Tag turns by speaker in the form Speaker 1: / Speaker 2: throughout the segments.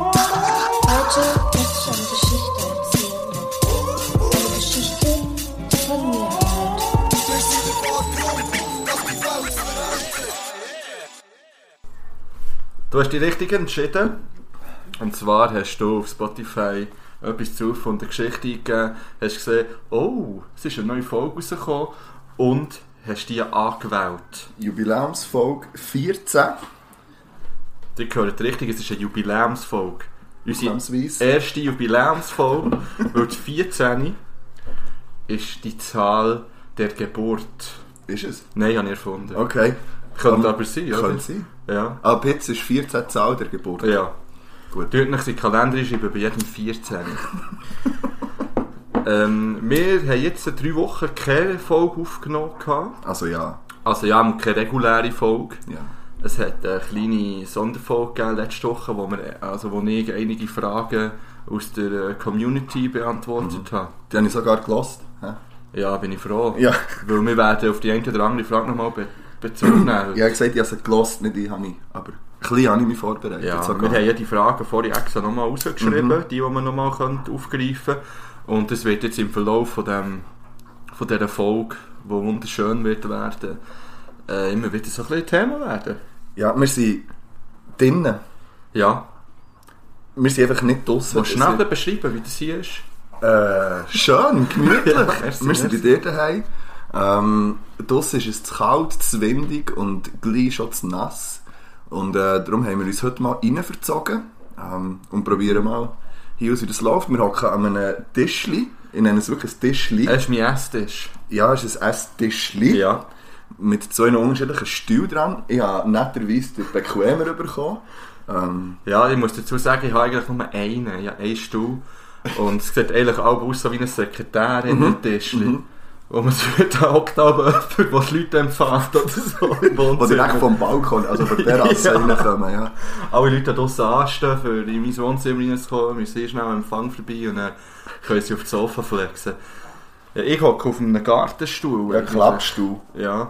Speaker 1: Heute möchte ich eine Geschichte erzählen. Eine Geschichte, die von mir handelt.
Speaker 2: Du hast dich richtig entschieden. Und zwar hast du auf Spotify etwas zu von der Geschichte eingegeben, hast gesehen, oh, es ist eine neue Folge rausgekommen und hast die angewählt.
Speaker 3: Jubiläumsfolge 14.
Speaker 2: Ihr gehört richtig, es ist eine Jubiläumsfolge. Unsere
Speaker 3: Ausnahmsweise.
Speaker 2: erste Jubiläumsfolge, weil die 14 ist die Zahl der Geburt.
Speaker 3: Ist es?
Speaker 2: Nein, habe ich erfunden.
Speaker 3: Okay.
Speaker 2: Könnte aber sein, oder?
Speaker 3: Könnte sein.
Speaker 2: Ja.
Speaker 3: Ab jetzt ist 14 die Zahl der Geburt.
Speaker 2: Ja.
Speaker 3: Gut.
Speaker 2: Tut euch den Kalender schreiben bei jedem 14. ähm, wir haben jetzt seit drei Wochen keine Folge aufgenommen. gehabt.
Speaker 3: Also ja.
Speaker 2: Also ja, keine reguläre Folge.
Speaker 3: ja.
Speaker 2: Es hat eine kleine Sonderfolge gegeben letzte Woche, wo, wir, also wo ich einige Fragen aus der äh, Community beantwortet habe.
Speaker 3: Die habe ich sogar gelost.
Speaker 2: Ja, bin ich froh.
Speaker 3: Ja.
Speaker 2: Weil wir werden auf die eine oder andere Frage nochmal be Bezug nehmen.
Speaker 3: Ich habe gesagt, ich habe sie gelost, nicht ich habe ich. Aber ein bisschen habe ich mich vorbereitet.
Speaker 2: Ja, wir
Speaker 3: sogar.
Speaker 2: haben ja die Fragen vorhin extra nochmal rausgeschrieben, die, die wir nochmal aufgreifen können. Und das wird jetzt im Verlauf von, dem, von dieser Folge, die wunderschön wird werden, äh, immer wieder so ein bisschen Thema werden.
Speaker 3: ja, wir sind drinnen.
Speaker 2: Ja,
Speaker 3: Wir sind einfach nicht draußen.
Speaker 2: willst du schnell beschreiben, wie das hier ist?
Speaker 3: Äh, schön, gemütlich.
Speaker 2: Ja, merci,
Speaker 3: wir sind
Speaker 2: merci.
Speaker 3: bei dir daheim. Ähm, draussen ist es zu kalt, zu windig und gleich schon zu nass. Und äh, darum haben wir uns heute mal rein verzogen ähm, und probieren mal hier aus, wie das läuft. Wir hocken an einem Tischli. Ich nenne es wirklich ein Tischli.
Speaker 2: Das ist mein Esstisch.
Speaker 3: Ja, es ist ein Esstischli.
Speaker 2: Äh. Ja.
Speaker 3: Mit zwei unterschiedlichen Stühlen dran. Ich habe netterweise den bequemer bekommen. Ähm,
Speaker 2: Ja, ich muss dazu sagen, ich habe eigentlich nur einen, ja, einen Stuhl. Und es sieht eigentlich auch aus so wie eine Sekretärin im Tischli. Wo man so da hockt, aber jemand, der die Leute empfängt oder so. im
Speaker 3: oder direkt
Speaker 2: Wohnzimmer.
Speaker 3: vom Balkon, also von der Terrasse
Speaker 2: Ja.
Speaker 3: reinkommen. Ja.
Speaker 2: alle Leute da draussen anstehen, für in mein Wohnzimmer reinzukommen, müssen sie schnell am Empfang vorbei und dann können sie auf das Sofa flexen. Ja, ich hocke auf einem Gartenstuhl.
Speaker 3: Ein Klappstuhl.
Speaker 2: Ja.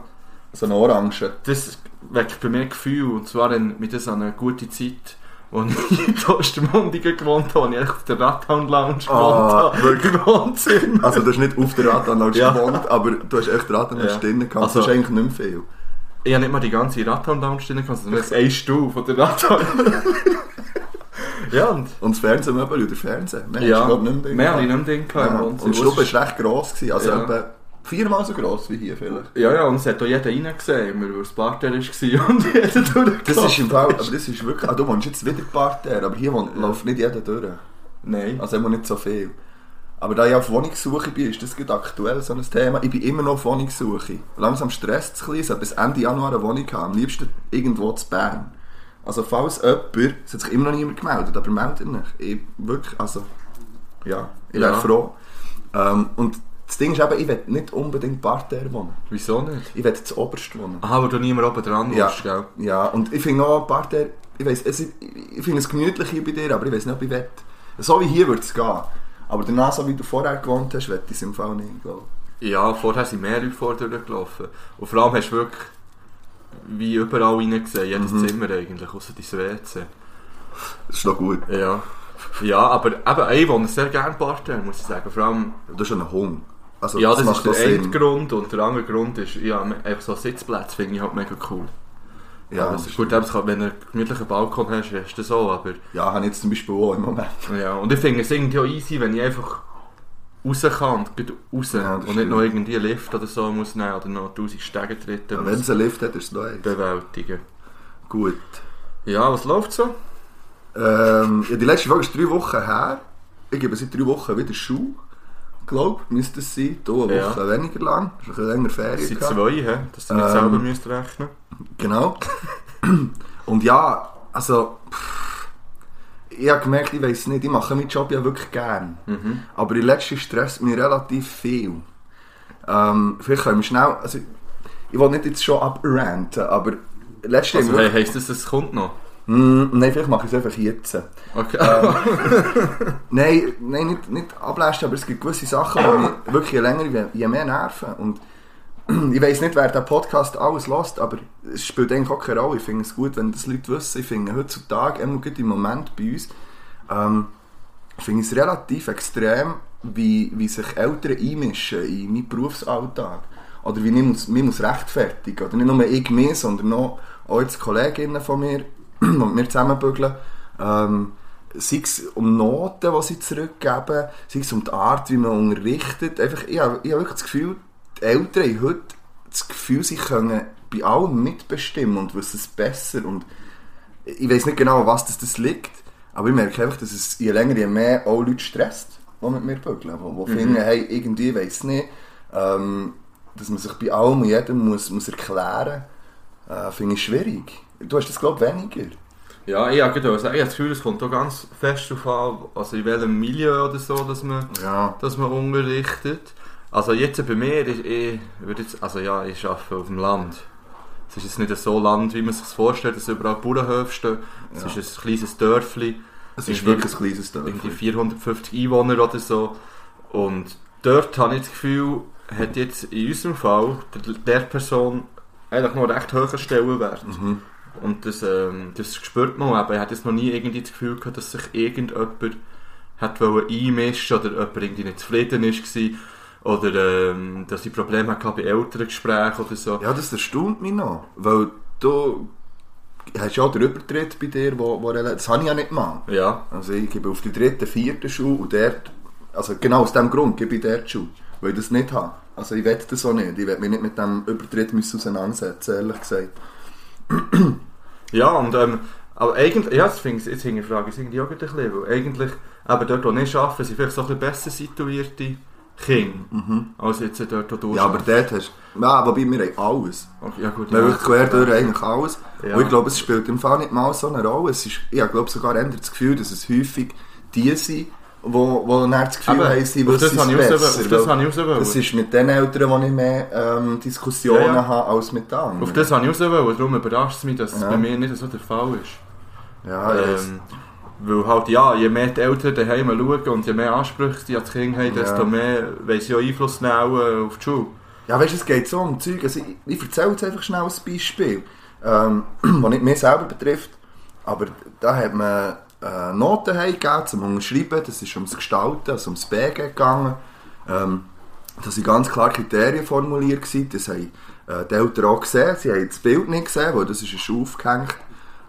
Speaker 3: So eine Orange.
Speaker 2: Das weckt bei mir Gefühl, und zwar erinnert mich das an eine gute Zeit, als ich in Ostermundigen gewohnt habe, als ich echt auf der Rattown Lounge gewohnt
Speaker 3: Ah,
Speaker 2: habe. Im Wohnzimmer.
Speaker 3: Also du hast nicht auf der Radanlage
Speaker 2: Ja.
Speaker 3: gewohnt, aber du hast echt Radanlage
Speaker 2: Ja.
Speaker 3: ja. drinnen gehabt.
Speaker 2: Also-
Speaker 3: das ist eigentlich nicht mehr viel.
Speaker 2: Ich habe nicht mal die ganze Rattown Lounge drin gehabt, sondern nur einen Stuhl von der Rattown. ja, und...
Speaker 3: Und das Fernsehmöbel oder Fernseher, mehr
Speaker 2: Ja,
Speaker 3: hast du glaub, nicht mehr.
Speaker 2: mehr habe ich
Speaker 3: drin
Speaker 2: nicht mehr drin
Speaker 3: gehabt.
Speaker 2: gehabt. im
Speaker 3: Ja.
Speaker 2: Wohnzimmer.
Speaker 3: Und die Stube war recht gross, gewesen, also
Speaker 2: Ja.
Speaker 3: etwa viermal so gross wie hier vielleicht.
Speaker 2: Ja, ja, und es hat auch jeder reingesehen, weil das Parterre war und jeder durchgelaufen
Speaker 3: Das ist im Fall, aber das ist wirklich, ah, du wohnst jetzt wieder Parterre, aber hier wohnt, läuft nicht jeder durch.
Speaker 2: Nein.
Speaker 3: Also immer nicht so viel. Aber da ich auf Wohnungssuche bin, ist das gerade aktuell so ein Thema. Ich bin immer noch auf Wohnungssuche. Langsam stresst es ein bisschen. Ich soll bis Ende Januar eine Wohnung haben. Am liebsten irgendwo zu Bern. Also falls jemand, es hat sich immer noch niemand gemeldet, aber meldet ihn nicht. Ich wirklich, also, ja, ich wäre
Speaker 2: Ja.
Speaker 3: froh. Ähm, und das Ding ist eben, ich will nicht unbedingt Parterre wohnen.
Speaker 2: Wieso nicht?
Speaker 3: Ich will zu oberst wohnen.
Speaker 2: Aha, weil du niemand oben dran
Speaker 3: Ja,
Speaker 2: warst, gell?
Speaker 3: ja, und ich finde auch, Parterre, ich weiss, es, ich, ich finde es gemütlich hier bei dir, aber ich weiß nicht, ob ich will. So wie hier würde es gehen. Aber danach, so wie du vorher gewohnt hast, will ich es im Fall nicht, glaube
Speaker 2: Ja, vorher sind mehr Leute vor dir durchgelaufen. Und vor allem hast du wirklich wie überall reingesehen, jedes Zimmer eigentlich, außer dein WC.
Speaker 3: Das ist doch gut.
Speaker 2: Ja. Ja, aber eben, ich wohne sehr gerne Parterre, muss ich sagen. Vor allem,
Speaker 3: Du hast einen Hund. Also,
Speaker 2: ja, das, ist
Speaker 3: doch
Speaker 2: der eine Grund und der andere Grund ist, ja, einfach so Sitzplätze finde ich halt mega cool.
Speaker 3: Ja,
Speaker 2: also, gut, eben, es kann- wenn du einen gemütlichen Balkon hast, hast du das auch, aber...
Speaker 3: ja, habe ich jetzt zum Beispiel auch im Moment.
Speaker 2: Ja, und ich finde es irgendwie auch easy, wenn ich einfach raus kann, und gleich raus
Speaker 3: Ja, das
Speaker 2: und nicht
Speaker 3: stimmt.
Speaker 2: noch irgendwie einen Lift oder so muss nehmen oder noch 1000 Stege treten
Speaker 3: Wenn
Speaker 2: muss
Speaker 3: es einen Lift hat, ist es noch eins.
Speaker 2: bewältigen.
Speaker 3: Gut.
Speaker 2: Ja, was läuft so?
Speaker 3: Ähm, ja, die letzte Folge ist drei Wochen her. Ich gebe seit drei Wochen wieder Schuhe. Glaube, müsste es sein. Du eine
Speaker 2: Ja.
Speaker 3: Woche weniger lang. Hast ein bisschen länger Ferien
Speaker 2: Es sind
Speaker 3: gehabt.
Speaker 2: zwei, he? dass du nicht
Speaker 3: Ähm.
Speaker 2: selber müsst rechnen
Speaker 3: Genau. Und ja, also. pff, Ich habe gemerkt, ich weiß nicht, ich mache meinen Job ja wirklich gern.
Speaker 2: Mhm.
Speaker 3: Aber in letzter stresst mich relativ viel. Ähm, vielleicht können wir schnell. Also, ich will nicht jetzt schon abranten, aber letztes
Speaker 2: Also,
Speaker 3: Jahr.
Speaker 2: hey, heisst das, es kommt noch?
Speaker 3: Nein, vielleicht mache ich es einfach jetzt.
Speaker 2: Okay.
Speaker 3: Ähm. Nein, nein nicht, nicht ablästen, aber es gibt gewisse Sachen, die mich wirklich je länger, je- je mehr nerven. Und ich weiß nicht, wer den Podcast alles lässt, aber es spielt eigentlich auch keine Rolle. Ich finde es gut, wenn das Leute wissen. Ich finde heutzutage, immer gut im Moment bei uns, ähm, finde ich es relativ extrem, wie, wie sich Eltern einmischen in meinen Berufsalltag. Oder wie ich muss, mich muss rechtfertigen Oder nicht nur ich mich, sondern auch, auch jetzt Kolleginnen von mir, die wir zusammenbügeln. Ähm, sei es um Noten, die sie zurückgeben, sei es um die Art, wie man unterrichtet. Einfach, ich habe, ich habe wirklich das Gefühl, die Eltern haben heute das Gefühl, sie können bei allem mitbestimmen und wissen es besser. Und ich weiß nicht genau, an was das, das liegt, aber ich merke einfach, dass es je länger, je mehr auch Leute stresst, die mit mir bügeln, die, die finden, hey, irgendwie, weiß es nicht, ähm, dass man sich bei allem und jedem muss, muss erklären muss, äh, finde ich schwierig. Du hast das, glaube ich, weniger.
Speaker 2: Ja, ich habe gerade sagen, ich habe das Gefühl, es kommt auch ganz fest darauf an, also in welchem Milieu oder so, dass man,
Speaker 3: Ja.
Speaker 2: dass man unterrichtet. Also jetzt bei mir, ich, ich würde jetzt, also ja, ich arbeite auf dem Land. Es ist jetzt nicht so Land, wie man sich vorstellt, dass überall Bauernhöfe stehen. Es
Speaker 3: Ja.
Speaker 2: ist ein kleines Dörfli.
Speaker 3: Es ist
Speaker 2: Irgendwie-
Speaker 3: wirklich ein kleines Dörfchen.
Speaker 2: irgendwie 450 Einwohner oder so. Und dort habe ich das Gefühl, hat jetzt in unserem Fall der, der Person eigentlich noch einen recht hohen Stellenwert.
Speaker 3: Mhm.
Speaker 2: Und das, ähm, das spürt man aber. Ich hatte jetzt noch nie irgendwie das Gefühl gehabt, dass sich irgendjemand hat wollen einmischen oder jemand irgendwie nicht zufrieden war. Oder ähm, dass ich Probleme hatte bei Elterngesprächen oder so.
Speaker 3: Ja, das erstaunt mich noch, weil du hast ja auch den Übertritt bei dir, wo, wo, rela- das habe ich ja nicht gemacht.
Speaker 2: Ja.
Speaker 3: Also ich gebe auf die dritte, vierte Schule und dort, also genau aus dem Grund gebe ich dort die Schule, weil ich das nicht habe. Also ich will das auch nicht, ich will mich nicht mit dem Übertritt müssen auseinandersetzen, ehrlich gesagt.
Speaker 2: Ja, und ähm, aber eigentlich, ja, das finde ich, jetzt hinterfrage ich es irgendwie auch gerade ein bisschen, weil eigentlich, eben dort, wo ich arbeite, sind vielleicht so ein bisschen besser situierte Kinder, als jetzt dort, wo du
Speaker 3: Mhm. Ja, aber
Speaker 2: arbeitest.
Speaker 3: dort hast du, ja, wobei wir haben alles.
Speaker 2: Okay, ja, gut,
Speaker 3: Man
Speaker 2: ja.
Speaker 3: wirklich quer durch eigentlich alles.
Speaker 2: Ja.
Speaker 3: Und ich glaube, es spielt im Fall nicht mal so eine Rolle. Es ist, ich habe glaube, sogar ändert das Gefühl, dass es häufig die sind, die, die dann das Gefühl
Speaker 2: Eben,
Speaker 3: haben, sie
Speaker 2: auf das
Speaker 3: wissen es
Speaker 2: habe ich raus- auf das
Speaker 3: weil
Speaker 2: habe ich raus wollen.
Speaker 3: Es ist mit den Eltern, die ich mehr ähm, Diskussionen
Speaker 2: Ja, ja.
Speaker 3: habe, als mit den anderen.
Speaker 2: Auf das habe ich raus wollen, darum überrascht es mich, dass es
Speaker 3: Ja.
Speaker 2: bei mir nicht so der Fall ist.
Speaker 3: ja, ich weiss.
Speaker 2: ähm, weil halt, ja, je mehr die Eltern daheim schauen und je mehr Ansprüche sie an das Kind haben, desto
Speaker 3: Ja.
Speaker 2: mehr wollen sie auch Einfluss nehmen äh, auf die Schule.
Speaker 3: Ja, weißt du, es geht so um Zeug. Also, ich, ich erzähle jetzt einfach schnell ein Beispiel, ähm, das nicht mich selber betrifft. Aber da hat man äh, Noten heimgegeben zum Unterschreiben. Das ist ums Gestalten, also ums BG gegangen. Ähm, da waren ganz klar Kriterien formuliert. Gewesen. Das haben äh, die Eltern auch gesehen. Sie haben das Bild nicht gesehen, weil das ist schon aufgehängt.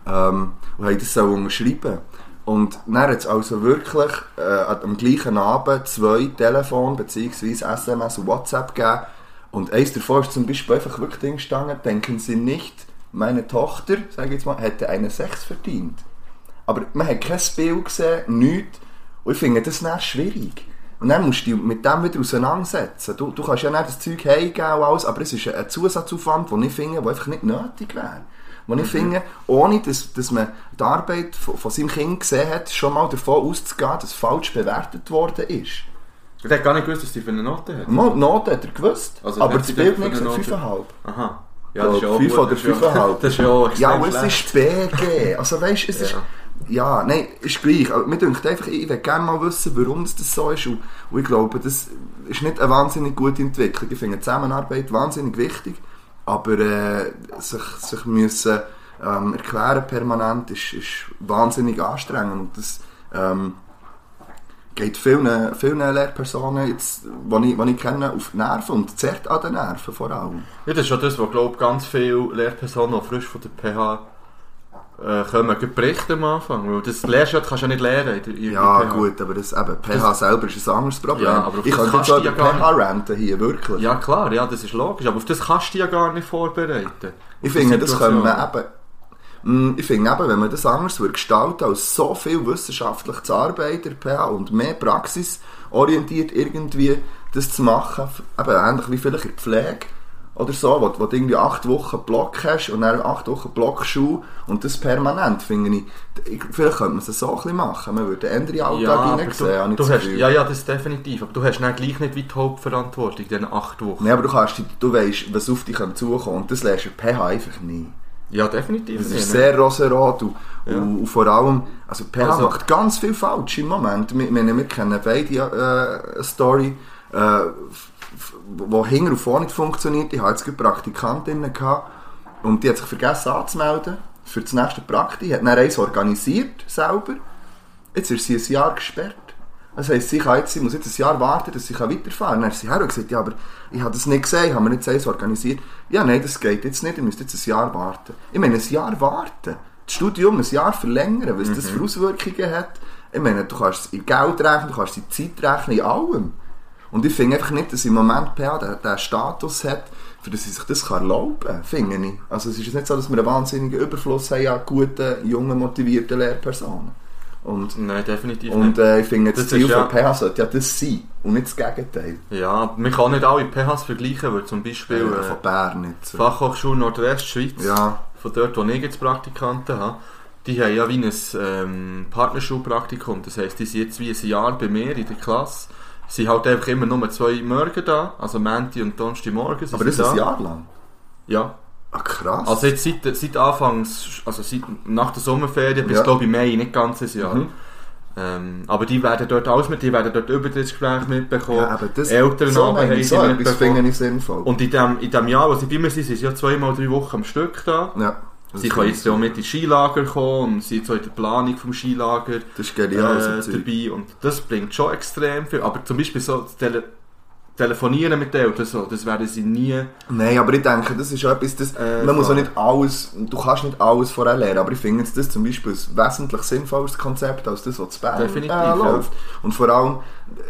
Speaker 3: Ähm, und haben das so unterschreiben. Und dann hat es also wirklich äh, am gleichen Abend zwei Telefon- bzw. SMS und WhatsApp gegeben. Und eins davon ist zum Beispiel einfach wirklich drin gestanden, denken Sie nicht, meine Tochter, sage ich jetzt mal, hätte eine 6 verdient. Aber man hat kein Bild gesehen, nichts. Und ich finde das dann schwierig. Und dann musst du dich mit dem wieder auseinandersetzen. Du, du kannst ja nicht das Zeug heimgeben und alles, aber es ist ein Zusatzaufwand, den ich finde, der einfach nicht nötig wäre. Wo
Speaker 2: Mhm.
Speaker 3: ich finde, ohne dass, dass man die Arbeit von, von seinem Kind gesehen hat, schon mal davon auszugehen, dass falsch bewertet worden ist.
Speaker 2: Ich hätte gar nicht gewusst, dass die für eine Note hat.
Speaker 3: Mal, die Note hat er gewusst,
Speaker 2: Also,
Speaker 3: aber
Speaker 2: hat
Speaker 3: das
Speaker 2: sie
Speaker 3: Bild
Speaker 2: denn
Speaker 3: nicht
Speaker 2: für eine Note?
Speaker 3: 5,5.
Speaker 2: Aha.
Speaker 3: Ja, fünf
Speaker 2: gut,
Speaker 3: oder
Speaker 2: das ist ja-
Speaker 3: fünfeinhalb.
Speaker 2: Das ist ja auch
Speaker 3: Ja,
Speaker 2: extrem
Speaker 3: aber es
Speaker 2: schlecht.
Speaker 3: ist BG. Also weißt es ist.
Speaker 2: Ja.
Speaker 3: Ja, nein, ist gleich. Aber mir denkt einfach, ich will gerne mal wissen, warum es das so ist. Und, und ich glaube, das ist nicht eine wahnsinnig gute Entwicklung. Ich finde Zusammenarbeit wahnsinnig wichtig. Aber äh, sich, sich müssen ähm, erklären permanent ist, ist wahnsinnig anstrengend. Und das ähm, geht vielen, vielen Lehrpersonen, jetzt, die ich, die ich kenne, auf die Nerven und zerrt an den Nerven vor allem.
Speaker 2: Ja, das ist ja das, was glaub, ganz viele Lehrpersonen, die frisch von der PH äh, kommen, gleich berichten am Anfang. Weil das lernst du ja, das kannst du ja nicht lernen. In der, in der
Speaker 3: Ja,
Speaker 2: PH.
Speaker 3: gut, aber das, eben, PH selber ist ein anderes Problem.
Speaker 2: Ja, aber auf
Speaker 3: ich
Speaker 2: das
Speaker 3: kann jetzt
Speaker 2: kannst
Speaker 3: auch
Speaker 2: du
Speaker 3: über
Speaker 2: ja gar
Speaker 3: PH ranten hier, wirklich.
Speaker 2: Ja, klar, ja, das ist logisch. Aber auf das kannst du dich ja gar nicht vorbereiten.
Speaker 3: ich
Speaker 2: Auf die
Speaker 3: finde, das können
Speaker 2: Situation.
Speaker 3: wir eben. Mm, Ich finde eben, wenn man das anders würde gestalten als so viel wissenschaftlich zu arbeiten, PH, und mehr praxisorientiert irgendwie das zu machen, f- eben ähnlich wie vielleicht in der Pflege oder so, wo, wo du irgendwie acht Wochen Block hast und dann acht Wochen Block Schuh und das permanent, finde ich, ich- vielleicht könnte man es so ein bisschen machen, man würde einen anderen
Speaker 2: ja,
Speaker 3: Alltag
Speaker 2: aber
Speaker 3: hineinsehen, habe
Speaker 2: du,
Speaker 3: ich das
Speaker 2: du hast,
Speaker 3: Gefühl.
Speaker 2: ja, ja, das definitiv. Aber du hast dann gleich nicht wie die Hauptverantwortung in diesen acht Wochen.
Speaker 3: Nein, aber du, kannst, dich- du weißt, was auf dich zukommt. Und das lernst du in PH einfach nie.
Speaker 2: Ja, definitiv.
Speaker 3: Das
Speaker 2: nicht,
Speaker 3: ist
Speaker 2: ne?
Speaker 3: sehr roserot und, und, und vor allem, also PH
Speaker 2: Also-
Speaker 3: macht ganz viel falsch im Moment. Wir, wir, wir kennen beide äh, eine Story äh, f- wo hinten und vorne nicht funktioniert. Ich hatte jetzt gerade Praktikantinnen gehabt, und die hat sich vergessen anzumelden für das nächste Prakti. Hat dann eins organisiert, selber. Jetzt ist sie ein Jahr gesperrt. Das heisst, sie, kann jetzt, sie muss jetzt ein Jahr warten, dass sie kann weiterfahren kann. Dann ist sie her und gesagt, ja, aber ich habe das nicht gesehen, ich habe mir nicht eins organisiert. Ja, nein, das geht jetzt nicht, ihr müsst jetzt ein Jahr warten. Ich meine, ein Jahr warten, das Studium ein Jahr verlängern, was das für Auswirkungen hat. Ich meine, du kannst es in Geld rechnen, du kannst es in Zeit rechnen, in allem. Und ich finde einfach nicht, dass im Moment PA den, den Status hat, für das sie sich das kann erlauben kann, finde ich. Also es ist jetzt nicht so, dass wir einen wahnsinnigen Überfluss haben an guten, jungen, motivierten Lehrpersonen. Und
Speaker 2: Nein, definitiv
Speaker 3: und
Speaker 2: nicht.
Speaker 3: äh, ich finde, das,
Speaker 2: Das
Speaker 3: Ziel
Speaker 2: ist ja-
Speaker 3: von PH sollte ja das sein und nicht das Gegenteil.
Speaker 2: Ja, man kann nicht alle PHs vergleichen, weil zum Beispiel
Speaker 3: Äh,
Speaker 2: äh,
Speaker 3: von Bern nicht. So.
Speaker 2: Fachhochschule Nordwestschweiz,
Speaker 3: Ja.
Speaker 2: von dort, wo ich jetzt Praktikanten habe, die haben ja wie ein ähm, Partnerschulpraktikum. Das heisst, die sind jetzt wie ein Jahr bei mir in der Klasse. Sie sind halt einfach immer nur zwei Morgen da, also Menti und Donnerstag morgen. sind
Speaker 3: Aber das
Speaker 2: sie
Speaker 3: ist
Speaker 2: da.
Speaker 3: ein Jahr lang.
Speaker 2: Ja.
Speaker 3: Ah, krass.
Speaker 2: Also jetzt seit, seit Anfangs, also seit, nach der Sommerferien bis
Speaker 3: Ja.
Speaker 2: glaube ich Mai, nicht ganzes Jahr.
Speaker 3: Mhm.
Speaker 2: Ähm, aber die werden dort alles mit, die werden dort über das Gespräch mitbekommen.
Speaker 3: ja, aber das,
Speaker 2: Eltern
Speaker 3: so,
Speaker 2: haben
Speaker 3: meine ich,
Speaker 2: sie
Speaker 3: so etwas
Speaker 2: mitbekommen.
Speaker 3: finde ich sinnvoll.
Speaker 2: Und in dem, in dem Jahr, wo sie bei mir sind, sind sie ja zweimal drei Wochen am Stück da.
Speaker 3: ja, das
Speaker 2: Sie
Speaker 3: ist-
Speaker 2: können jetzt auch mit ins Skilager kommen und sie sind so in der Planung vom Skilager
Speaker 3: Das ist
Speaker 2: äh,
Speaker 3: genial, so Zeug.
Speaker 2: dabei und das bringt schon extrem viel. Aber zum Beispiel so das Tele Telefonieren mit den Eltern, so, das werden sie nie...
Speaker 3: Nein, aber ich denke, das ist auch etwas, das,
Speaker 2: Äh,
Speaker 3: man muss auch
Speaker 2: voll.
Speaker 3: nicht alles, du kannst nicht alles vorher lernen, aber ich finde jetzt das zum Beispiel ein wesentlich sinnvolleres Konzept als das, was zu Bern
Speaker 2: Definitiv,
Speaker 3: äh,
Speaker 2: ja.
Speaker 3: läuft. Und vor allem,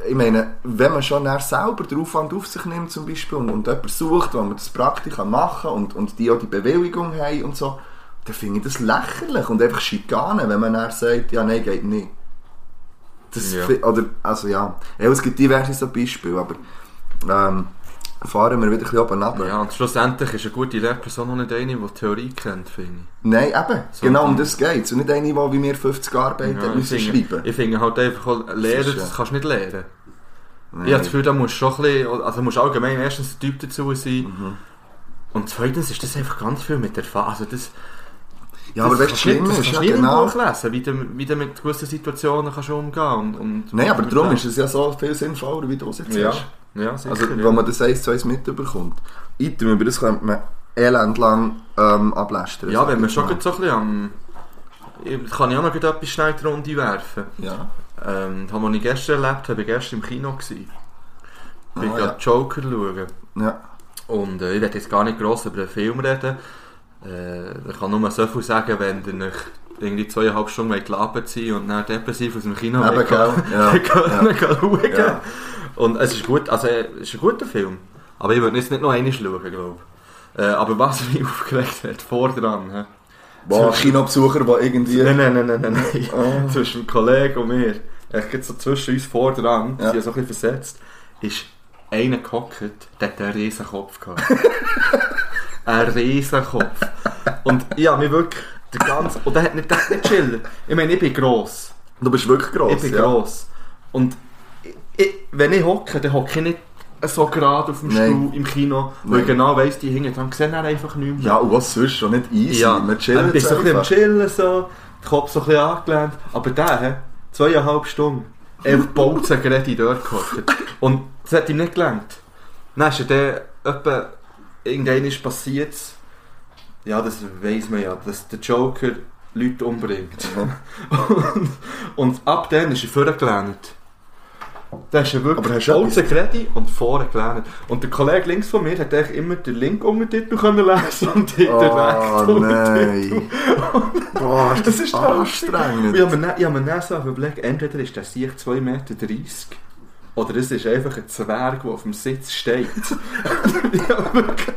Speaker 3: ich meine, wenn man schon dann selber den Aufwand auf sich nimmt zum Beispiel und, und jemanden sucht, wo man das praktisch kann machen kann und, und die auch die Bewilligung haben und so, dann finde ich das lächerlich und einfach Schikane, wenn man dann sagt, ja nein, geht nicht. Das
Speaker 2: Ja.
Speaker 3: fi- Oder, also ja, ja, es gibt diverse so Beispiele, aber ähm, fahren wir wieder ein bisschen oben runter.
Speaker 2: Ja, und schlussendlich ist eine gute Lehrperson auch nicht eine, die Theorie kennt, finde ich.
Speaker 3: Nein, eben.
Speaker 2: So.
Speaker 3: genau um das geht es. Und nicht eine, die wie wir 50 Arbeiten
Speaker 2: Ja,
Speaker 3: ja, müssen
Speaker 2: ich finde-
Speaker 3: schreiben
Speaker 2: Ich finde halt einfach, auch Lehrer,
Speaker 3: ist,
Speaker 2: das,
Speaker 3: äh,
Speaker 2: kannst du nicht lernen.
Speaker 3: Nein.
Speaker 2: Ich habe das Gefühl, da musst du schon ein bisschen, also musst du allgemein erstens ein Typ dazu sein.
Speaker 3: Mhm.
Speaker 2: Und zweitens ist das einfach ganz viel mit Erfahrung. Also das,
Speaker 3: ja, aber
Speaker 2: das
Speaker 3: weißt du, schlimm
Speaker 2: das
Speaker 3: ist, ja,
Speaker 2: kannst du nicht im
Speaker 3: genau.
Speaker 2: Buch lesen, wie du, wie du mit gewissen Situationen kannst umgehen und, und
Speaker 3: Nein, aber
Speaker 2: mit
Speaker 3: darum
Speaker 2: dem-
Speaker 3: ist es ja so viel sinnvoller, wie du es jetzt
Speaker 2: ja,
Speaker 3: hast.
Speaker 2: ja, sicher,
Speaker 3: Also,
Speaker 2: ja.
Speaker 3: wenn man das eins zu eins mitbekommt. Item, über das könnte man elendlang ähm, ablästern.
Speaker 2: ja,
Speaker 3: sag
Speaker 2: wenn man
Speaker 3: ich
Speaker 2: schon
Speaker 3: mal.
Speaker 2: gerade so ein bisschen am... Ich- Kann ich auch noch gerade etwas schnell in die Runde werfen?
Speaker 3: Ja.
Speaker 2: Ähm, das, was ich gestern erlebt habe, ich gestern im Kino. Gewesen. Ich bin
Speaker 3: Ah,
Speaker 2: gerade
Speaker 3: ja.
Speaker 2: Joker schauen.
Speaker 3: ja.
Speaker 2: Und äh, ich werde jetzt gar nicht gross über den Film reden. Äh, ich kann nur so viel sagen, wenn ihr euch irgendwie zweieinhalb Stunden wollt laben ziehen und dann depressiv aus dem Kino
Speaker 3: Eben,
Speaker 2: wollt
Speaker 3: gell?
Speaker 2: gehen-
Speaker 3: Ja.
Speaker 2: gehen- gehen schauen.
Speaker 3: Ja.
Speaker 2: Und es ist gut, also äh, es ist ein guter Film. Aber ich würde jetzt nicht noch einmal schauen, glaube ich. Äh, aber was mich aufgeregt hat, vordran. hä?
Speaker 3: Boah, Kinobesucher, die irgendwie...
Speaker 2: Nein, nein, nein, nein, nein, nein.
Speaker 3: Oh.
Speaker 2: Zwischen dem Kollegen und mir, ich geht so zwischen uns vordran,
Speaker 3: Ja.
Speaker 2: sie haben so ein bisschen versetzt, ist einer gehockt, der hat einen riesen Kopf gehabt. einen riesen Kopf. Und ja, mir wirklich, der ganze, und der hat nicht, der hat nicht chillen. Ich meine, ich bin gross.
Speaker 3: Du bist wirklich gross.
Speaker 2: Ich bin
Speaker 3: ja.
Speaker 2: gross. Und ich, ich, wenn ich hocke, dann hocke ich nicht so gerade auf dem
Speaker 3: Nein.
Speaker 2: Stuhl im Kino, weil ich
Speaker 3: Nein.
Speaker 2: genau weiss, die hingen dann sehen dann einfach nicht mehr.
Speaker 3: Ja, und was sonst? Schon nicht easy.
Speaker 2: Ja,
Speaker 3: Man chillt
Speaker 2: Dann bist du so ein bisschen am
Speaker 3: einfach.
Speaker 2: Chillen, so, den Kopf so ein bisschen angelehnt. Aber der, hä, zweieinhalb Stunden, er baut sich gerade in dort gehockt. Und das hat ihm nicht gelangt. Dann ist ja dann etwa, irgendwann ist passiert, ja, das weiss man ja, dass der Joker Leute umbringt. und, und ab dann ist er vorne gelandet. Dann ist er wirklich
Speaker 3: Aber hast du
Speaker 2: aussen geredet und vorne gelandet. Und der Kollege links von mir hat eigentlich immer den linken Untertitel können lesen und den rechten
Speaker 3: Oh,
Speaker 2: Untertitel.
Speaker 3: nein. Boah, ist das,
Speaker 2: Das ist
Speaker 3: anstrengend.
Speaker 2: Ich habe mir dann- ich habe mir dann so überlegt, entweder ist der Sieg 2,30 Meter oder es ist einfach ein Zwerg, der auf dem Sitz steht. ich habe wirklich-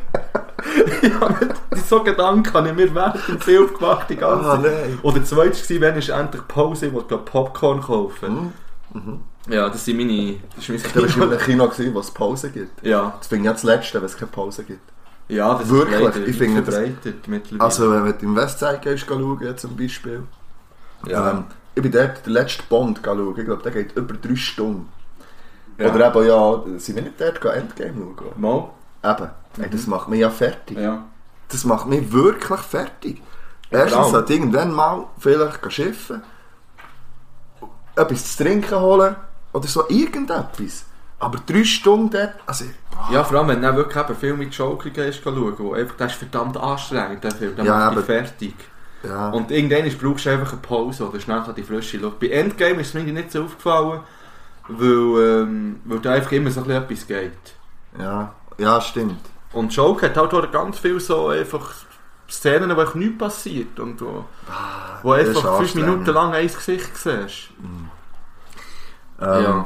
Speaker 2: ich habe mir- so Gedanken habe ich mir während dem Film gemacht, die ganze
Speaker 3: Ah,
Speaker 2: Zeit.
Speaker 3: nein.
Speaker 2: Oder zweites war, wenn ist endlich Pause, ich wollte Popcorn kaufen.
Speaker 3: Mhm.
Speaker 2: Ja, das sind meine... Das ist
Speaker 3: Da
Speaker 2: mein
Speaker 3: warst du in
Speaker 2: Kino.
Speaker 3: einem Kino, gewesen, wo es Pause gibt.
Speaker 2: Ja,
Speaker 3: Das finde ich ja das Letzte, wenn es keine Pause gibt.
Speaker 2: ja, das
Speaker 3: Wirklich,
Speaker 2: ist leider
Speaker 3: ich finde das-
Speaker 2: verbreitet mittlerweile.
Speaker 3: Also, wenn du im Westside gehst, schauen, zum Beispiel.
Speaker 2: ja.
Speaker 3: Ähm, ich bin dort den letzten Bond schauen. Ich glaube, der geht über drei Stunden.
Speaker 2: Ja.
Speaker 3: Oder eben, ja, sind wir nicht dort gehen, Endgame schauen?
Speaker 2: Mal?
Speaker 3: Eben. Ey, das macht mich ja fertig.
Speaker 2: Mhm. Ja.
Speaker 3: Das macht mich wirklich fertig. Erstens
Speaker 2: Genau.
Speaker 3: sollte ich irgendwann mal vielleicht gehen schiffen, etwas zu trinken holen oder so irgendetwas. Aber drei Stunden dort, also, boah,
Speaker 2: Ja, vor allem, wenn du dann wirklich eben Film mit Joker gehst, schauen, wo einfach, der ist verdammt anstrengend, der Film, der
Speaker 3: Ja,
Speaker 2: macht dich
Speaker 3: aber-
Speaker 2: fertig.
Speaker 3: ja.
Speaker 2: Und irgendwann ist- brauchst du einfach eine Pause oder schnell die frische Luft. Bei Endgame ist es mir irgendwie nicht so aufgefallen, weil, ähm, weil da einfach immer so ein bisschen etwas geht.
Speaker 3: ja, ja, stimmt.
Speaker 2: Und Joker hat halt auch ganz viel so einfach Szenen, wo einfach nichts passiert eh, und wo, wo
Speaker 3: Ah, das ist
Speaker 2: einfach fünf
Speaker 3: anstrengend.
Speaker 2: Minuten lang ein Gesicht siehst.
Speaker 3: Ähm,
Speaker 2: Ja.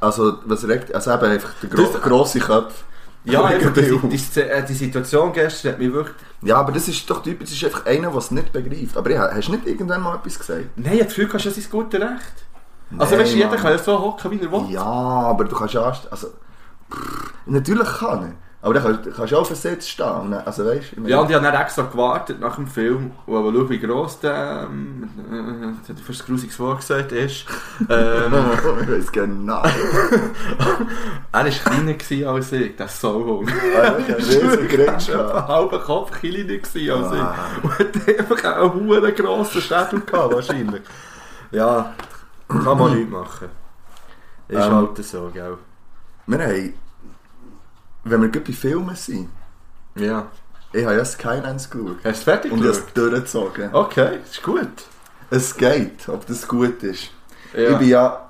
Speaker 3: Also, was regt, also eben einfach der gro
Speaker 2: Das-
Speaker 3: grosse Köpfe.
Speaker 2: Ja,
Speaker 3: Wegen
Speaker 2: einfach, die,
Speaker 3: Bild.
Speaker 2: die, Szene- äh, die Situation gestern hat mich wirklich...
Speaker 3: Ja, aber das ist doch typisch, das ist einfach einer, der es nicht begreift. Aber ich, hast du nicht irgendwann mal etwas gesagt?
Speaker 2: Nein, ich habe das Gefühl, das ist sein gutes Recht. Also
Speaker 3: Nein,
Speaker 2: weißt du, jeder
Speaker 3: Mann.
Speaker 2: kann ja so hocken, wie er will.
Speaker 3: Ja, aber du kannst ja anst- also pff, natürlich kann ich. Aber dann kannst, kannst du auch versetzt stehen. und dann- Also weißt du, ich meine-
Speaker 2: Ja, und ich habe dann extra gewartet nach dem Film, und aber schau, wie gross der, ähm, äh, jetzt hätte ich fast ein grusiges Wort gesagt, ist. Ähm,
Speaker 3: ich weiß genau. Also,
Speaker 2: er war kleiner gewesen als ich, der Sauhund.
Speaker 3: ich habe riesig
Speaker 2: Ich war
Speaker 3: grinsen.
Speaker 2: einen halben Kopf kleiner gewesen als
Speaker 3: Ah.
Speaker 2: ich. Und hat einfach einen hohen grossen Schädel gehabt, wahrscheinlich. Ja, kann man nichts machen. Ist
Speaker 3: Ähm.
Speaker 2: halt so, gell.
Speaker 3: Wir haben, wenn wir gerade bei Filmen sind,
Speaker 2: Ja.
Speaker 3: ich habe ja Skylines geschaut.
Speaker 2: Hast du es fertig
Speaker 3: Und ich habe
Speaker 2: geschaut?
Speaker 3: es durchgezogen.
Speaker 2: Okay, ist gut.
Speaker 3: Es geht, ob das gut ist.
Speaker 2: Ja.
Speaker 3: Ich bin ja.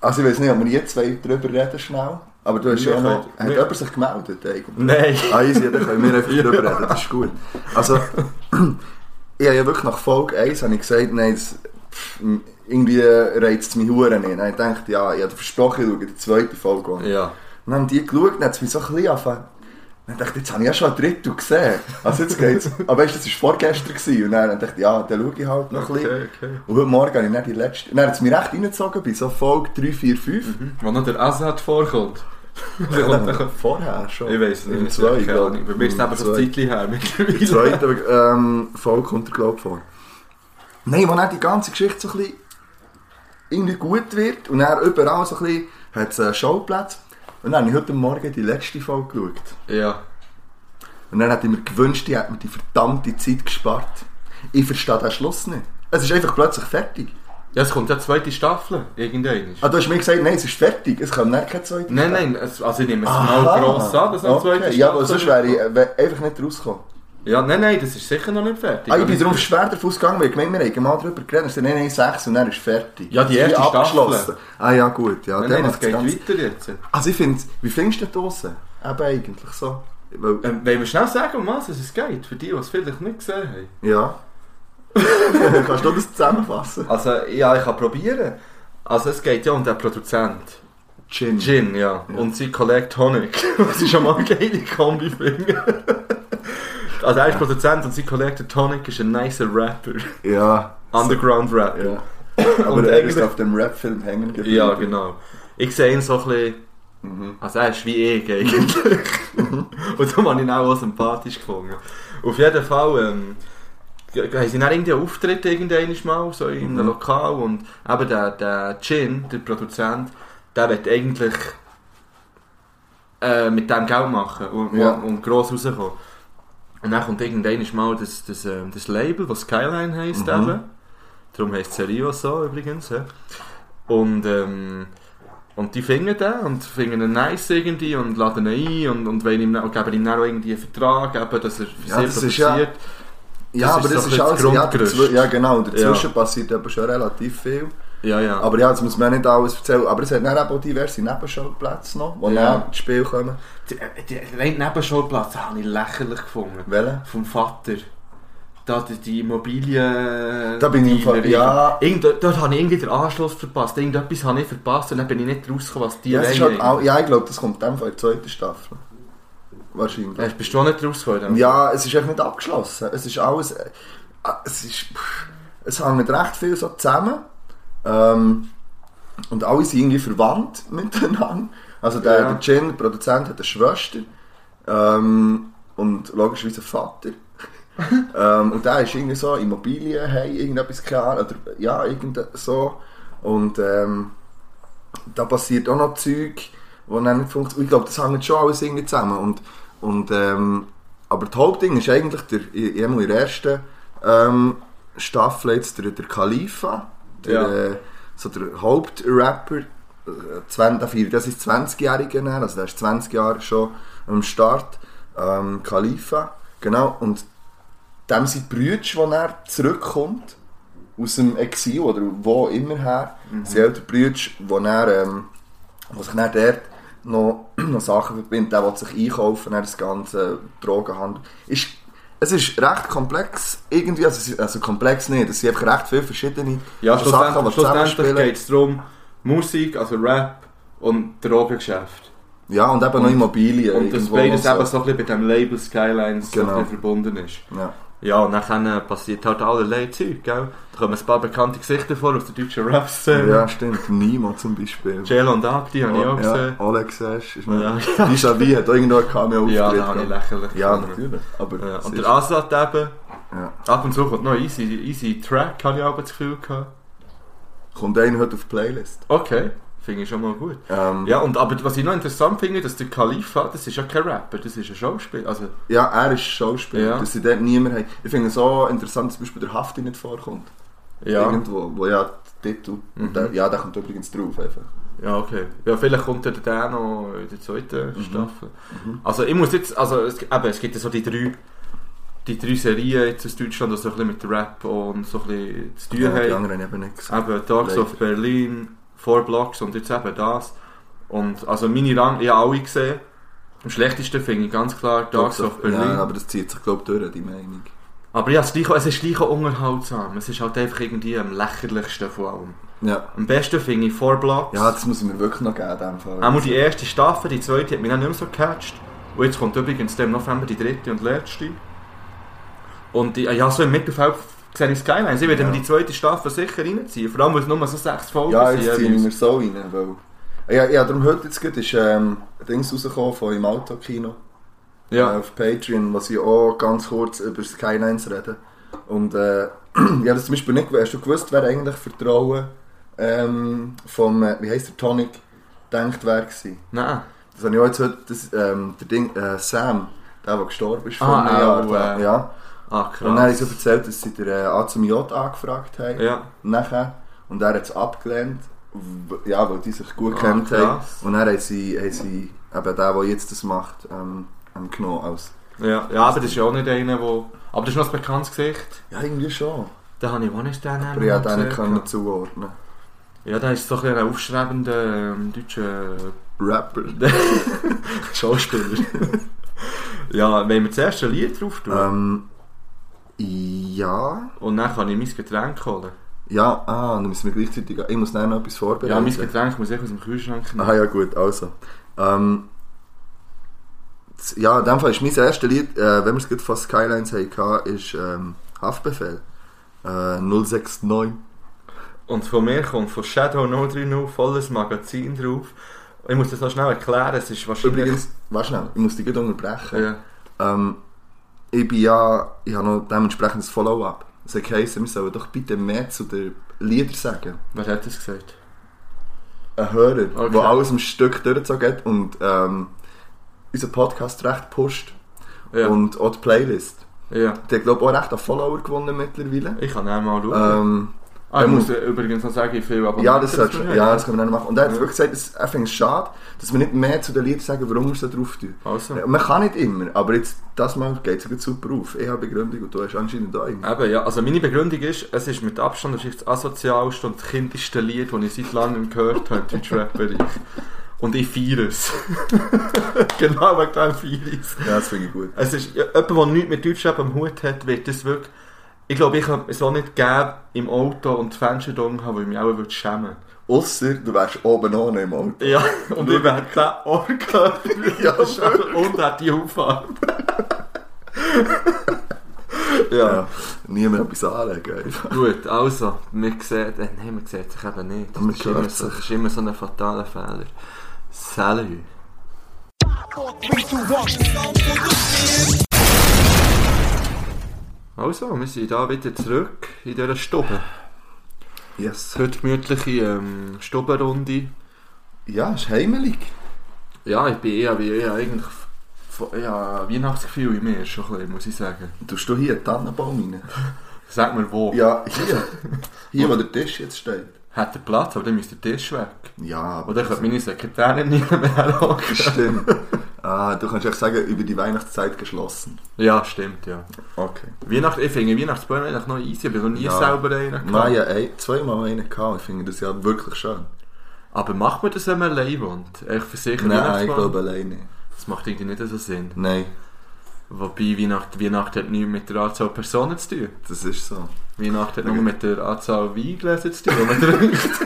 Speaker 3: Also ich weiß nicht, ob wir jetzt zwei drüber reden schnell. Aber du hast
Speaker 2: Wir
Speaker 3: ja auch noch.
Speaker 2: können-
Speaker 3: Hat
Speaker 2: wir-
Speaker 3: jemand sich gemeldet eigentlich?
Speaker 2: Nein.
Speaker 3: Ah, easy, dann können wir einfach drüber reden, das ist gut. Also, ich habe ja wirklich nach Folge 1 habe ich gesagt, nein, das, pff, irgendwie reizt es mich Huren nicht. Dann dachte ich, ja, ich habe dir versprochen, ich schaue die zweite Folge an.
Speaker 2: Ja.
Speaker 3: Dann haben die geschaut, dann hat es mich so ein bisschen angefangen. Dann dachte ich, jetzt habe ich ja schon ein Drittel gesehen. Also jetzt geht's. Aber weißt du, das war vorgestern. Gewesen. Und dann dachte ich, ja, dann schaue ich halt noch ein bisschen.
Speaker 2: Okay, okay.
Speaker 3: Und heute Morgen habe ich dann die letzte. Dann hat es mich recht reingezogen bei so Folge 3, 4, 5.
Speaker 2: Wo noch der Assad vorkommt. Der kommt
Speaker 3: Dann-
Speaker 2: dann-
Speaker 3: Vorher schon.
Speaker 2: Ich weiß nicht.
Speaker 3: Im zweiten,
Speaker 2: keine
Speaker 3: glaube
Speaker 2: Ahnung.
Speaker 3: ich.
Speaker 2: Bei mir ist es
Speaker 3: Im
Speaker 2: eben schon ein
Speaker 3: zweiten.
Speaker 2: Zeitchen her
Speaker 3: Die
Speaker 2: mittlerweile.
Speaker 3: zweite ähm, Folge kommt er, glaube ich, vor. Nein, wo dann die ganze Geschichte so ein bisschen irgendwie gut wird und dann überall so ein bisschen hat es einen Showplatz. Und dann habe ich heute Morgen die letzte Folge geschaut.
Speaker 2: Ja.
Speaker 3: Und dann hätte ich mir gewünscht, ich hätte mir die verdammte Zeit gespart. Ich verstehe den Schluss nicht. Es ist einfach plötzlich fertig.
Speaker 2: Ja, es kommt ja die zweite Staffel. Irgendwann.
Speaker 3: Ah, du hast mir gesagt, nein, es ist fertig. Es kommt nicht keine zweite.
Speaker 2: Nein, nein. es- Also ich nehme es
Speaker 3: Aha.
Speaker 2: mal gross an, dass noch eine zweite
Speaker 3: okay. Ah. Ja, aber
Speaker 2: Staffel
Speaker 3: sonst wäre ich
Speaker 2: kommt.
Speaker 3: äh, wär einfach nicht rausgekommen.
Speaker 2: Ja, nein, nein. Das ist sicher noch nicht fertig.
Speaker 3: Ah, ich bin darum schwer davon gegangen, weil ich gemeint, wir haben mal darüber geredet, es sind 1, 6 und dann ist fertig.
Speaker 2: Ja, die erste
Speaker 3: Wie abgeschlossen.
Speaker 2: Staffel.
Speaker 3: Ah ja, gut, ja.
Speaker 2: Nein,
Speaker 3: dann
Speaker 2: nein,
Speaker 3: macht's
Speaker 2: es geht
Speaker 3: ganz-
Speaker 2: weiter jetzt.
Speaker 3: Also ich finde, Ah, wie findest du das draussen? Eben eigentlich so. Weil,
Speaker 2: Ähm, wollen wir schnell sagen, um was es geht? Für die, die es vielleicht nicht gesehen haben.
Speaker 3: ja. Kannst du das zusammenfassen?
Speaker 2: Also, ja, ich kann probieren. Also, es geht ja um den Produzent.
Speaker 3: Gin.
Speaker 2: Gin, ja. Und sein Kollege Tonic. Was ich schon mal eine geile Kombi finde. Also er ist Produzent und sein Kollege der Tonic ist ein nicer Rapper.
Speaker 3: Ja.
Speaker 2: Underground Rapper.
Speaker 3: ja. Aber
Speaker 2: Und
Speaker 3: er ist
Speaker 2: eigentlich-
Speaker 3: auf dem Rap-Film hängen geblieben.
Speaker 2: Ja, genau. Ich sehe ihn so ein bisschen...
Speaker 3: Mhm.
Speaker 2: Also er ist wie ich eigentlich. und darum habe ich ihn auch sympathisch gefunden. Auf jeden Fall... Ähm, g- haben sie dann irgendeinen Auftritt irgendwann mal, so in
Speaker 3: Mhm.
Speaker 2: einem Lokal und eben der, der Gin, der Produzent, der wird eigentlich äh, mit dem Geld machen und,
Speaker 3: Ja.
Speaker 2: und, und gross rauskommen. Und dann kommt irgendwann mal das, das, ähm, das Label, das Skyline heisst
Speaker 3: Mhm.
Speaker 2: eben. Darum heisst es Serio so übrigens. Ja. Und, ähm, und die finden den und finden ihn nice irgendwie und laden ihn ein und, und wollen ihm, dann- und geben ihm dann auch irgendwie einen Vertrag, eben, dass er für
Speaker 3: Ja,
Speaker 2: sie
Speaker 3: das ist ja-
Speaker 2: produziert.
Speaker 3: Ja,
Speaker 2: Das
Speaker 3: aber
Speaker 2: ist
Speaker 3: das
Speaker 2: so
Speaker 3: ist
Speaker 2: ein
Speaker 3: alles...
Speaker 2: bisschen
Speaker 3: Ja,
Speaker 2: das Grundgerüst.
Speaker 3: dazw- ja, genau. Dazwischen
Speaker 2: Ja.
Speaker 3: passiert aber schon relativ viel.
Speaker 2: Ja, ja.
Speaker 3: Aber ja, jetzt muss man nicht alles erzählen. Aber es hat dann eben auch diverse Nebenschauplätze noch, die
Speaker 2: Ja.
Speaker 3: dann ins Spiel kommen.
Speaker 2: Die- die- Allein den Nebenschauplatz den habe ich lächerlich gefunden.
Speaker 3: Welche?
Speaker 2: Vom Vater. Da die, die Immobilien...
Speaker 3: Da bin ich im Fall-
Speaker 2: Dealerin.
Speaker 3: ja.
Speaker 2: Irgend, dort, dort habe ich irgendwie den Anschluss verpasst. Irgendetwas habe ich verpasst und dann bin ich nicht rausgekommen, was die
Speaker 3: Ja, es ist halt
Speaker 2: wollen.
Speaker 3: auch, ja ich glaube, das kommt dann von der zweiten Staffel.
Speaker 2: Ja,
Speaker 3: Wahrscheinlich.
Speaker 2: Äh, Bist du auch nicht rausgekommen?
Speaker 3: Ja, es ist echt nicht abgeschlossen. Es ist alles. äh, Es ist. pff, Es hängt recht viel so zusammen. Ähm, und alle sind irgendwie verwandt miteinander. Also der,
Speaker 2: Ja.
Speaker 3: der Jin, der Produzent, hat eine Schwester. Ähm, und logischerweise einen Vater. ähm, und der ist irgendwie so Immobilien, hey, irgendetwas klar. Oder ja, irgend so. Und ähm, da passiert auch noch Zeug, die dann nicht funktionieren. Ich glaube, das hängt schon alles irgendwie zusammen. Und, und, ähm, aber das Hauptding ist eigentlich, der, ich, ich in der ersten ähm, Staffel jetzt der, der Khalifa, der,
Speaker 2: Ja.
Speaker 3: äh, so der Hauptrapper, äh, 20, der feiert ja sein 20-Jähriger, dann, also der ist 20 Jahre schon am Start, ähm, Khalifa, genau, und dem sind die Brüder, die er zurückkommt, aus dem Exil oder wo immer her,
Speaker 2: Mhm.
Speaker 3: sind auch die Brüder, wo er, ähm, wo sich dann dort noch, noch Sachen verbindet, der will sich einkaufen, dann das ganze Drogenhandel. Ist, es ist recht komplex, irgendwie, also, es ist- also komplex nicht, es sind einfach recht viele verschiedene
Speaker 2: Ja,
Speaker 3: Also Sachen, die
Speaker 2: schlussendlich, schlussendlich
Speaker 3: zusammenspielen.
Speaker 2: geht es darum, Musik, also Rap und Drogengeschäft.
Speaker 3: Ja, und eben noch Immobilien.
Speaker 2: Und dass
Speaker 3: irgendwo
Speaker 2: beides
Speaker 3: noch
Speaker 2: eben so ein bisschen mit dem Label Skylines so ein
Speaker 3: Genau.
Speaker 2: bisschen verbunden ist.
Speaker 3: Ja.
Speaker 2: Ja, und dann äh, passiert halt allerlei Zeug, gell? Da kommen ein paar bekannte Gesichter vor aus der deutschen Rap-Szene.
Speaker 3: ja, stimmt. Nimo zum Beispiel.
Speaker 2: Jail und Abdi habe ich auch
Speaker 3: ja,
Speaker 2: gesehen.
Speaker 3: Alex Ash ist
Speaker 2: Ja,
Speaker 3: noch... Die ist ja wie, hat irgendwo ein Cameo
Speaker 2: ja da habe ich
Speaker 3: aufgetreten.
Speaker 2: lächerlich.
Speaker 3: ja,
Speaker 2: gefunden.
Speaker 3: natürlich. Aber
Speaker 2: Ja,
Speaker 3: es
Speaker 2: und
Speaker 3: ist-
Speaker 2: der Asad eben,
Speaker 3: Ja.
Speaker 2: ab und zu kommt noch easy, easy Track, habe ich aber das Gefühl gehabt.
Speaker 3: kommt einer heute auf die Playlist.
Speaker 2: Okay, finde ich schon mal gut.
Speaker 3: Ähm, ja.
Speaker 2: Ja, und aber was ich noch interessant finde, dass der Khalifa, das ist ja kein Rapper, das ist ein Schauspieler. Also,
Speaker 3: er ist Schauspieler,
Speaker 2: Ja.
Speaker 3: dass sie dort niemand haben. Ich finde es auch interessant, dass zum Beispiel der Hafti nicht vorkommt.
Speaker 2: ja. Mhm.
Speaker 3: Irgendwo, wo ja Mhm. die Titel... Und der, ja, der kommt übrigens drauf einfach.
Speaker 2: Ja, okay. Ja, vielleicht kommt er dann noch in der zweiten Staffel. Also ich muss jetzt, also es, eben, es gibt ja so die drei, die drei Serien jetzt aus Deutschland, die so ein bisschen mit Rap und so ein bisschen zu tun
Speaker 3: Ja, die
Speaker 2: haben.
Speaker 3: anderen eben nicht gesehen.
Speaker 2: Eben Dogs
Speaker 3: Leider.
Speaker 2: of Berlin, Four Blocks und jetzt eben das. Und also meine Rang, ich habe alle gesehen. Am schlechtesten finde ich ganz klar Dogs of Berlin.
Speaker 3: Ja,
Speaker 2: aber
Speaker 3: aber das zieht sich, glaube ich, durch, die Meinung.
Speaker 2: ja, es ist, gleich, es ist gleich auch unterhaltsam. Es ist halt einfach irgendwie am lächerlichsten von allem.
Speaker 3: Ja.
Speaker 2: Am besten finde ich Four Blocks.
Speaker 3: Ja, das muss ich mir wirklich noch geben, in dem Fall.
Speaker 2: Einmal die erste Staffel, die zweite hat mich dann nicht mehr so gecatcht. Und jetzt kommt übrigens im November die dritte und letzte. Und die, ja, so im Mittelfeld sehe ich Skylines. Ich werde
Speaker 3: Ja.
Speaker 2: mir die zweite Staffel sicher reinziehen. Vor allem, weil es nur so sechs Folgen
Speaker 3: Ja, jetzt ziehe ich
Speaker 2: jeweils.
Speaker 3: mir so rein, weil... Ja, ja darum heute jetzt gerade ist ähm, ein Dings rausgekommen von im Autokino äh,
Speaker 2: ja.
Speaker 3: auf Patreon, was ich auch ganz kurz über Skylines reden. Und äh, ja, das zum Beispiel nicht gewusst. Hast du gewusst, wer eigentlich Vertrauen ähm, vom, äh, wie heisst der, Tonic, denkt wer gewesen?
Speaker 2: Nein.
Speaker 3: Das habe ich auch jetzt heute, das, ähm, der Ding, äh, Sam, der, der gestorben ist vor
Speaker 2: Ah,
Speaker 3: einem
Speaker 2: auch,
Speaker 3: Jahr. der-
Speaker 2: äh,
Speaker 3: ja.
Speaker 2: Ah,
Speaker 3: Und dann haben
Speaker 2: krass.
Speaker 3: sie erzählt, dass sie den äh, A zum J angefragt haben.
Speaker 2: Ja.
Speaker 3: nachher und er hat es abgelehnt, w- ja, weil die sich gut
Speaker 2: Ah,
Speaker 3: kennt haben.
Speaker 2: krass.
Speaker 3: Und dann haben sie, haben sie eben der, der jetzt das macht, ähm, ähm, genommen als...
Speaker 2: ja. Ja, aber das ist ja auch nicht einer, wo... Aber das ist noch ein bekanntes Gesicht.
Speaker 3: Ja, irgendwie schon.
Speaker 2: Da habe ich auch nicht den
Speaker 3: Aber ich konnte den
Speaker 2: gesehen.
Speaker 3: nicht können zuordnen.
Speaker 2: Ja, da ist so ein bisschen ein aufschreibender ähm, deutscher
Speaker 3: Rapper.
Speaker 2: Schauspieler. ja, wenn wir zuerst ein Lied drauf tun.
Speaker 3: Ähm, ja...
Speaker 2: Und dann kann ich mein Getränk holen.
Speaker 3: Ja, ah, dann müssen wir gleichzeitig... Ich muss dann noch etwas vorbereiten.
Speaker 2: Ja, mein Getränk muss ich aus dem Kühlschrank nehmen.
Speaker 3: Ah ja, gut, also. Ähm, z- ja, in dem Fall ist mein erstes Lied, äh, wenn wir es gerade von Skylines hatten, ist ähm, Haftbefehl. Äh, 069.
Speaker 2: Und von mir kommt von Shadow 030 volles Magazin drauf. Ich muss das noch schnell erklären, es ist wahrscheinlich...
Speaker 3: Übrigens, warte schnell, ich muss dich gerade unterbrechen.
Speaker 2: Ja.
Speaker 3: Ähm, ich bin ja, ich habe noch dementsprechend ein Follow-up. Es hat geheißen, wir sollen doch bitte mehr zu den Liedern sagen.
Speaker 2: Wer hat das gesagt?
Speaker 3: Ein Hörer,
Speaker 2: Okay.
Speaker 3: der alles im Stück durchgezogen hat und ähm, unseren Podcast recht pusht.
Speaker 2: Ja.
Speaker 3: Und auch die Playlist.
Speaker 2: ja.
Speaker 3: Der glaube auch recht an Follower gewonnen mittlerweile.
Speaker 2: Ich kann auch mal schauen.
Speaker 3: Ähm,
Speaker 2: ah, ich
Speaker 3: ähm,
Speaker 2: muss äh, übrigens noch sagen, wie viel Abonnenten
Speaker 3: ja, das hat,
Speaker 2: wir haben.
Speaker 3: ja, das können wir dann machen. Und er hat
Speaker 2: Ja.
Speaker 3: wirklich gesagt, es- er findet es schade, dass wir nicht mehr zu den Liedern sagen, warum wir es da drauf tun.
Speaker 2: Also,
Speaker 3: Ja, Man kann nicht immer, aber jetzt, das Mal geht es gut super auf. Ich habe Begründung und du hast anscheinend auch eine.
Speaker 2: eben, ja. Also meine Begründung ist, es ist mit Abstand wahrscheinlich das asozialste und kindischste Lied, das ich seit langem gehört habe im Trap-Bereich. Und ich feiere es. genau, wegen dem feiere ich es.
Speaker 3: Ja, das finde ich gut.
Speaker 2: Es ist ja, jemand, der nichts mit Deutschrap am Hut hat, wird das wirklich. Ich glaube, ich könnte es auch nicht geben, im Auto und die Fenster dunkel haben, weil ich mich auch würde schämen.
Speaker 3: Ausser, du wärst oben ohne im Auto.
Speaker 2: Ja, und ich werde den Orga
Speaker 3: Ja,
Speaker 2: und auch die Auffahrt. ja.
Speaker 3: Ja, niemand etwas anlegen. einfach.
Speaker 2: Gut, also, wir sehen, äh, nein, man sieht sich eben nicht. Das
Speaker 3: Man
Speaker 2: ist, immer
Speaker 3: hört
Speaker 2: so,
Speaker 3: sich.
Speaker 2: das ist immer so ein fataler Fehler. Salut. Also, wir sind da wieder zurück in dieser Stube.
Speaker 3: Yes.
Speaker 2: Heute gemütliche ähm, Stubenrunde.
Speaker 3: Ja, ist heimelig.
Speaker 2: Ja, ich bin eher wie eher eigentlich von- ich habe ein Weihnachtsgefühl in mir, schon ein bisschen, muss ich sagen.
Speaker 3: Tust du hier einen Tannenbaum rein?
Speaker 2: Sag mir wo.
Speaker 3: Ja, hier. Hier, wo der Tisch jetzt steht.
Speaker 2: hat er Platz, aber dann müsste der Tisch weg.
Speaker 3: Ja, aber
Speaker 2: Oder ich könnte meine Sekretärin nicht mehr anlocken.
Speaker 3: Stimmt. ah, du kannst echt sagen, über die Weihnachtszeit geschlossen.
Speaker 2: Ja, stimmt, ja.
Speaker 3: Okay.
Speaker 2: Weihnachten, ich finde Weihnachtsbäume eigentlich noch easy, aber ich habe noch nie
Speaker 3: Ja.
Speaker 2: selber einen gehabt.
Speaker 3: Nein, ja, ey, zweimal einen gehabt. Ich finde das ja wirklich schön.
Speaker 2: Aber macht man das, wenn man allein wohnt? Echt für sich einen
Speaker 3: Nein, ich
Speaker 2: Weihnachtsbaum?
Speaker 3: glaube alleine.
Speaker 2: Das macht irgendwie nicht so Sinn.
Speaker 3: Nein,
Speaker 2: Wobei Weihnachten, Weihnachten hat nichts mit der Anzahl Personen zu tun.
Speaker 3: das ist so.
Speaker 2: Weihnachten hat nur mit der Anzahl Weingläser zu tun, die man trinkt.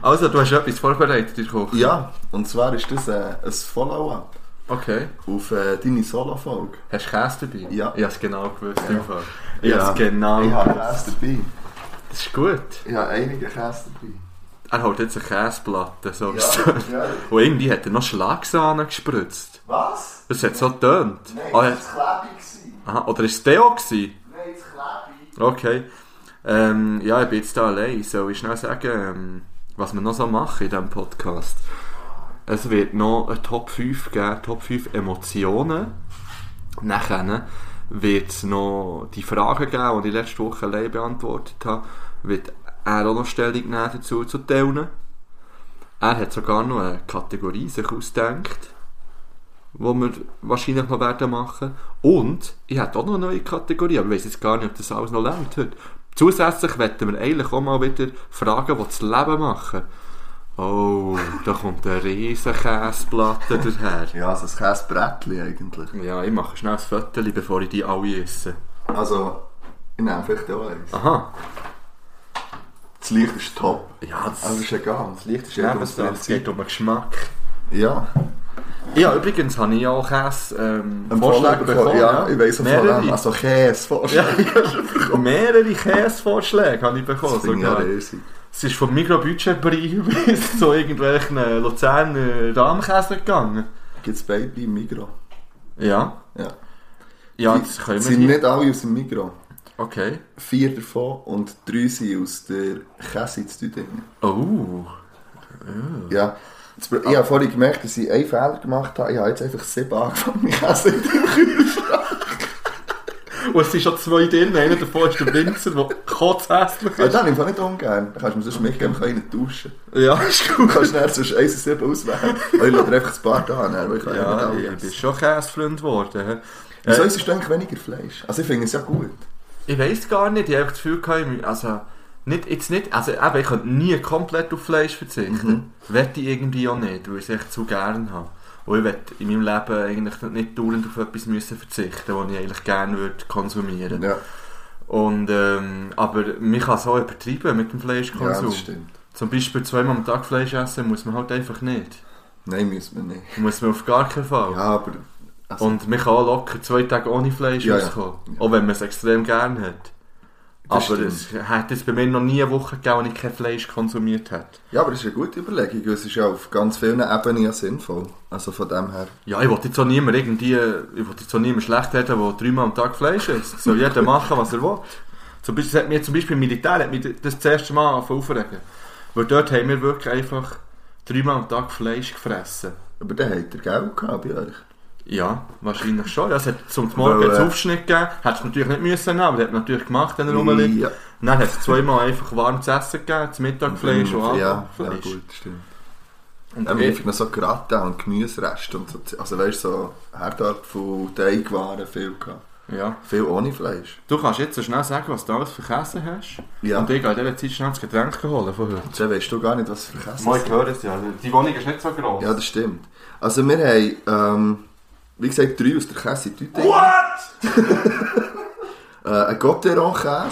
Speaker 2: also, du hast etwas vorbereitet in der Küche.
Speaker 3: Ja, und zwar ist das äh, ein Follow-up
Speaker 2: Okay.
Speaker 3: auf äh, deine Solo-Folge.
Speaker 2: Hast du Käse dabei?
Speaker 3: Ja.
Speaker 2: Ich habe es genau gewusst. im Fall. Ich
Speaker 3: Ja.
Speaker 2: habe es genau
Speaker 3: Ich habe
Speaker 2: gewusst.
Speaker 3: Käse dabei.
Speaker 2: Das ist gut.
Speaker 3: Ich habe einige Käse dabei.
Speaker 2: Er holt jetzt eine Käseplatte. So.
Speaker 3: Ja, ja.
Speaker 2: Und irgendwie hat er noch Schlagsahne gespritzt.
Speaker 3: Was?
Speaker 2: Das hat so getönt. Ah, er-
Speaker 3: das war
Speaker 2: aha, oder ist es Theo? Gewesen?
Speaker 3: Nein, das Klebi.
Speaker 2: Okay. Ähm, ja, ich bin jetzt hier allein. Soll ich schnell sagen, ähm, was wir noch so machen in diesem Podcast? Altså, Es wird noch eine eh, Top 5 geben, Top 5 Emotionen. Nachher ne, wird es noch die Fragen geben, die ich letzte Woche allein beantwortet habe. Wird er auch noch Stellung nehmen dazu zu teilen. Er hat sogar noch eine Kategorie sich ausgedacht, die wir wahrscheinlich noch werden machen. Und ich hätte auch noch eine neue Kategorie, aber ich weiß jetzt gar nicht, ob das alles noch lernt heute. Zusätzlich werden wir eigentlich auch mal wieder Fragen, die das Leben machen. Oh, da kommt eine riesen Käseplatte daher.
Speaker 3: Ja, so ein Käsebrettchen eigentlich.
Speaker 2: Ja, ich mache schnell ein Foto, bevor ich die alle esse.
Speaker 3: Also, ich nehme vielleicht auch eins.
Speaker 2: Aha.
Speaker 3: Das Licht ist top.
Speaker 2: Ja, das,
Speaker 3: Also ist egal. Das Licht
Speaker 2: ist Nebensache. Es geht um den Geschmack.
Speaker 3: Ja.
Speaker 2: Ja, übrigens habe ich ja auch Käse ähm,
Speaker 3: Ein
Speaker 2: Vorschläge bekommen.
Speaker 3: Ja, ich weiss auch von
Speaker 2: mehrere,
Speaker 3: wem. Also Käse, Vorschlag.
Speaker 2: mehrere Käsevorschläge habe ich bekommen.
Speaker 3: Das finde ich ja
Speaker 2: sogar.
Speaker 3: riesig.
Speaker 2: Es ist vom Mikrobudgetpreis bis zu irgendwelchen Luzerner Rahmkäse gegangen.
Speaker 3: Gibt es beide im Migros?
Speaker 2: Ja.
Speaker 3: Ja.
Speaker 2: Ja,
Speaker 3: Die-
Speaker 2: das können wir
Speaker 3: sind
Speaker 2: hier-
Speaker 3: nicht alle aus dem Migros.
Speaker 2: Okay.
Speaker 3: Vier davon und drei sind aus der Käse zu Düdingen.
Speaker 2: Oh.
Speaker 3: Ja. Das Pro- Ich
Speaker 2: Ah.
Speaker 3: habe vorhin gemerkt, dass ich einen Fehler gemacht habe. Ich habe jetzt einfach sieben angefangen, mich Käse in den
Speaker 2: Und es sind schon zwei drin. Einer davon ist der Winzer, der kotzhässlich
Speaker 3: Ja,
Speaker 2: ist.
Speaker 3: das nehme ich nicht ungern. Da kannst du mir sonst mitgeben, kann ich nicht tauschen.
Speaker 2: Ja, ist
Speaker 3: Du kannst dann sonst eins und sieben auswählen. Oder ich lasse einfach ein paar da, dann, weil ich kann
Speaker 2: Ja,
Speaker 3: nicht
Speaker 2: ich
Speaker 3: alles.
Speaker 2: bin schon Käsefreund geworden. hä?
Speaker 3: Wieso
Speaker 2: Äh,
Speaker 3: ist es eigentlich weniger Fleisch? Also ich finde es ja gut.
Speaker 2: ich weiß gar nicht, ich habe das Gefühl, gehabt, ich mü- also, nicht, jetzt nicht, also eben, ich könnte nie komplett auf Fleisch
Speaker 3: Mhm.
Speaker 2: verzichten. Wette ich irgendwie auch nicht, weil ich es echt zu gerne habe. Und ich möchte in meinem Leben eigentlich nicht- nicht dauernd auf etwas müssen verzichten, was ich eigentlich gerne würde konsumieren.
Speaker 3: Ja,
Speaker 2: Und, ähm, aber man kann es auch übertreiben mit dem
Speaker 3: ja
Speaker 2: Fleischkonsum.
Speaker 3: das stimmt.
Speaker 2: Zum Beispiel zweimal am Tag Fleisch essen muss man halt einfach nicht.
Speaker 3: Nein, müssen wir nicht.
Speaker 2: Muss man auf gar keinen Fall.
Speaker 3: Ja, aber... Also,
Speaker 2: Und man kann auch locker zwei Tage ohne Fleisch
Speaker 3: Ja, ja.
Speaker 2: auskommen.
Speaker 3: Ja.
Speaker 2: Auch wenn man es extrem gern hat.
Speaker 3: Das
Speaker 2: Aber es
Speaker 3: stimmt.
Speaker 2: hat es bei mir noch nie eine Woche gegeben, wo ich kein Fleisch konsumiert habe.
Speaker 3: ja, aber das ist eine gute Überlegung. weil Es ist ja auf ganz vielen Ebenen ja sinnvoll. Also von dem her.
Speaker 2: Ja, ich will jetzt auch niemand irgendwie, ich will jetzt auch niemand schlecht reden, der dreimal am Tag Fleisch isst. Soll jeder machen, was er will. Zum Beispiel, das hat mir zum Beispiel im Militär hat mich das das erste Mal angefangen aufregen. Weil dort haben wir wirklich einfach dreimal am Tag Fleisch gefressen.
Speaker 3: Aber dann habt ihr Geld gehabt bei euch.
Speaker 2: Ja, wahrscheinlich schon. Ja, es hat zum Morgen
Speaker 3: Weil,
Speaker 2: einen
Speaker 3: äh,
Speaker 2: Aufschnitt gegeben. Hättest du natürlich nicht müssen nehmen, aber das hat man natürlich gemacht, wenn er rumliegt.
Speaker 3: Ja,
Speaker 2: Dann hat es zweimal einfach warmes Essen gegeben, zum Mittag Fleisch und
Speaker 3: ja, ja,
Speaker 2: Abendfleisch.
Speaker 3: gut, stimmt.
Speaker 2: Und
Speaker 3: Dann haben
Speaker 2: dann-
Speaker 3: wir einfach noch so Gratin und Gemüsereste und so. Also weißt du, so Herdapfel, Teigwaren, viel gehabt.
Speaker 2: ja.
Speaker 3: Viel ohne Fleisch.
Speaker 2: Du kannst jetzt so schnell sagen, was du alles für Käse hast.
Speaker 3: Ja.
Speaker 2: Und ich gehe in dieser Zeit schnell das Getränk holen von heute.
Speaker 3: Dann weißt du gar nicht, was für Käse
Speaker 2: Mal, ich höre es ja. Die Wohnung ist nicht so groß.
Speaker 3: Ja, das stimmt. Also wir haben, ähm, wie gesagt, drei aus der Käse Tüte.
Speaker 2: What?
Speaker 3: Äh, ein Gotteron-Käse.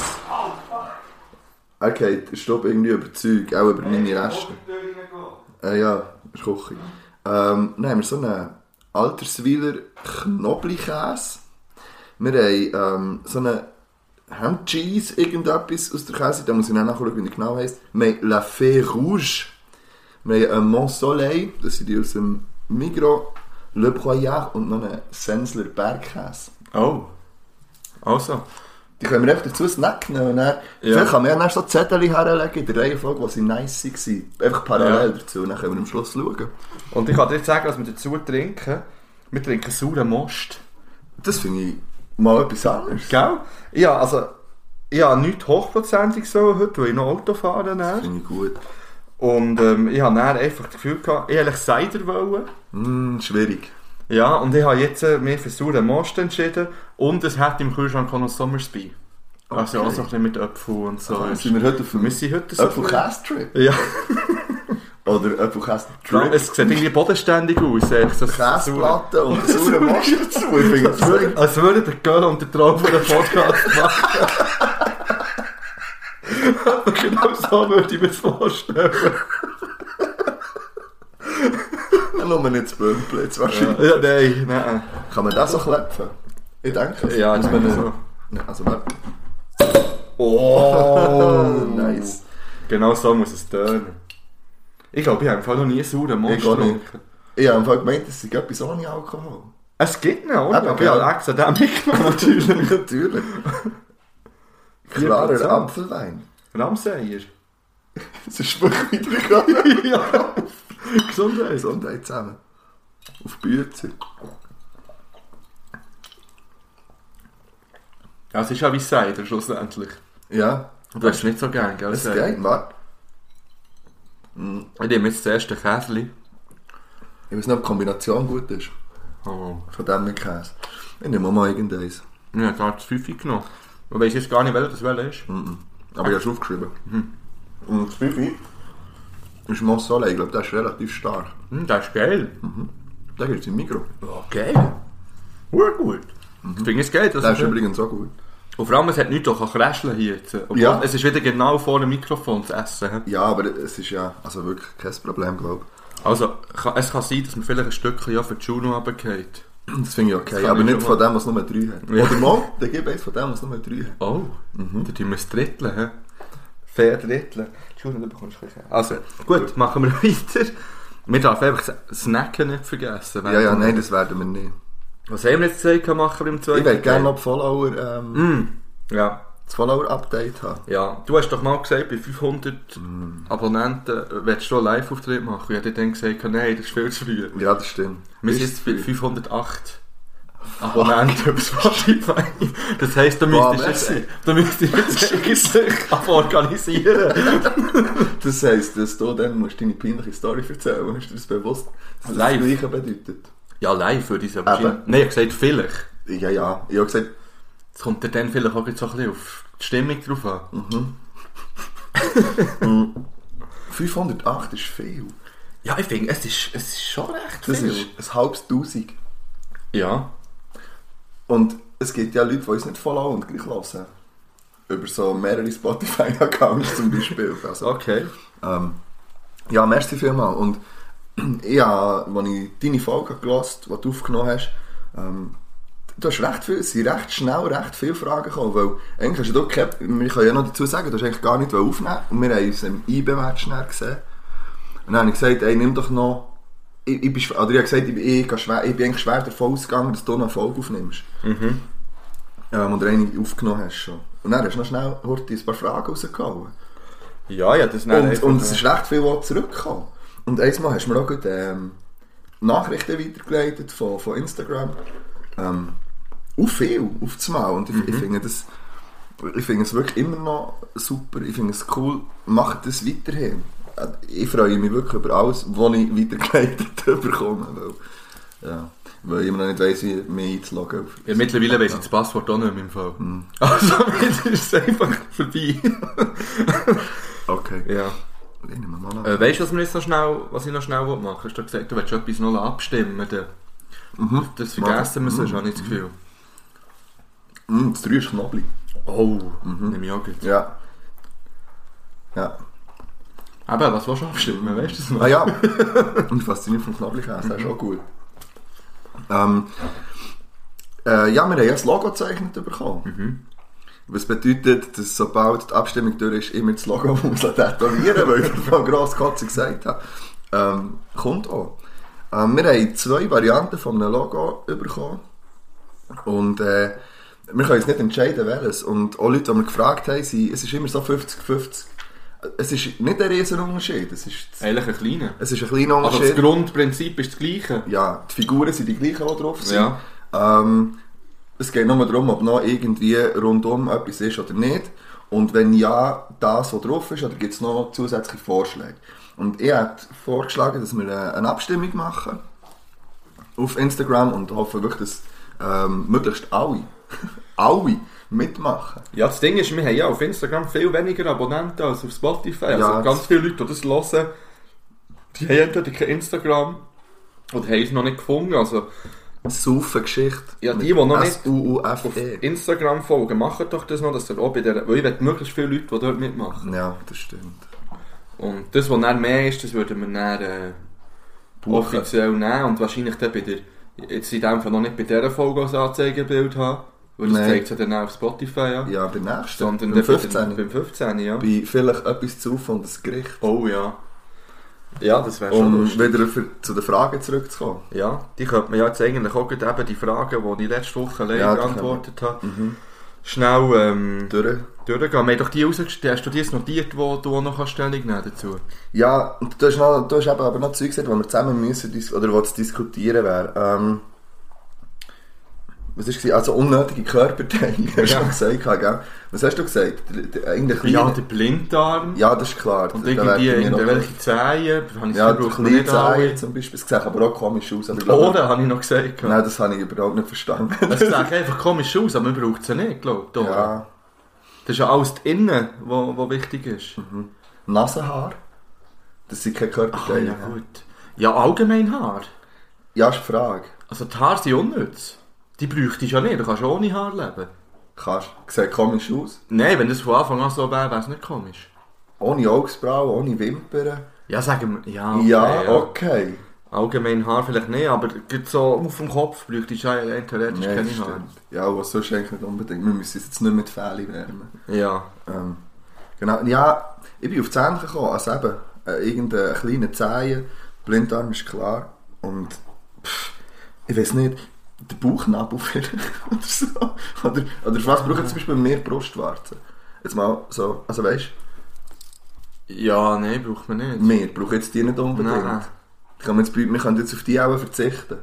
Speaker 3: Okay, der Stopp irgendwie überzeugt, auch über meine Reste. Äh, ja, ist Küche. Ähm, dann haben wir so einen Alterswiler Knoblauchkäse. Wir haben ähm, so einen Ham Cheese, irgendetwas aus der Käse. Da muss ich dann nachschauen, wie der genau heisst. Wir haben La Fée Rouge. Wir haben einen Mont euh, Soleil, das sind die aus dem Migros. Le Poyard und noch einen Sensler Bergkäse.
Speaker 2: Oh. Also.
Speaker 3: Die können wir einfach dazu snacken nehmen. Und dann,
Speaker 2: Ja.
Speaker 3: Vielleicht kann man ja dann so Zettel herlegen in der Reihenfolge, wo sie nice waren. Einfach parallel
Speaker 2: Ja.
Speaker 3: dazu. Und dann können wir am Schluss schauen.
Speaker 2: Und ich kann dir sagen, was wir dazu trinken. Wir trinken sauren Most.
Speaker 3: Das finde ich mal etwas anderes.
Speaker 2: Gell? Ja, also ich habe nichts hochprozentig so heute, weil ich noch Auto fahre.
Speaker 3: Das
Speaker 2: Dann.
Speaker 3: finde ich gut.
Speaker 2: Und ähm, ich habe dann einfach das Gefühl gehabt, ich wollte eigentlich Cider. Wollen.
Speaker 3: Hm, schwierig.
Speaker 2: Ja, und ich habe jetzt äh, mich für sauren Most entschieden und es hat im Kühlschrank auch noch Sommersby. Also
Speaker 3: Okay.
Speaker 2: auch so ein bisschen mit Äpfeln und so.
Speaker 3: Dann
Speaker 2: ist.
Speaker 3: sind wir heute auf
Speaker 2: wir
Speaker 3: dem
Speaker 2: sind heute so...
Speaker 3: Apfelkäse-Trip.
Speaker 2: Ja,
Speaker 3: Oder Apfelkäse-Trip.
Speaker 2: es sieht irgendwie bodenständig aus. echt, so sauer.
Speaker 3: Käseplatte und saure Mosch dazu. Ich finde das wirklich...
Speaker 2: Als würde der Girl und der Traum von einem Podcast machen. Aber genau so würde ich mir das vorstellen.
Speaker 3: Nur nicht das Bömpel jetzt wahrscheinlich.
Speaker 2: Ja, nein, nein.
Speaker 3: Kann man das so klepfen? Ich denke es.
Speaker 2: Ja, ich
Speaker 3: Muss
Speaker 2: meine
Speaker 3: man
Speaker 2: so.
Speaker 3: Ja, Also, warte.
Speaker 2: Oh,
Speaker 3: nice.
Speaker 2: Genau so muss es tönen. Ich glaube, ich habe im Fall noch nie einen sauren Most
Speaker 3: Ich auch nicht.
Speaker 2: getrunken.
Speaker 3: Ich habe im Fall gemeint, es sei etwas ohne Alkohol.
Speaker 2: Es gibt noch, oder?
Speaker 3: Eben,
Speaker 2: Aber ich
Speaker 3: ja.
Speaker 2: habe extra den mitgenommen, genau. natürlich.
Speaker 3: Natürlich. Klarer Apfelwein.
Speaker 2: Genau, Ramsayer.
Speaker 3: Es ist wirklich wieder
Speaker 2: ja. also. Gesundheit.
Speaker 3: Gesundheit zusammen. Auf Bütze.
Speaker 2: Ja, es ist ja wie Cider schlussendlich.
Speaker 3: Ja,
Speaker 2: Du hast es nicht so gern, gell?
Speaker 3: es
Speaker 2: Cider?
Speaker 3: geht, warte.
Speaker 2: Ich nehme jetzt das erste Käseli.
Speaker 3: Ich weiß nicht, ob die Kombination gut ist.
Speaker 2: Oh.
Speaker 3: Von dem mit Käse. Ich nehme mal irgendeins.
Speaker 2: Ich habe gerade das Fünfe genommen. Ich weiß jetzt gar nicht, welches das welches ist.
Speaker 3: Aber ich habe es aufgeschrieben. Und das Fifi ist Mossole. Ich glaube, der ist relativ stark.
Speaker 2: Hm, das ist geil.
Speaker 3: Der gibt es im Mikro.
Speaker 2: Okay. Sehr gut. Ich finde es geil. Mhm. Das
Speaker 3: Der ist
Speaker 2: ist
Speaker 3: übrigens auch gut.
Speaker 2: Und vor allem, es hat nichts auch kräscheln hier jetzt. Obwohl,
Speaker 3: Ja.
Speaker 2: Es ist wieder genau vor dem Mikrofon zu essen. he?
Speaker 3: Ja, aber es ist ja also wirklich kein Problem, glaube
Speaker 2: Also, ka- es kann sein, dass man vielleicht ein Stückchen auch für die Juno runtergeht.
Speaker 3: ich. Das finde ich okay.
Speaker 2: kann
Speaker 3: Aber
Speaker 2: ich
Speaker 3: nicht von
Speaker 2: schon
Speaker 3: dem, was nur 3 hat.
Speaker 2: Ja.
Speaker 3: Oder mal, der gibt eins von dem, was nur 3 hat.
Speaker 2: Oh, da tun wir es dritteln. He? Fair dritteln. Entschuldigung, du bekommst ein bisschen. Also, gut, machen wir weiter. Wir dürfen einfach das Snacken nicht vergessen.
Speaker 3: Ja, ja, nein, das werden wir nicht.
Speaker 2: Was haben wir jetzt gesagt, machen wir im zweiten
Speaker 3: Ich würde gerne
Speaker 2: Teil?
Speaker 3: noch die Follower, ähm,
Speaker 2: Ja.
Speaker 3: das Follower-Update haben.
Speaker 2: Ja, du hast doch mal gesagt, bei 500
Speaker 3: Mhm.
Speaker 2: Abonnenten äh, willst du einen Live-Auftritt machen. Ich habe dann gesagt, nein, das ist viel zu früh.
Speaker 3: Ja, das stimmt.
Speaker 2: Wir
Speaker 3: Ist
Speaker 2: sind jetzt bei 508 Abonnenten auf Spotify. Das heisst, du
Speaker 3: Boah,
Speaker 2: müsstest jetzt,
Speaker 3: merci.
Speaker 2: du müsstest jetzt eigentlich ab organisieren.
Speaker 3: Das heisst, dass du dann musst deine peinliche Story erzählen musst. Hast du das bewusst, dass das,
Speaker 2: Live.
Speaker 3: das Gleiche bedeutet?
Speaker 2: Ja, live würde ich es
Speaker 3: Eben.
Speaker 2: aber Nein, ich habe gesagt, vielleicht.
Speaker 3: Ja, ja. Ich habe gesagt,
Speaker 2: Es kommt dir dann vielleicht auch jetzt so ein bisschen auf die Stimmung drauf an.
Speaker 3: 508 ist viel.
Speaker 2: Ja, ich finde, es ist, es ist schon recht
Speaker 3: Das
Speaker 2: viel.
Speaker 3: ist ein halbes Tausend.
Speaker 2: Ja.
Speaker 3: Und es gibt ja Leute, die uns nicht folgen und gleich hören. Über so mehrere Spotify-Accounts zum Beispiel. Also,
Speaker 2: Okay.
Speaker 3: Ähm, ja, merci vielmals. Und ich habe, als ich deine Folge gelesen habe, die du aufgenommen hast, ähm, du hast recht viel, es sind recht schnell recht viele Fragen gekommen, weil eigentlich hast du doch keine, wir können ja noch dazu sagen, du hast eigentlich gar nicht aufnehmen und wir haben uns im IB-Match schnell gesehen. Und dann habe ich gesagt, ey, nimm doch noch, ich, ich, bin, schw- oder ich habe gesagt, ich, ich, gehe schwer, ich bin eigentlich schwer davon ausgegangen, dass du noch eine Folge aufnimmst. Ähm, und eine aufgenommen hast schon. Und dann hast du noch schnell Horti, ein paar Fragen rausgehauen.
Speaker 2: Ja, ja, das nein,
Speaker 3: Und,
Speaker 2: einfach
Speaker 3: und
Speaker 2: so.
Speaker 3: es ist recht viel, was zurückgekommen Und einmal hast du mir auch gut, ähm, Nachrichten weitergeleitet von, von Instagram. Ähm, auf viel, auf das Mal. Und ich,
Speaker 2: Mhm.
Speaker 3: ich finde das... Ich finde es wirklich immer noch super, ich finde es cool. Macht das weiterhin. Äh, Ich freue mich wirklich über alles, was ich weitergeleitet bekomme. Weil, ja, weil ich immer noch nicht weiss, wie mich einzuloggen. auf-
Speaker 2: Ja, mittlerweile weiss ich das Passwort auch nicht mehr im Fall. Also, jetzt ist es einfach vorbei.
Speaker 3: Okay.
Speaker 2: Ja.
Speaker 3: Ich nehme mal an.
Speaker 2: Äh, weißt du, was, wir jetzt noch schnell, was ich noch schnell machen will? Hast du gesagt, du willst etwas noch abstimmen? Dann. Das vergessen wir sonst, habe ich das Gefühl.
Speaker 3: Mm, das 3 ist Knobli.
Speaker 2: Oh, nehme ich auch gut.
Speaker 3: Ja. Ja.
Speaker 2: Aber was willst du abstimmen? Weißt du das noch?
Speaker 3: Ah ja, und fasziniert vom Knoblauchkäse, das ist auch gut. Ähm, äh, ja, wir haben ja das Logo gezeichnet bekommen. Was bedeutet, dass sobald die Abstimmung durch ist, immer das Logo muss man tätowieren, weil ich von Grosskotze gesagt habe. Ähm, kommt auch. Ähm, wir haben zwei Varianten von einem Logo bekommen. Und äh, wir können uns nicht entscheiden, welches. Und auch Leute, die wir gefragt haben, sind, es ist immer so 50-50. Es ist nicht ein riesen Unterschied. Es ist
Speaker 2: Eigentlich ein kleiner.
Speaker 3: es ist ein kleiner
Speaker 2: Also das
Speaker 3: Unterschied.
Speaker 2: Grundprinzip ist das gleiche.
Speaker 3: ja, die Figuren sind die gleichen, die drauf sind.
Speaker 2: Ja.
Speaker 3: Ähm, Es geht nur darum, ob noch irgendwie rundum etwas ist oder nicht. Und wenn ja, das, was drauf ist, oder gibt es noch zusätzliche Vorschläge? Und ich hätte vorgeschlagen, dass wir äh, eine Abstimmung machen auf Instagram und hoffe wirklich, dass ähm, möglichst alle, alle mitmachen.
Speaker 2: Ja, das Ding ist, wir haben ja auf Instagram viel weniger Abonnenten als auf Spotify. Also
Speaker 3: Ja,
Speaker 2: ganz
Speaker 3: das-
Speaker 2: viele Leute, die das hören, die haben entweder kein Instagram oder haben es noch nicht gefunden. Also
Speaker 3: Saufen-Geschichte.
Speaker 2: Ja, die, die noch nicht- auf
Speaker 3: S-U-U-F-E.
Speaker 2: Instagram folgen, macht doch das noch, dass ihr auch bei der... Weil ich will möglichst viele Leute, die dort mitmachen.
Speaker 3: Ja, das stimmt.
Speaker 2: Und das, was dann mehr ist, das würden wir dann äh,
Speaker 3: Buchen.
Speaker 2: offiziell nehmen und wahrscheinlich dann bei der... Jetzt in dem Fall noch nicht bei dieser Folge als Anzeigebild haben, weil das
Speaker 3: Nein.
Speaker 2: zeigt sie dann auch auf Spotify an.
Speaker 3: Ja, beim nächsten.
Speaker 2: Sondern
Speaker 3: beim
Speaker 2: dann bei der-
Speaker 3: 15.
Speaker 2: Beim 15, ja.
Speaker 3: Bei vielleicht etwas zu und das Gericht.
Speaker 2: Oh ja. Ja, das wäre schon
Speaker 3: Um
Speaker 2: lustig.
Speaker 3: wieder für, zu den Fragen zurückzukommen.
Speaker 2: Ja, die könnte man ja jetzt eigentlich auch gerade eben die Fragen, die ich letzte Woche live
Speaker 3: Ja, die Mhm.
Speaker 2: beantwortet habe, schnell ähm,
Speaker 3: Durch.
Speaker 2: durchgehen. Wir haben doch die rausgestellt, hast du die jetzt notiert, wo du auch noch kannst Stellung nehmen dazu?
Speaker 3: Ja, und du hast, noch, du hast eben aber noch Zeug gesagt, wo wir zusammen müssen dis- oder was zu diskutieren wäre. Ähm, was war Also unnötige Körperteile, hast du
Speaker 2: Ja.
Speaker 3: schon gesagt, gell? Was hast du gesagt? Der- der- Eigentlich
Speaker 2: Ja,
Speaker 3: kleine-
Speaker 2: der Blindarm
Speaker 3: ja, das ist klar.
Speaker 2: und
Speaker 3: Da werden
Speaker 2: irgendwie
Speaker 3: wir noch-
Speaker 2: irgendwelche Zehen. Habe ich
Speaker 3: Ja,
Speaker 2: das
Speaker 3: der
Speaker 2: Gefühl, braucht
Speaker 3: kleine
Speaker 2: man
Speaker 3: Zähne
Speaker 2: nicht
Speaker 3: zum Beispiel. Das sieht aber auch komisch aus. Aber ich
Speaker 2: alle.
Speaker 3: glaube-
Speaker 2: Ohren habe ich noch gesagt.
Speaker 3: Nein, das habe ich überhaupt nicht verstanden.
Speaker 2: Es sieht einfach komisch aus, aber man braucht sie nicht, glaube ich. die Ohren.
Speaker 3: ja,
Speaker 2: Das ist ja alles innen, was was wichtig ist.
Speaker 3: Mhm. Nasenhaar. Das sind keine
Speaker 2: Ah, ja,
Speaker 3: Körperteile. ja.
Speaker 2: gut. Ja, allgemein Haar.
Speaker 3: ja, ist die Frage.
Speaker 2: Also die Haare sind unnütz. Die bräuchtest du ja nicht, du kannst ohne Haar leben.
Speaker 3: Kannst. Sieht komisch aus.
Speaker 2: Nein, wenn das von Anfang an so wäre, wäre es nicht komisch.
Speaker 3: Ohne Augsbrauen, ohne Wimpern.
Speaker 2: Ja, sagen wir, ja, okay,
Speaker 3: Ja, okay.
Speaker 2: Allgemein Haar vielleicht nicht, aber gerade so auf dem Kopf bräuchtest du ja rein theoretisch
Speaker 3: Ja,
Speaker 2: keine
Speaker 3: stimmt.
Speaker 2: Haare.
Speaker 3: Ja, was sonst eigentlich nicht unbedingt. Wir müssen es jetzt nicht mit Fählen wärmen.
Speaker 2: Ja.
Speaker 3: Ähm, genau. Ja, ich bin auf die Zähne gekommen, also eben. Äh, irgendeine kleine Zehe, Blindarm ist klar. Und pff, ich weiß nicht, der Bauchnabel vielleicht oder so. Oder, oder was brauchen zum Beispiel mehr Brustwarzen? Jetzt mal so, also weißt
Speaker 2: Ja, nein, braucht man
Speaker 3: du,
Speaker 2: nicht.
Speaker 3: wir brauchen jetzt die nicht unbedingt.
Speaker 2: Nein.
Speaker 3: Ich kann mir jetzt, bei- wir können jetzt auf die auch verzichten.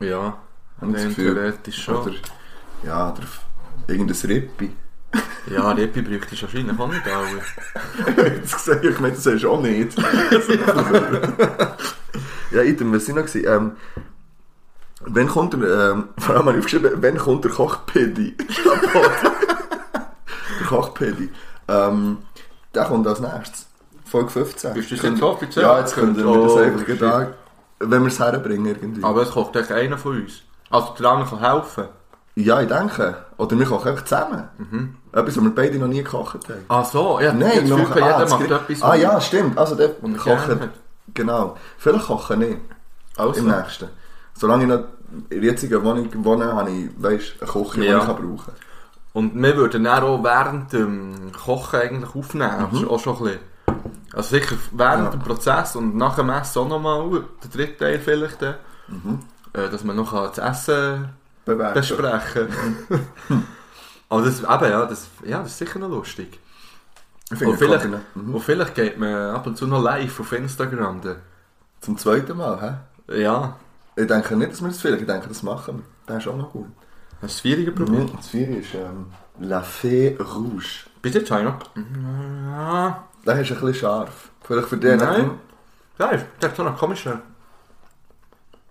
Speaker 2: Ja.
Speaker 3: Habe ich das
Speaker 2: Rein
Speaker 3: Gefühl.
Speaker 2: theoretisch schon.
Speaker 3: Oder, ja, oder auf irgendein Rippi.
Speaker 2: Ja, Rippi bräuchtest du wahrscheinlich auch nicht alle.
Speaker 3: Jetzt sehe ich mir das ist auch nicht. ja, item, was sind noch gewesen? Ähm, wenn kommt der, ähm, vor allem habe ich aufgeschrieben, wenn kommt der Kochpedi? der Kochpedi. Ähm, der kommt als nächstes. Folge 15.
Speaker 2: Ist das
Speaker 3: Könnt-
Speaker 2: jetzt offiziell?
Speaker 3: Ja, jetzt können wir das
Speaker 2: Oh,
Speaker 3: einfach
Speaker 2: shit.
Speaker 3: gerade, wenn wir es herbringen irgendwie.
Speaker 2: Aber es kocht echt einer von uns. Also der andere kann helfen.
Speaker 3: Ja, ich denke. Oder wir kochen einfach zusammen.
Speaker 2: Mhm.
Speaker 3: Etwas, was wir beide noch nie gekocht haben.
Speaker 2: Ach so, ja,
Speaker 3: Nein,
Speaker 2: das
Speaker 3: wir
Speaker 2: Gefühl,
Speaker 3: machen
Speaker 2: jeder
Speaker 3: ah, das
Speaker 2: macht
Speaker 3: Gericht-
Speaker 2: etwas.
Speaker 3: Ah ja, stimmt. Also der
Speaker 2: Und
Speaker 3: kochen.
Speaker 2: gerne.
Speaker 3: Genau. Vielleicht kochen nicht.
Speaker 2: Also.
Speaker 3: Im nächsten. Solange ich noch in der jetzigen Wohnung wohne, habe ich weißt, eine Küche,
Speaker 2: Ja.
Speaker 3: die ich kann brauchen kann.
Speaker 2: Und wir würden dann auch während dem Kochen eigentlich aufnehmen. Das ist Auch schon ein bisschen. Also sicher während
Speaker 3: Mhm. Ja.
Speaker 2: dem Prozess und nach dem Essen auch nochmal, der dritte Teil vielleicht, dann,
Speaker 3: Mhm.
Speaker 2: äh, dass man noch das Essen
Speaker 3: Bewerten. äh,
Speaker 2: besprechen
Speaker 3: mhm.
Speaker 2: kann.
Speaker 3: Hm.
Speaker 2: Aber das, eben, ja, das, ja, das ist sicher noch lustig.
Speaker 3: Ich finde, Mhm.
Speaker 2: Und vielleicht,
Speaker 3: Kochen-
Speaker 2: und vielleicht geht man ab und zu noch live auf Instagram. Dann.
Speaker 3: Zum zweiten Mal,
Speaker 2: Ja,
Speaker 3: hä? Ich denke nicht, dass wir das vielleicht, ich denke, das machen wir. Das ist auch noch gut.
Speaker 2: hast du es schwieriger probiert?
Speaker 3: Mhm. Das vierte ist ähm, La Fée Rouge.
Speaker 2: Bis jetzt habe ich
Speaker 3: Mhm.
Speaker 2: noch... Ja,
Speaker 3: Das ist ein bisschen scharf. Vielleicht für den.
Speaker 2: Nein. das ist das ist so noch komischer.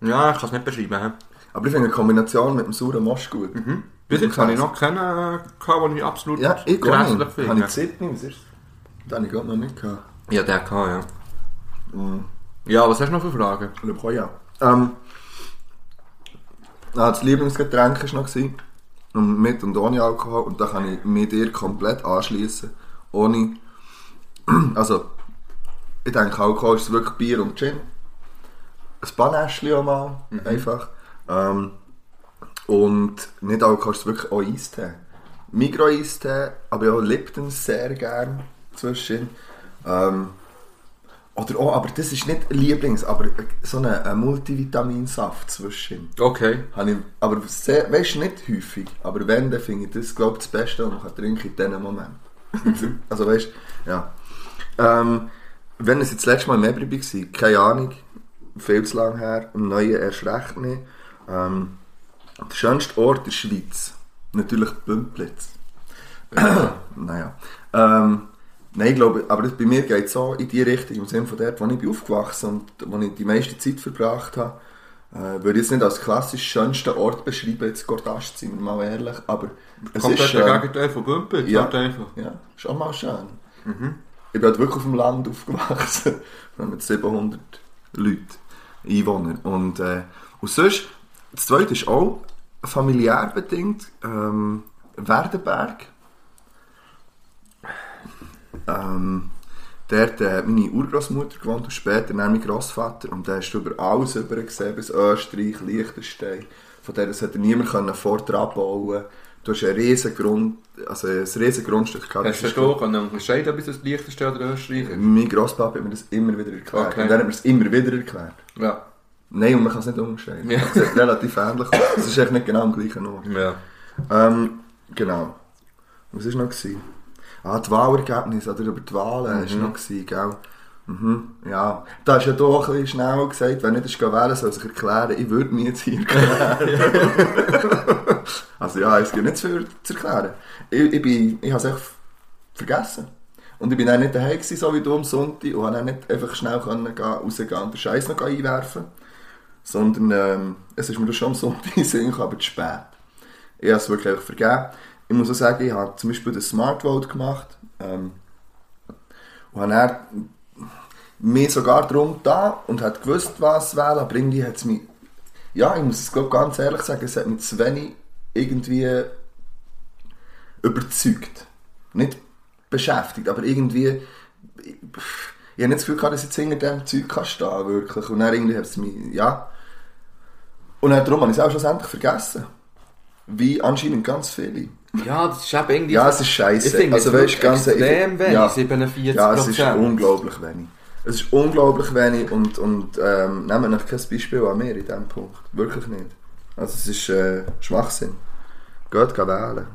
Speaker 2: Ja, ich kann es nicht beschreiben. hä?
Speaker 3: Aber ich finde die Kombination mit dem sauren Mosch gut.
Speaker 2: Bis jetzt habe Mhm. ich noch keinen, gehabt, den ich absolut
Speaker 3: Ja, ich gehe
Speaker 2: grässlich
Speaker 3: nicht. Habe
Speaker 2: finde.
Speaker 3: ich Sydney, was ist das? Den habe ich gerade noch nicht gehabt.
Speaker 2: Ja, der kann, ja.
Speaker 3: Mhm.
Speaker 2: Ja, was hast du noch für Fragen?
Speaker 3: Le Breuer. Ähm, ah, das Lieblingsgetränk war noch. Gewesen, und mit und ohne Alkohol. Und da kann ich mit dir komplett anschließen. Ohne. Also, ich denke, Alkohol ist wirklich Bier und Gin. Ein Banäschchen auch mal. Einfach. Ähm, und nicht Alkohol ist wirklich auch Eistee. Migros-Eistee, aber ja, Lipton sehr gern zwischen. Ähm, oder auch, aber das ist nicht Lieblings, aber so ein ein Multivitaminsaft zwischen.
Speaker 2: Okay.
Speaker 3: Habe ich, aber sehr, weißt nicht häufig, aber wenn, dann finde ich das, glaube ich, das Beste, was man kann trinken in diesem Moment. also weißt ja. Ähm, wenn es jetzt das letzte Mal im Ebri war, keine Ahnung, viel zu lange her, im Neuen erst recht nicht. Ähm, der schönste Ort der Schweiz. Natürlich Bümplitz. Äh, naja. Ähm, nein, ich glaube, aber das, bei mir geht es so in die Richtung, im Sinne von dort, wo ich bin aufgewachsen und wo ich die meiste Zeit verbracht habe. Äh, würde ich jetzt nicht als klassisch schönsten Ort beschreiben, jetzt Gordast, sind wir mal ehrlich, aber es
Speaker 2: Kommt
Speaker 3: ist ähm,
Speaker 2: dort der
Speaker 3: schön.
Speaker 2: Gegenteil von Bümpe?
Speaker 3: Ja.
Speaker 2: Kommt einfach. Mhm.
Speaker 3: Ja, ist auch mal schön. Ich bin halt wirklich auf dem Land aufgewachsen. Wir haben mit 700 Leuten, Einwohner. Und, äh, und sonst, das zweite ist auch familiär bedingt, ähm, Werdenberg. Ähm, dort äh, meine Urgroßmutter gewohnt und später dann mein Großvater. Und da hast du über alles über gesehen, bis Österreich, Liechtenstein. Von der das hätte niemand können vorher abbauen. Du hast einen riesen Grund, also ein riesen Grundstück gehabt.
Speaker 2: Hast du
Speaker 3: Das ist-
Speaker 2: verstanden? Kann man unterscheiden, ob es das leichteste oder Österreicher?
Speaker 3: mein Grosspapi hat mir das dus immer wieder erklärt.
Speaker 2: Okay.
Speaker 3: Und dann hat mir es dus immer wieder erklärt.
Speaker 2: Ja.
Speaker 3: Nein, und man kann es nicht unterscheiden.
Speaker 2: Ja.
Speaker 3: Es ist relativ ähnlich. Es ist echt nicht genau am gleichen Ort.
Speaker 2: Ja.
Speaker 3: Ähm, genau. Was war noch? Gewesen? Ah, die Wahlergebnisse, oder über die Wahlen war noch, gewesen, gell? Mhm, ja. Da ist ja doch ein bisschen schnell gesagt, wenn nicht ist wählen, soll sich erklären, ich würde mich jetzt hier erklären. also ja, es gibt nichts für zu erklären. Ich, ich, bin, ich habe es echt vergessen. Und ich bin auch nicht daheim gewesen, so wie du am Sonntag, und habe auch nicht einfach schnell können gehen, rausgehen und den Scheiß noch einwerfen sondern ähm, es ist mir das schon am Sonntag in den Sinn gekommen, aber zu spät. Ich habe es wirklich einfach vergeben. Ich muss auch sagen, ich habe zum Beispiel den Smart Vote gemacht ähm, und habe dann mir sogar drum da und hat gewusst, was wählen, aber irgendwie hat es mich, ja, ich muss es glaub, ganz ehrlich sagen, es hat mich zu wenig irgendwie überzeugt. Nicht beschäftigt, aber irgendwie. Ich, pff, ich habe nicht das Gefühl gehabt, dass ich jetzt hinter diesem Zeug kann stehen kann, wirklich. Und dann irgendwie hat es mich. Ja. Und dann darum habe ich es auch schlussendlich vergessen. Wie anscheinend ganz viele.
Speaker 2: Ja, das ist eben irgendwie...
Speaker 3: Ja, es ist scheiße.
Speaker 2: Ich finde,
Speaker 3: also,
Speaker 2: es
Speaker 3: weißt,
Speaker 2: ist
Speaker 3: ganz
Speaker 2: extrem wenig,
Speaker 3: ja.
Speaker 2: 47%.
Speaker 3: Ja, es ist unglaublich wenig. Es ist unglaublich wenig und, und ähm, nehmen euch kein Beispiel an mir in diesem Punkt. Wirklich nicht. Also, es ist äh, Schwachsinn. Geht, geht wählen.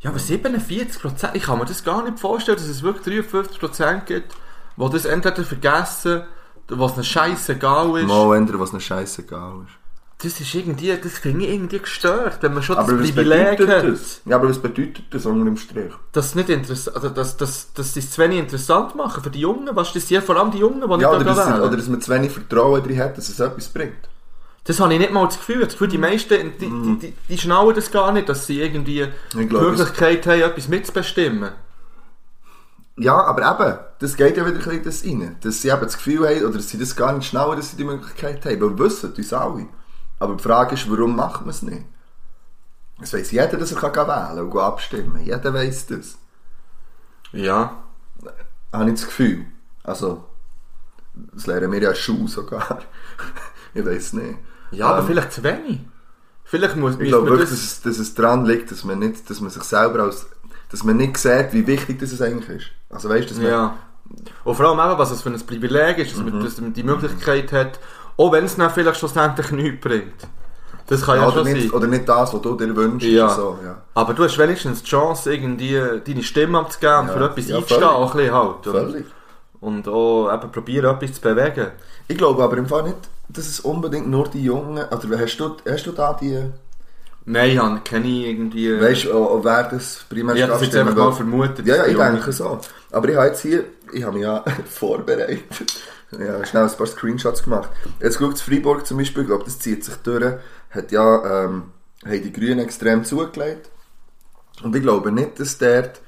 Speaker 2: Ja, aber 47%, ich kann mir das gar nicht vorstellen, dass es wirklich 53% gibt, die das entweder vergessen, was ihnen scheißegal ist.
Speaker 3: Mal ändern, was eine Scheiße egal ist.
Speaker 2: Das ist irgendwie, das finde ich irgendwie gestört, wenn man schon
Speaker 3: Aber
Speaker 2: das
Speaker 3: was
Speaker 2: Privileg
Speaker 3: bedeutet
Speaker 2: hat,
Speaker 3: das? Ja, aber was bedeutet das unter dem Strich?
Speaker 2: dass es nicht interessant, also dass, dass, dass sie es zu wenig interessant machen für die Jungen, weißt du, das sind vor allem die Jungen, die
Speaker 3: Ja, oder
Speaker 2: nicht da
Speaker 3: dass,
Speaker 2: wählen.
Speaker 3: oder dass man zu wenig Vertrauen drin hat, dass es etwas bringt.
Speaker 2: Das habe ich nicht mal das Gefühl. Das Gefühl, die meisten, die, die, die, die schnallen das gar nicht, dass sie irgendwie die
Speaker 3: glaube, Mhm. es-
Speaker 2: Möglichkeit haben, etwas mitzubestimmen.
Speaker 3: Ja, aber eben, das geht ja wieder ein bisschen in das rein. Dass sie eben das Gefühl haben, oder dass sie das gar nicht schnauen, dass sie die Möglichkeit haben. Weil wir wissen uns alle. Aber die Frage ist, warum macht man es nicht? Es weiss jeder, dass er kann gehen wählen und abstimmen kann. Jeder weiss das.
Speaker 2: Ja.
Speaker 3: Habe ich das Gefühl. Also, das lernen wir ja in der Schule sogar. ich weiss nicht.
Speaker 2: Ja, aber
Speaker 3: Ähm,
Speaker 2: vielleicht zu wenig. Vielleicht muss
Speaker 3: Ich
Speaker 2: müssen
Speaker 3: glaube
Speaker 2: wir
Speaker 3: wirklich,
Speaker 2: das...
Speaker 3: dass es, dass es daran liegt, dass man, nicht, dass man sich selber als. dass man nicht sieht, wie wichtig das eigentlich ist. Also weißt du, dass man.
Speaker 2: Ja. Und vor allem eben, was es für ein Privileg ist, dass,
Speaker 3: Mhm.
Speaker 2: man, dass man die Möglichkeit hat, auch wenn es dann vielleicht schlussendlich nichts bringt. Das kann ja,
Speaker 3: oder,
Speaker 2: schon sein.
Speaker 3: nicht, oder nicht das, was du dir wünschst.
Speaker 2: Ja.
Speaker 3: oder So, ja.
Speaker 2: Aber du hast wenigstens die Chance, irgendwie deine Stimme abzugeben, und
Speaker 3: Ja.
Speaker 2: für etwas
Speaker 3: Ja,
Speaker 2: einzustehen,
Speaker 3: völlig.
Speaker 2: auch ein bisschen halt. Und-
Speaker 3: Völlig.
Speaker 2: Und auch eben probieren, etwas zu bewegen.
Speaker 3: Ich glaube aber im Fall nicht, dass es unbedingt nur die Jungen. Oder hast du, hast du da die.
Speaker 2: Nein, ich habe keine irgendwie...
Speaker 3: Weißt du, oh, oh, wer das primär
Speaker 2: ich habe das jetzt
Speaker 3: abstimmen
Speaker 2: einfach mal
Speaker 3: will?
Speaker 2: vermutet.
Speaker 3: Ja, ja,
Speaker 2: dass
Speaker 3: ich
Speaker 2: die Jungen-
Speaker 3: denke so. Aber ich habe jetzt hier, ich habe mich ja vorbereitet. Ja, schnell ein paar Screenshots gemacht. Jetzt guckt Freiburg zum Beispiel, ich glaube, das zieht sich durch, hat ja, ähm, haben die Grünen extrem zugelegt. Und ich glaube nicht, dass dort,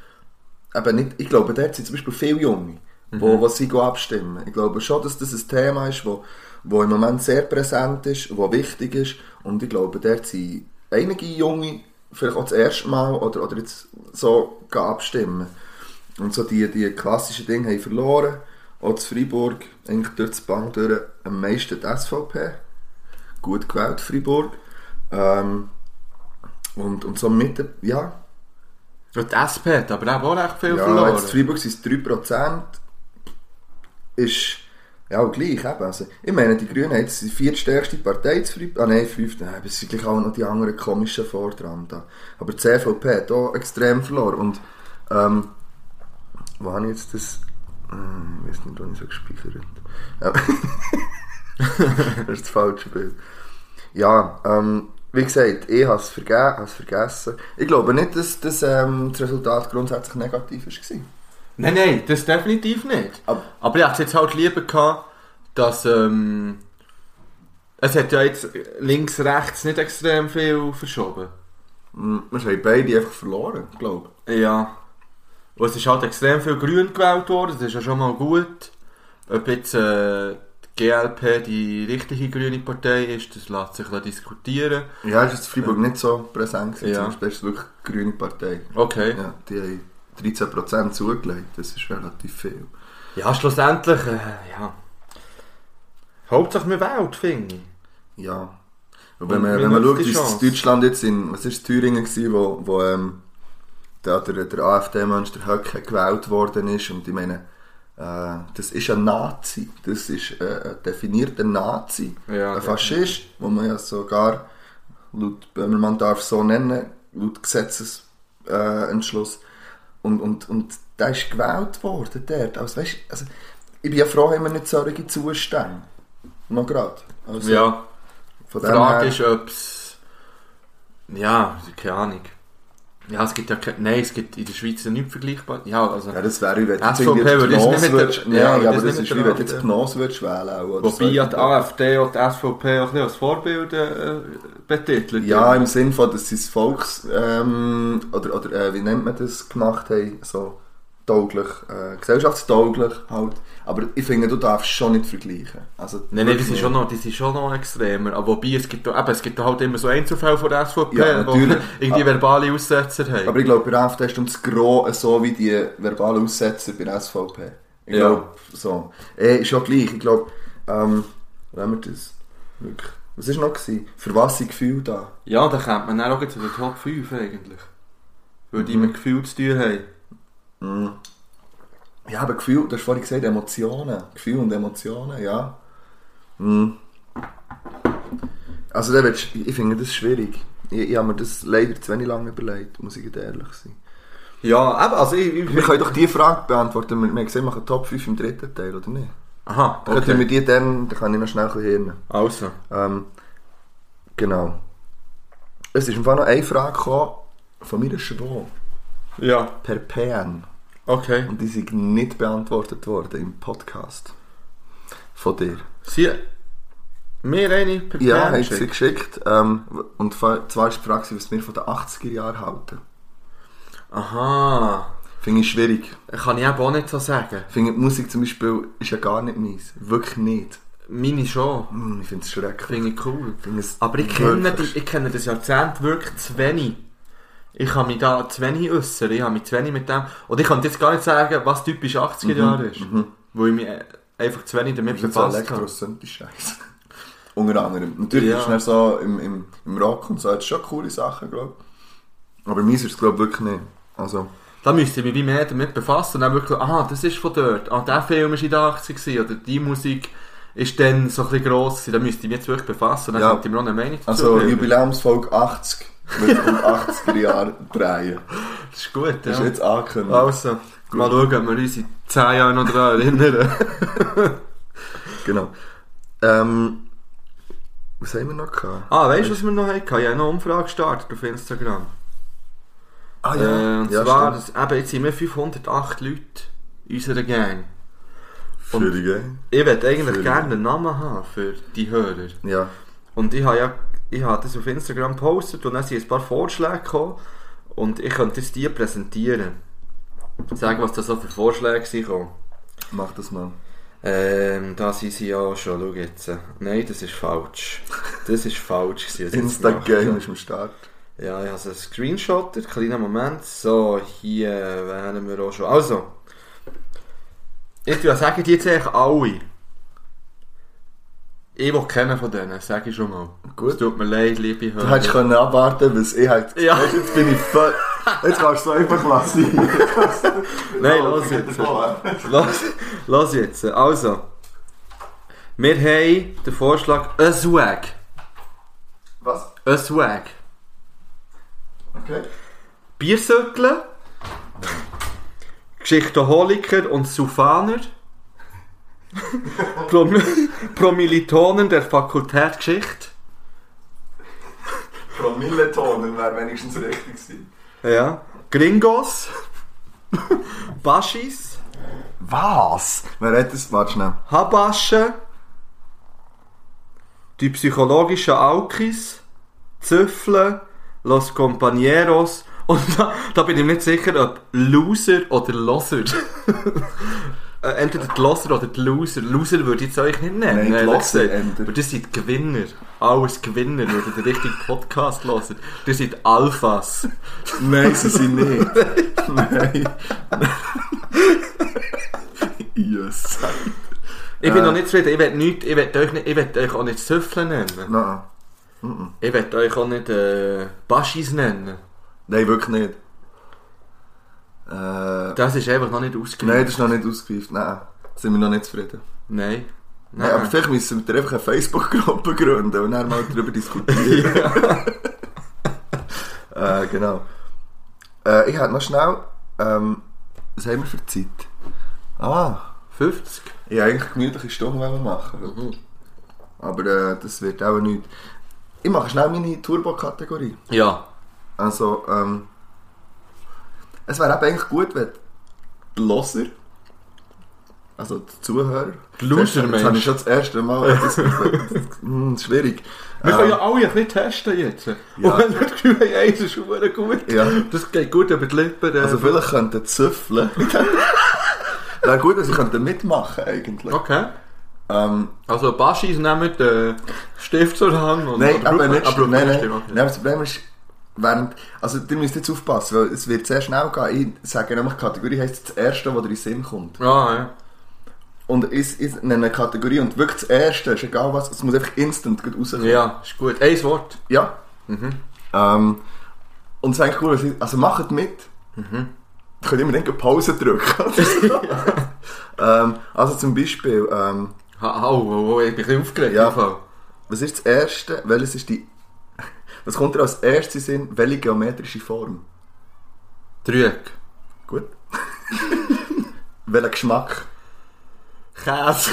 Speaker 3: eben nicht, ich glaube, dort sind zum Beispiel viele Junge, wo, wo sie gehen abstimmen. Ich glaube schon, dass das ein Thema ist, wo, wo im Moment sehr präsent ist, wo wichtig ist. Und ich glaube, dort sind einige Junge vielleicht auch das erste Mal oder, oder jetzt so gehen abstimmen. Und so die, die klassischen Dinge haben verloren. Auch zu Freiburg, eigentlich durch die Bank durch, am meisten die SVP. Gut gewählt, Freiburg. Ähm, und, und so mit, ja,
Speaker 2: Und die SP hat aber auch recht viel
Speaker 3: ja,
Speaker 2: verloren.
Speaker 3: jetzt in Freiburg sind es 3%. Ist ja auch gleich. Eben. Also, ich meine, die Grünen haben jetzt die viertstärkste Partei zu Freiburg. Ah nein, fünfte. Nein, aber es sind gleich auch noch die anderen komischen Vordran da. Aber die CVP hat auch extrem verloren. Und ähm, wo habe ich jetzt das... Hm, Ich weiß nicht, wo ich so gespeichert habe. das ist das falsche Bild. Ja, ähm, wie gesagt, ich habe es vergeben, habe es vergessen. Ich glaube nicht, dass, dass ähm, das Resultat grundsätzlich negativ war.
Speaker 2: Nein, nein, das definitiv nicht.
Speaker 3: Aber-
Speaker 2: Aber, ich hätte es jetzt halt lieber gehabt, dass ähm, es hat ja jetzt links, rechts nicht extrem viel verschoben.
Speaker 3: Hm, Wir haben beide einfach verloren, glaube ich.
Speaker 2: Ja. Und es ist halt extrem viel grün gewählt worden, das ist ja schon mal gut. Ob jetzt äh, die GLP die richtige grüne Partei ist, das lässt sich diskutieren.
Speaker 3: Ja, ist jetzt Freiburg nicht so präsent gewesen.
Speaker 2: Ja.
Speaker 3: Zum Beispiel ist es wirklich die grüne Partei.
Speaker 2: Okay.
Speaker 3: Ja, die haben 13% zugelegt, das ist relativ viel.
Speaker 2: Ja, schlussendlich, äh, ja. Hauptsache man wählt, finde ich.
Speaker 3: Ja. Und wenn
Speaker 2: Und
Speaker 3: man,
Speaker 2: wir
Speaker 3: wenn man
Speaker 2: nutzen
Speaker 3: schaut,
Speaker 2: die
Speaker 3: dass
Speaker 2: Chance.
Speaker 3: Deutschland jetzt in, was ist Thüringen gewesen, wo, wo ähm, der, der, der AfD-Mensch, der Höcke, gewählt worden ist und ich meine, äh, das ist ein Nazi, das ist äh, ein definierter Nazi,
Speaker 2: Ja,
Speaker 3: ein Faschist, wo man ja sogar, laut Böhmermann darf so nennen, laut Gesetzesentschluss äh, Entschluss. und, und, und der ist gewählt worden dort, also, weißt, also ich bin ja froh, haben wir nicht solche Zustände, noch gerade. Also,
Speaker 2: Ja.
Speaker 3: von
Speaker 2: Die
Speaker 3: dem
Speaker 2: Frage
Speaker 3: her-
Speaker 2: ist, ob es. Ja, keine Ahnung. Ja, es gibt ja keine. Nein, es gibt in der Schweiz ja nichts vergleichbar. Ja, also.
Speaker 3: Ja, das wäre, wie wenn
Speaker 2: SVP
Speaker 3: irgendwie
Speaker 2: würde das
Speaker 3: Gnose
Speaker 2: nicht mit der-
Speaker 3: würdest-
Speaker 2: ja,
Speaker 3: Nein,
Speaker 2: würde
Speaker 3: aber
Speaker 2: das
Speaker 3: das
Speaker 2: nicht
Speaker 3: ist
Speaker 2: mit
Speaker 3: wie
Speaker 2: der
Speaker 3: wenn du jetzt
Speaker 2: AfD.
Speaker 3: Gnos würdest wählen. Oder
Speaker 2: Wobei ja die
Speaker 3: so.
Speaker 2: AfD und die SVP auch ein bisschen als Vorbild äh, betitelt.
Speaker 3: Ja, im Sinne von, dass sie das Volks... Ähm, oder oder äh, wie nennt man das? Gemacht haben, so tauglich, äh, gesellschaftstauglich halt. Aber ich finde, du darfst schon nicht vergleichen. Also,
Speaker 2: Nein, nein,
Speaker 3: wirklich
Speaker 2: die sind
Speaker 3: nicht.
Speaker 2: schon noch, die sind schon noch extremer. Aber ah, wobei, es gibt, auch- eben, es gibt halt immer so Einzelfälle von der SVP,
Speaker 3: Ja,
Speaker 2: wo
Speaker 3: natürlich.
Speaker 2: irgendwie verbale Aussetzer haben.
Speaker 3: Aber ich glaube, bei der AfD ist um das Gros so wie die verbalen Aussetzer bei der SVP. Ich
Speaker 2: Ja.
Speaker 3: glaube, so. Eh, ist auch gleich. Ich glaube, ähm, nehmen wir das. Wirklich. Was war noch? Gewesen? Für was sind Gefühle da?
Speaker 2: ja, da kommt man dann auch zu den Top 5 eigentlich. Weil die
Speaker 3: Mhm.
Speaker 2: mit Gefühl zu tun haben.
Speaker 3: Ja, aber Gefühl, du hast vorhin gesagt, Emotionen. Gefühl und Emotionen, ja. Mhm. Also, dann willst, ich ich finde das schwierig. Ich, ich habe mir das leider zu wenig lange überlegt, muss ich ehrlich sein.
Speaker 2: Ja, ah, eben, also ich. ich
Speaker 3: Wir können doch die Frage beantworten. Wir wir haben gesehen, wir machen Top 5 im dritten Teil, oder nicht?
Speaker 2: Aha, Ah,
Speaker 3: Okay. Könnten wir
Speaker 2: okay.
Speaker 3: die dann, dann kann ich noch schnell ein bisschen hirnen.
Speaker 2: Also.
Speaker 3: Ähm, genau. Es ist im Fall noch eine Frage gekommen von meiner Schwester
Speaker 2: Ja,
Speaker 3: per PN.
Speaker 2: okay.
Speaker 3: Und die sind nicht beantwortet worden im Podcast. Von dir.
Speaker 2: Sie. Mir eine per
Speaker 3: Ja,
Speaker 2: Kern
Speaker 3: hat sie
Speaker 2: geschickt.
Speaker 3: geschickt. Ähm, und fa- zwar ist die Frage, was wir von den 80er Jahren halten.
Speaker 2: Aha.
Speaker 3: Finde ich schwierig.
Speaker 2: Kann ich eben auch nicht so sagen.
Speaker 3: Finde ich, Musik zum Beispiel ist ja gar nicht meins. Wirklich nicht.
Speaker 2: Meine schon.
Speaker 3: Hm, ich finde es schrecklich.
Speaker 2: Finde ich cool.
Speaker 3: Finde es
Speaker 2: Aber ich kenne,
Speaker 3: wirklich-
Speaker 2: die, ich kenne das Jahrzehnt wirklich zu wenig. Ich kann mich da zu wenig äußern. Ich habe mich zu wenig mit dem... Und ich kann dir jetzt gar nicht sagen, was typisch 80er Jahre ist. Weil ich mich äh, einfach zu wenig damit
Speaker 3: Das ist so
Speaker 2: befasst habe.
Speaker 3: elektro die Scheiße. Unter anderem. Natürlich
Speaker 2: Ja.
Speaker 3: ist er so im, im, im Rock und so, hat schon coole Sachen, glaube ich. Aber meins ist es, glaube ich, wirklich nicht. Also,
Speaker 2: Da müsste ich mich wie mehr damit befassen. Und dann wirklich, aha, das ist von dort. Ah, der Film war in den 80 gewesen. Oder die Musik ist dann so ein bisschen gross gewesen. Da müsste ich mich jetzt wirklich befassen. Dann
Speaker 3: Ja.
Speaker 2: könnte ich mir auch eine Meinung dazu
Speaker 3: also
Speaker 2: bilden.
Speaker 3: Jubiläumsfolge 80 wird um 80er Jahre drehen.
Speaker 2: Das ist gut,
Speaker 3: Das ist
Speaker 2: ja.
Speaker 3: jetzt angekündigt.
Speaker 2: Also, mal schauen, ob wir uns in 10 Jahren noch daran erinnern.
Speaker 3: Genau. Ähm, was haben wir noch gehabt?
Speaker 2: ah, weißt du, was wir noch hatten? Ich habe eine Umfrage gestartet auf Instagram.
Speaker 3: Ah
Speaker 2: äh, und zwar,
Speaker 3: ja,
Speaker 2: dass, eben, jetzt sind wir 508 Leute in unserer Gang.
Speaker 3: stimmt. Schwierig, gell?
Speaker 2: Ich würde eigentlich
Speaker 3: Für-
Speaker 2: gerne einen Namen haben für die Hörer.
Speaker 3: Ja.
Speaker 2: Und ich habe ja ich habe das auf Instagram gepostet und dann sind ein paar Vorschläge gekommen. Und ich könnte jetzt die präsentieren. Sagen, was da so für Vorschläge sind. gekommen.
Speaker 3: Mach das mal.
Speaker 2: Ähm, da sind sie ja auch schon, schau jetzt. Nein, das ist falsch. Das ist falsch. gewesen, was ich jetzt gemacht
Speaker 3: Insta-Game
Speaker 2: habe.
Speaker 3: ist am Start.
Speaker 2: Ja, ich habe so einen Screenshot, einen kleinen Moment. So, hier wären wir auch schon. Also, ich würde sagen, die jetzt eigentlich alle. Ich will kennen von denen, sage ich schon mal.
Speaker 3: Gut.
Speaker 2: Es tut mir leid, liebe
Speaker 3: Du hättest
Speaker 2: Hörer.
Speaker 3: können abwarten, was ich halt.
Speaker 2: Ja.
Speaker 3: Weißt, Jetzt bin ich voll. Jetzt kannst du es einfach lassen.
Speaker 2: Nein,
Speaker 3: Genau,
Speaker 2: los jetzt. Los, los jetzt. Also, wir haben den Vorschlag «A Swag».
Speaker 3: Was?
Speaker 2: «A Swag».
Speaker 3: Okay.
Speaker 2: Biersöckeln, Geschichtoholiker und Sufaner, Prom Promilitonen der Fakultät Geschichte,
Speaker 3: Milletonen wäre wenigstens richtig gewesen.
Speaker 2: Ja. Gringos. Baschis.
Speaker 3: Was? Wer hat das? Warte schnell.
Speaker 2: Habasche. Die psychologischen Alkis. Züffeln. Los Compañeros. Und da, da bin ich nicht sicher, ob Loser oder Loser. Äh, Entweder die Loser oder die Loser. Loser würde ich jetzt euch nicht nennen.
Speaker 3: Nein, die
Speaker 2: ehrlich
Speaker 3: Loser
Speaker 2: gesagt.
Speaker 3: ändert.
Speaker 2: Aber das sind die Gewinner. Alles Gewinner, wenn ihr den richtigen Podcast hört. Das sind Alphas.
Speaker 3: Nein, sie sind nicht. Nein. yes.
Speaker 2: Ich bin
Speaker 3: Äh.
Speaker 2: noch nicht zufrieden. Ich will, nicht, ich will, euch, nicht, ich will euch auch nicht Süffeln nennen.
Speaker 3: Nein.
Speaker 2: Ich will euch auch nicht äh, Baschis nennen.
Speaker 3: Nein, wirklich nicht. Äh,
Speaker 2: Das ist einfach noch nicht ausgeglichen.
Speaker 3: nein, das ist noch nicht ausgereift. Nein, sind wir noch nicht zufrieden.
Speaker 2: Nein.
Speaker 3: Nein, aber vielleicht müssen wir einfach eine Facebook-Gruppe gründen und dann mal darüber diskutieren. äh, genau. Äh, ich hätte noch schnell... Ähm, was haben wir für Zeit? Ah,
Speaker 2: 50.
Speaker 3: ich wollte eigentlich gemütliche Stunde machen. Aber äh, das wird auch nichts. Ich mache schnell meine Turbo-Kategorie.
Speaker 2: Ja.
Speaker 3: Also, ähm, es wäre eben eigentlich gut, wenn die Loser, also die Zuhörer,
Speaker 2: Die Loser,
Speaker 3: das, das
Speaker 2: meinst
Speaker 3: habe
Speaker 2: du?
Speaker 3: ich schon das erste Mal, das hm, schwierig.
Speaker 2: Wir
Speaker 3: Ähm,
Speaker 2: können ja alle ein bisschen testen jetzt. Und wenn wir das Gefühl haben, eins ist super gut.
Speaker 3: Ja.
Speaker 2: Das geht gut über die Lippen. Äh,
Speaker 3: also vielleicht könnten die Züffeln, wäre gut, wenn sie könnten mitmachen eigentlich.
Speaker 2: Okay.
Speaker 3: Ähm,
Speaker 2: Also Baschis nehmen den Stift zur Hand. Und
Speaker 3: Nein, aber nicht.
Speaker 2: aber
Speaker 3: Aber nein, nein,
Speaker 2: Brückenstimme.
Speaker 3: nein, aber das Problem ist, während, also ihr müsst jetzt aufpassen, weil es wird sehr schnell gehen. Ich sage nämlich, die Kategorie heisst das Erste, was dir in den Sinn kommt.
Speaker 2: Ja, ja.
Speaker 3: Und ich, ich nenne eine Kategorie und wirklich das Erste, ist egal was, es muss einfach instant gut rauskommen.
Speaker 2: Ja, ist gut. Ein Wort.
Speaker 3: Ja. Ähm, und es ist eigentlich cool, wenn sie- also macht mit. Ihr könnt immer denken, Pause drücken. ähm, also zum Beispiel, ähm,
Speaker 2: Ha- Au, au, au, ich bin ein bisschen aufgeregt.
Speaker 3: Ja.
Speaker 2: im Fall.
Speaker 3: was ist das Erste, welches ist die, was kommt dir als erstes in den Sinn, welche geometrische Form?
Speaker 2: Dreieck.
Speaker 3: Gut. Welcher Geschmack?
Speaker 2: Käse.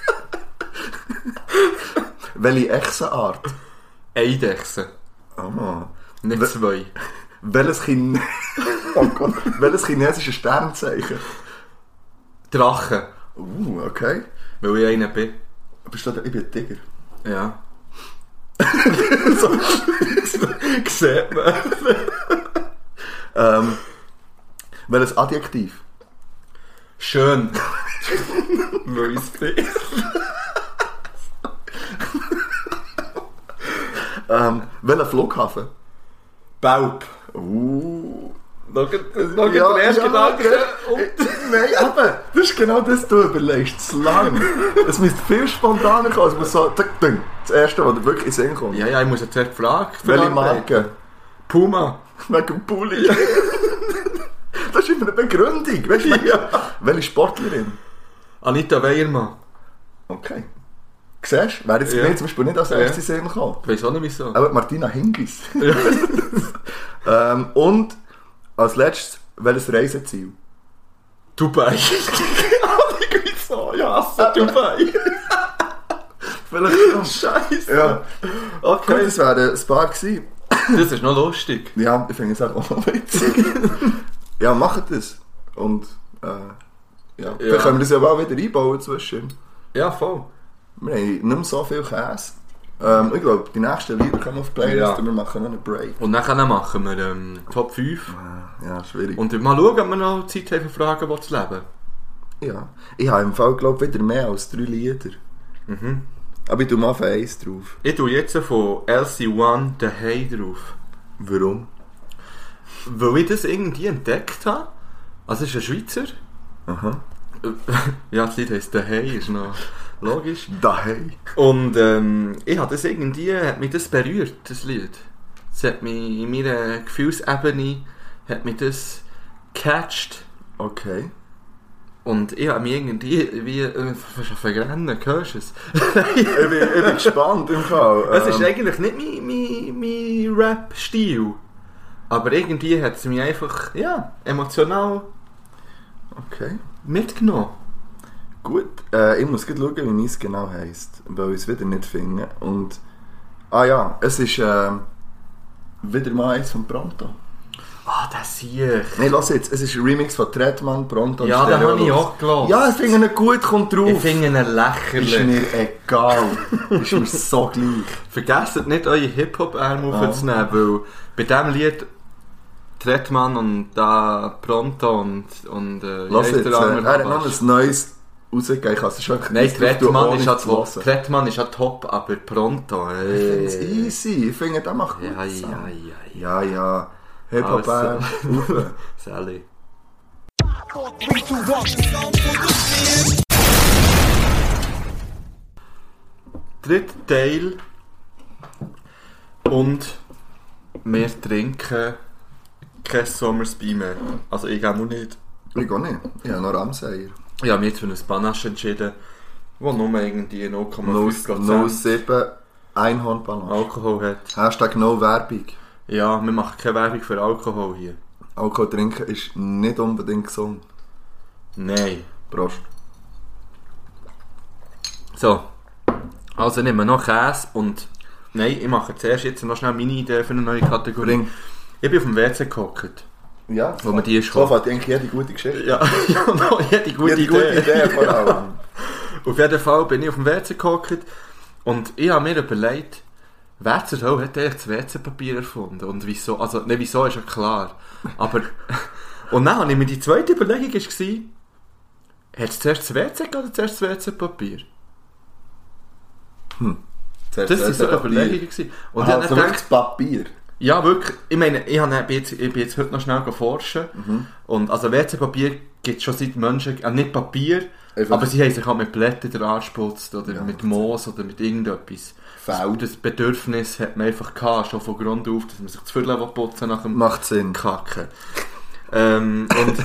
Speaker 3: Welche Echsenart?
Speaker 2: Eidechse.
Speaker 3: Ah.
Speaker 2: Nicht
Speaker 3: We-
Speaker 2: zwei.
Speaker 3: Welches, Chine oh Gott. Welches chinesische Sternzeichen?
Speaker 2: Drachen.
Speaker 3: Uh, okay.
Speaker 2: Weil ich einer bin.
Speaker 3: Bist du da, ich bin ein Tiger.
Speaker 2: Ja. so, sieht man.
Speaker 3: Ähm, welches Adjektiv?
Speaker 2: Schön. Neues Bild.
Speaker 3: Ähm, welcher Flughafen?
Speaker 2: Baub.
Speaker 3: Uh.
Speaker 2: Noch ein noch ein- der erste Gedanke. Und-
Speaker 3: Nein, eben. Das ist Dus genau das, du überlegst. Zu lang. es müsste viel spontaner kommen. Also man so, tick, ding. das Erste, was dir wirklich in den Sinn kommt.
Speaker 2: Ja, ja, ich muss jetzt erst die Frage
Speaker 3: Oh. Welche
Speaker 2: verarbeiten.
Speaker 3: Marke?
Speaker 2: Puma.
Speaker 3: Wegen dem Pulli. das ist immer eine Begründung. Weißt du, welche Sportlerin?
Speaker 2: Anita Weiermann.
Speaker 3: Okay. Siehst du, wäre jetzt
Speaker 2: Ja.
Speaker 3: mir zum Beispiel nicht als
Speaker 2: Ja.
Speaker 3: erstes in den Sinn gekommen.
Speaker 2: Ich weiß auch nicht wieso.
Speaker 3: Aber Martina Hingis. ähm, und als letztes, welches Reiseziel?
Speaker 2: Dubai. wieso? Ja, hasse Dubai.
Speaker 3: Vielleicht.
Speaker 2: Scheiße.
Speaker 3: ja. Gut,
Speaker 2: Okay.
Speaker 3: das wären ein paar gewesen.
Speaker 2: Das ist noch lustig.
Speaker 3: Ja, ich finde es auch noch witzig. ja, macht das. Und, äh, ja. Vielleicht können wir das ja auch wieder einbauen zwischen.
Speaker 2: Ja, voll.
Speaker 3: Wir haben nicht mehr so viel Käse. Ähm, ich glaube, die nächsten Lieder kommen auf die Playlist
Speaker 2: Ja.
Speaker 3: und wir machen noch einen Break. Eh,
Speaker 2: Und dann machen wir ähm, Top 5.
Speaker 3: Ja, schwierig.
Speaker 2: Und mal schauen, ob wir noch Zeit haben für Fragen, die zu leben.
Speaker 3: ja. Ich habe im Fall, glaube ich, wieder mehr als drei Lieder. Aber ich tue mal auf eins drauf.
Speaker 2: Ich tue jetzt von LC1 den Hey drauf.
Speaker 3: Warum?
Speaker 2: Weil ich das irgendwie entdeckt habe. Also, es ist ein Schweizer.
Speaker 3: Aha.
Speaker 2: ja, das Lied heisst The Hey, ist noch logisch.
Speaker 3: Daheim.
Speaker 2: Und ähm, ich habe das irgendwie, hat mich das berührt, das Lied. Es hat mich in meiner Gefühlsebene, hat mich das gecatcht.
Speaker 3: Okay.
Speaker 2: Und ich habe mich irgendwie, wie, äh, ver- verrennen, hörst du es?
Speaker 3: Ich bin, ich bin gespannt im Fall.
Speaker 2: Es ist
Speaker 3: Ähm,
Speaker 2: eigentlich nicht mein, mein, mein Rap-Stil. Aber irgendwie hat es mich einfach, ja, emotional
Speaker 3: Okay.
Speaker 2: mitgenommen.
Speaker 3: Eh, nou Gut. Äh, ich muss gleich schauen, wie meins genau heisst. Weil ich es wieder nicht finde. Und... Ah ja, es ist ähm, wieder mal eins von Pronto.
Speaker 2: Ah, das sehe ich.
Speaker 3: Nein, lass jetzt, es ist ein Remix von Tretman, Pronto und
Speaker 2: Ja, den
Speaker 3: Stereo
Speaker 2: habe ich
Speaker 3: Lux.
Speaker 2: auch gelassen.
Speaker 3: Ja, ich finde ihn gut, kommt drauf.
Speaker 2: Ich finde ihn
Speaker 3: ist
Speaker 2: lächerlich.
Speaker 3: mir egal. ist mir so gleich.
Speaker 2: Vergesst nicht, eure Hip-Hop-Arme
Speaker 3: Ah.
Speaker 2: aufzunehmen, weil bei diesem Lied Tretman und da Pronto und, und äh, wie
Speaker 3: Lass
Speaker 2: heisst
Speaker 3: jetzt,
Speaker 2: der
Speaker 3: äh,
Speaker 2: andere
Speaker 3: er hat noch
Speaker 2: Bass?
Speaker 3: ein neues rausgegeben. Ich kann es schon
Speaker 2: Nein, Tretman ist, ja top.
Speaker 3: Ich
Speaker 2: Tretman ist ja top, aber Pronto,
Speaker 3: finde es
Speaker 2: ey.
Speaker 3: easy. Ich finde, der macht gut.
Speaker 2: Ja, ja, ja,
Speaker 3: zusammen. ja.
Speaker 2: ja.
Speaker 3: ja. Hey,
Speaker 2: Also.
Speaker 3: Papa, rauf.
Speaker 2: Sally. Dritter Teil. Und wir trinken kein Sommersby mehr. Also ich auch nicht.
Speaker 3: äh, Ich gehe nicht. Ich habe noch Ramseier.
Speaker 2: Ich habe mich jetzt für ein Panache entschieden, wo nur irgendwie 0,5%
Speaker 3: 07
Speaker 2: Oh.
Speaker 3: Einhornballon.
Speaker 2: Alkohol hat.
Speaker 3: Hashtag no Werbung.
Speaker 2: Ja, wir machen keine Werbung für Alkohol hier.
Speaker 3: Alkohol trinken ist nicht unbedingt gesund.
Speaker 2: Nein.
Speaker 3: Prost.
Speaker 2: So. Also nehmen wir noch Käse und... Nein, ich mache zuerst jetzt noch schnell meine Idee für eine neue Kategorie.
Speaker 3: Bring.
Speaker 2: Ich bin auf dem WC gehockt.
Speaker 3: Ja,
Speaker 2: Wo man die ist
Speaker 3: so fällt eigentlich jede gute Geschichte.
Speaker 2: Ja, ja, genau, no, jede gute
Speaker 3: jede
Speaker 2: Idee.
Speaker 3: gute Idee vor allem.
Speaker 2: Auf jeden Fall bin ich auf dem WC gehockt und ich habe mir überlegt, wer zur Hölle hat eigentlich das WC-Papier erfunden und wieso? Also, nicht wieso, ist ja klar. Aber... Und dann habe ich mir die zweite Überlegung ist gewesen, hat es zuerst das WC gegeben oder zuerst das WC-Papier? Das war so eine Überlegung. gewesen. Und
Speaker 3: Und dann
Speaker 2: ich habe
Speaker 3: also wirklich
Speaker 2: dann gedacht,
Speaker 3: das Papier.
Speaker 2: Ja, wirklich. Ich meine, ich, habe, ich, bin, jetzt, ich bin jetzt heute noch schnell forschen. Und also WC-Papier gibt es schon seit Menschen, äh, nicht Papier,
Speaker 3: Einfach-
Speaker 2: aber sie haben sich halt mit Blättern den angesputzt oder mit Moos oder mit irgendetwas.
Speaker 3: Fell.
Speaker 2: Das Bedürfnis hat man einfach gehabt, schon von Grund auf, dass man sich das Viertel putzen will nach dem
Speaker 3: Macht Sinn.
Speaker 2: Kacken. ähm, und,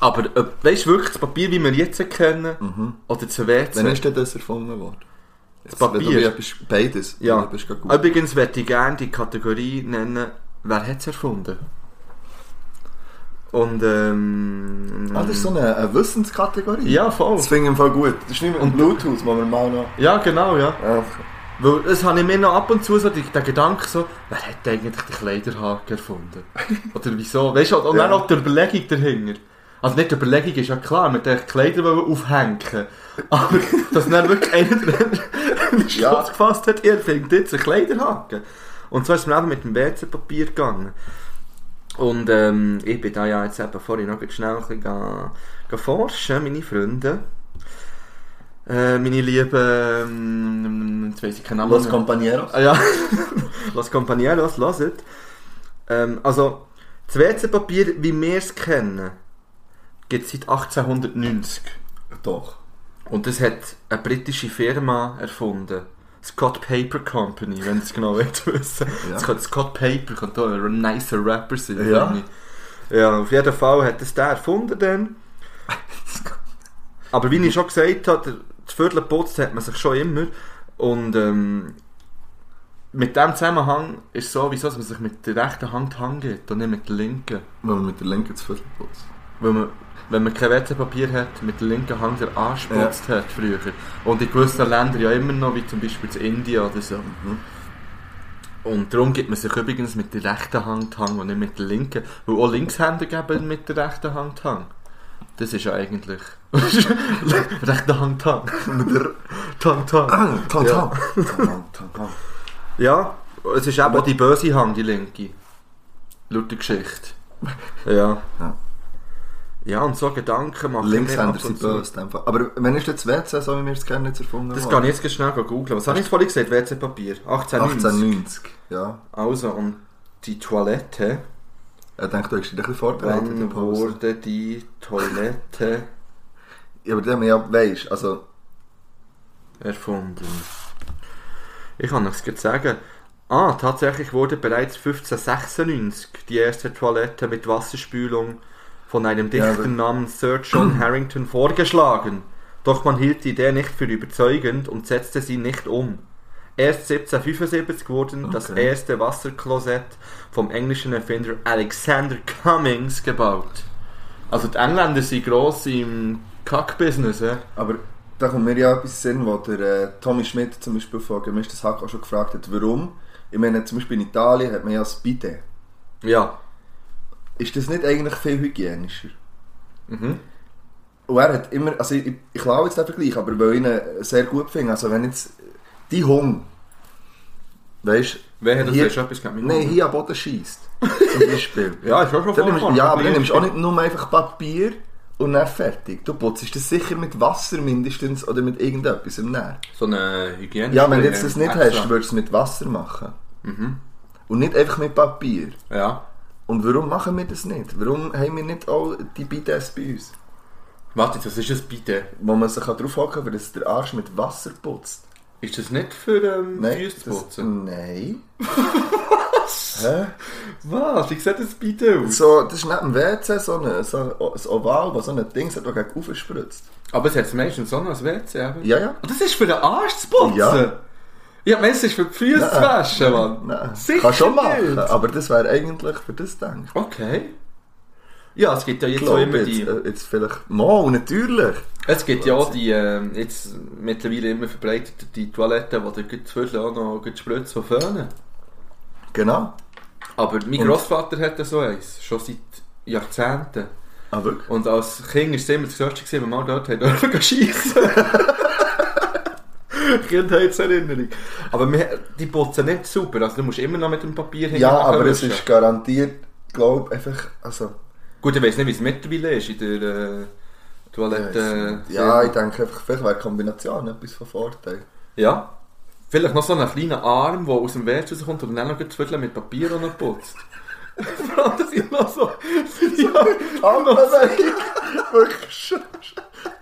Speaker 2: aber äh, weißt du wirklich, das Papier, wie wir jetzt kennen, oder das WC,
Speaker 3: Wann ist denn das erfunden worden?
Speaker 2: das
Speaker 3: Wenn du
Speaker 2: Papier...
Speaker 3: mir etwas- beides.
Speaker 2: Ja.
Speaker 3: Du bist gerade gut.
Speaker 2: Übrigens würde ich gerne die Kategorie nennen, wer hat es erfunden? Und ähm...
Speaker 3: Ah, das ist so eine, eine Wissenskategorie.
Speaker 2: ja, voll.
Speaker 3: Das finde ich im Fall gut. Das ist nicht mit dem Bluetooth, wo wir mal noch...
Speaker 2: Ja, genau, ja.
Speaker 3: Ja.
Speaker 2: Weil das habe ich mir noch ab und zu so die- den Gedanken so, wer hat eigentlich den Kleiderhaken erfunden? Oder wieso? Weißt du, und dann
Speaker 3: Ja.
Speaker 2: auch die Überlegung dahinter. Also nicht die Überlegung ist ja klar, mit den Kleider wollen aufhängen. Aber dass dann wirklich einer den Schluss
Speaker 3: Ja.
Speaker 2: gefasst hat, ihr findet jetzt einen Kleiderhaken. Und so ist es mir eben mit dem WC-Papier gegangen. Und ähm, ich bin da ja jetzt eben vorhin noch schnell ein bisschen ga- ga forschen, meine Freunde. Äh, meine lieben, ähm, jetzt weiss ich keinen Namen.
Speaker 3: Los
Speaker 2: mehr.
Speaker 3: Compañeros.
Speaker 2: Ah, ja, Los Compañeros, hört. Ähm, also, das WC-Papier, wie wir es kennen, gibt es seit 1890.
Speaker 3: Doch.
Speaker 2: Und das hat eine britische Firma erfunden. Scott Paper Company, wenn ihr es genau wollt wissen.
Speaker 3: Ja.
Speaker 2: Das könnte Scott Paper könnte auch ein nicer Rapper sein.
Speaker 3: Ja.
Speaker 2: finde ich. ja, auf jeden Fall hat das der erfunden dann. Aber wie ich schon gesagt habe, der- das Viertel putzt hat man sich schon immer. Und ähm, mit dem Zusammenhang ist es so, wieso, dass man sich mit der rechten Hand die Hand gibt und nicht mit der linken.
Speaker 3: Wenn man mit der linken zu Viertel putzt.
Speaker 2: Weil man, wenn man kein WC-Papier hat, mit der linken Hand der angespritzt hat früher. Und in gewissen Ländern ja immer noch, wie zum Beispiel in Indien oder so. ne? Und darum gibt man sich übrigens mit der rechten Hand die Hand und nicht mit der linken. Weil auch Linkshänder geben mit der rechten Hand die Hand. Das ist ja eigentlich... rechte Hand die Hand.
Speaker 3: Mit der...
Speaker 2: Die Hand die Hand.
Speaker 3: Ah, Tan,
Speaker 2: Ja.
Speaker 3: tan. Tan, tan, tan.
Speaker 2: Ja, es ist eben auch die böse Hand, die linke. Laut der Geschichte. Ja.
Speaker 3: Ja.
Speaker 2: Ja, und so Gedanken machen
Speaker 3: Linkshänder
Speaker 2: sind
Speaker 3: sind böse. in dem Fall. Aber wenn ist jetzt WC, so wie wir es kennen, jetzt erfunden
Speaker 2: Das kann
Speaker 3: worden?
Speaker 2: ich jetzt schnell googeln. Was habe ich vorhin gesagt? WC-Papier. 1890.
Speaker 3: 1890. Ja.
Speaker 2: Also, und die Toilette.
Speaker 3: Ich denke, du hast dich ein bisschen vorbereitet. in der
Speaker 2: Dann
Speaker 3: Pause.
Speaker 2: wurde die Toilette
Speaker 3: Ja, aber dann, ja, weisst, also...
Speaker 2: erfunden. Ich kann nichts gerade sagen. Ah, tatsächlich wurde bereits 1596 die erste Toilette mit Wasserspülung von einem
Speaker 3: Ja,
Speaker 2: Dichter
Speaker 3: aber-
Speaker 2: namens Sir John Harrington vorgeschlagen. Doch man hielt die Idee nicht für überzeugend und setzte sie nicht um. Erst 1775 wurden das
Speaker 3: Okay.
Speaker 2: erste Wasserklosett vom englischen Erfinder Alexander Cummings gebaut. Also die Engländer sind gross im Kackbusiness, eh?
Speaker 3: Aber Da kommt mir ja etwas in den Sinn, wo der äh, Tommy Schmidt zum Beispiel von Gemischtes Hack auch schon gefragt hat, warum. Ich meine, zum Beispiel in Italien hat man ja das Bidet.
Speaker 2: Ja.
Speaker 3: Ist das nicht eigentlich viel hygienischer?
Speaker 2: Mhm.
Speaker 3: Und er hat immer, also ich, ich, ich glaube jetzt den Vergleich, aber weil ich ihn äh, sehr gut finde, also wenn jetzt die Hung, weißt
Speaker 2: Wer hat das
Speaker 3: Hier-
Speaker 2: jetzt etwas gehabt? Mein
Speaker 3: nein,
Speaker 2: Mann?
Speaker 3: hier am Boden schießt, zum Beispiel.
Speaker 2: Ja, ist auch schon
Speaker 3: Dann nimmst,
Speaker 2: vorgekommen.
Speaker 3: ja, aber du nimmst auch nicht nur einfach Papier und dann fertig. Du putzt das sicher mit Wasser mindestens oder mit irgendetwas im Nähr.
Speaker 2: So eine Hygiene.
Speaker 3: Ja, wenn du jetzt das nicht
Speaker 2: Extra. Mhm.
Speaker 3: hast, würdest du es mit Wasser machen. Und nicht einfach mit Papier.
Speaker 2: Ja.
Speaker 3: Und warum machen wir das nicht? Warum haben wir nicht auch die Bidets bei uns?
Speaker 2: Warte, das ist ein Bitte.
Speaker 3: Wo man sich draufhaken kann, weil es der Arsch mit Wasser putzt.
Speaker 2: Ist das nicht für ähm, Füße
Speaker 3: das-
Speaker 2: zu
Speaker 3: Hm.
Speaker 2: putzen?
Speaker 3: Nein. Hä?
Speaker 2: Was? Wie sieht das Bitte aus?
Speaker 3: So, das ist nicht ein WC, so ein, so ein ein Oval, wo so ein Ding hat, das gegen oben spritzt.
Speaker 2: Aber es hat meistens so noch ein WC. eben.
Speaker 3: Ja, ja.
Speaker 2: Und das ist für den Arsch zu putzen?
Speaker 3: Ja.
Speaker 2: Ja, meinst du, es ist für die Füße zu
Speaker 3: Nein.
Speaker 2: waschen, Mann?
Speaker 3: Nein.
Speaker 2: Sicher
Speaker 3: Kann Äh, schon machen,
Speaker 2: nicht.
Speaker 3: aber das wäre eigentlich für das Ding.
Speaker 2: Okay. Ja, es gibt ja jetzt auch
Speaker 3: Glaube
Speaker 2: immer
Speaker 3: jetzt,
Speaker 2: die...
Speaker 3: äh, jetzt vielleicht. Mal, natürlich.
Speaker 2: Es gibt ja auch die, ähm, jetzt mittlerweile immer verbreitet, die Toiletten, wo du gut zwischendurch auch noch gut spritzen und föhnen.
Speaker 3: Genau.
Speaker 2: Aber mein
Speaker 3: Und-
Speaker 2: Großvater hatte so eins, schon seit Jahrzehnten.
Speaker 3: Ah, wirklich?
Speaker 2: Und als Kind war es immer das Größte, gewesen, wenn wir mal dort haben dürfen schiessen. Kindheitserinnerung. Aber wir, die putzen nicht super, also du musst immer noch mit dem Papier hin.
Speaker 3: Ja, aber es ist garantiert, glaube ich, einfach. Also,
Speaker 2: Gut, ich weiß nicht, wie es mittlerweile ist in der äh, Toilette.
Speaker 3: äh, ja, ich denke einfach, vielleicht wäre die Kombination etwas von Vorteil.
Speaker 2: Ja. Vielleicht noch so einen kleinen Arm, der aus dem Wert rauskommt und dann noch ein Zwittel mit Papier auch noch putzt. Vor allem, das sind noch so... ja,
Speaker 3: Aber wirklich schon.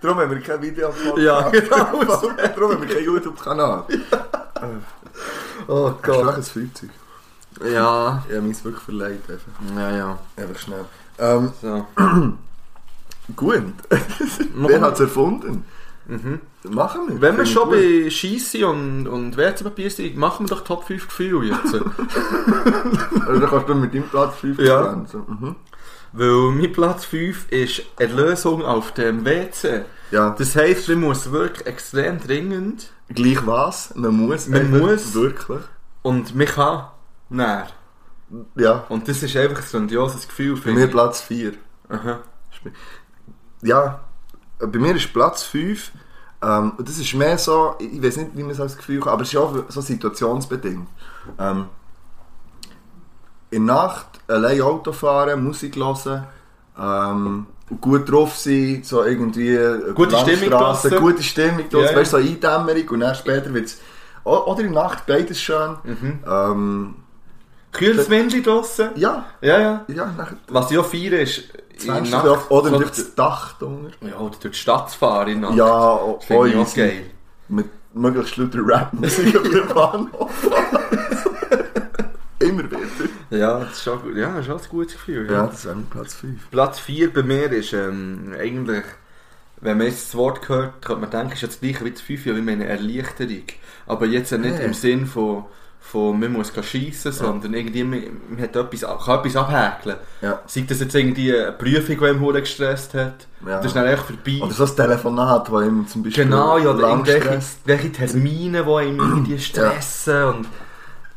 Speaker 3: Darum haben wir kein Video
Speaker 2: ja, genau.
Speaker 3: Darum haben wir keinen YouTube-Kanal.
Speaker 2: Oh
Speaker 3: Hast du
Speaker 2: Gott.
Speaker 3: ein Flugzeug?
Speaker 2: Ja.
Speaker 3: Ich habe meins wirklich verleiht. Einfach,
Speaker 2: Ja, ja.
Speaker 3: einfach schnell. Ähm,
Speaker 2: So.
Speaker 3: gut. Wer hat es erfunden?
Speaker 2: Mhm.
Speaker 3: Machen wir.
Speaker 2: Wenn
Speaker 3: Finde
Speaker 2: wir
Speaker 3: ich
Speaker 2: schon
Speaker 3: gut.
Speaker 2: bei Scheisse und, und WC-Papier sind, machen wir doch Top 5 Gefühle jetzt.
Speaker 3: Also, dann kannst du mit deinem Platz 5
Speaker 2: Ja.
Speaker 3: gehen. So, mhm.
Speaker 2: Weil mein Platz 5 ist Erlösung auf dem WC.
Speaker 3: Ja.
Speaker 2: Das heisst, man muss wirklich extrem dringend
Speaker 3: Gleich was, man muss.
Speaker 2: Man
Speaker 3: einfach
Speaker 2: muss.
Speaker 3: Wirklich.
Speaker 2: und man kann näher.
Speaker 3: Ja.
Speaker 2: Und das ist einfach ein grandioses Gefühl für
Speaker 3: Bei mir Platz 4.
Speaker 2: Aha.
Speaker 3: Ja, bei mir ist Platz 5. Ähm, und das ist mehr so, ich ich weiß nicht, wie man es als Gefühl kann, aber es ist auch so situationsbedingt. Ähm, in der Nacht allein Auto fahren, Musik hören, ähm, und gut drauf sein, so irgendwie über
Speaker 2: Gute Stimmung
Speaker 3: Landstrassen,
Speaker 2: draussen.
Speaker 3: gute Stimmung draussen,
Speaker 2: Ja, ja.
Speaker 3: weißt du, so Eindämmerung und dann später wird es, oder in der Nacht, beides schön.
Speaker 2: Mhm.
Speaker 3: Ähm,
Speaker 2: Kühles Windchen draussen.
Speaker 3: ja,
Speaker 2: Ja, ja.
Speaker 3: ja, nachher
Speaker 2: Was ich auch feiere ist... in der
Speaker 3: Fenster
Speaker 2: Nacht
Speaker 3: drauf, oder
Speaker 2: so
Speaker 3: durch das Dach drunter.
Speaker 2: Ja, oder durch die Stadt zu fahren in der Nacht.
Speaker 3: Ja, o-
Speaker 2: Das finde ich auch
Speaker 3: unsere-
Speaker 2: geil.
Speaker 3: mit möglichst lauter Rap-Musik auf dem Bahnhof. Immer wieder.
Speaker 2: Ja, das ist schon gut. Ja, das ist auch ein gutes Gefühl.
Speaker 3: Ja, das wäre mein Platz 5.
Speaker 2: Platz 4 bei mir ist ähm, eigentlich, wenn man jetzt das Wort hört, könnte man denken, ist jetzt gleich wie das 5 ja wie meine Erleichterung. Aber jetzt ja nicht
Speaker 3: Nee.
Speaker 2: im Sinn von, von man muss schiessen, sondern irgendwie, man, man hat etwas, ab- kann etwas abhäkeln.
Speaker 3: Ja.
Speaker 2: Sei das jetzt irgendwie eine Prüfung, die einem Huren gestresst hat,
Speaker 3: Ja.
Speaker 2: das ist dann echt vorbei.
Speaker 3: Oder so ein Telefonat, das ihm zum Beispiel
Speaker 2: genau, ja, oder
Speaker 3: lang
Speaker 2: irgendwelche
Speaker 3: stresst.
Speaker 2: welche Termine, die einem irgendwie stressen und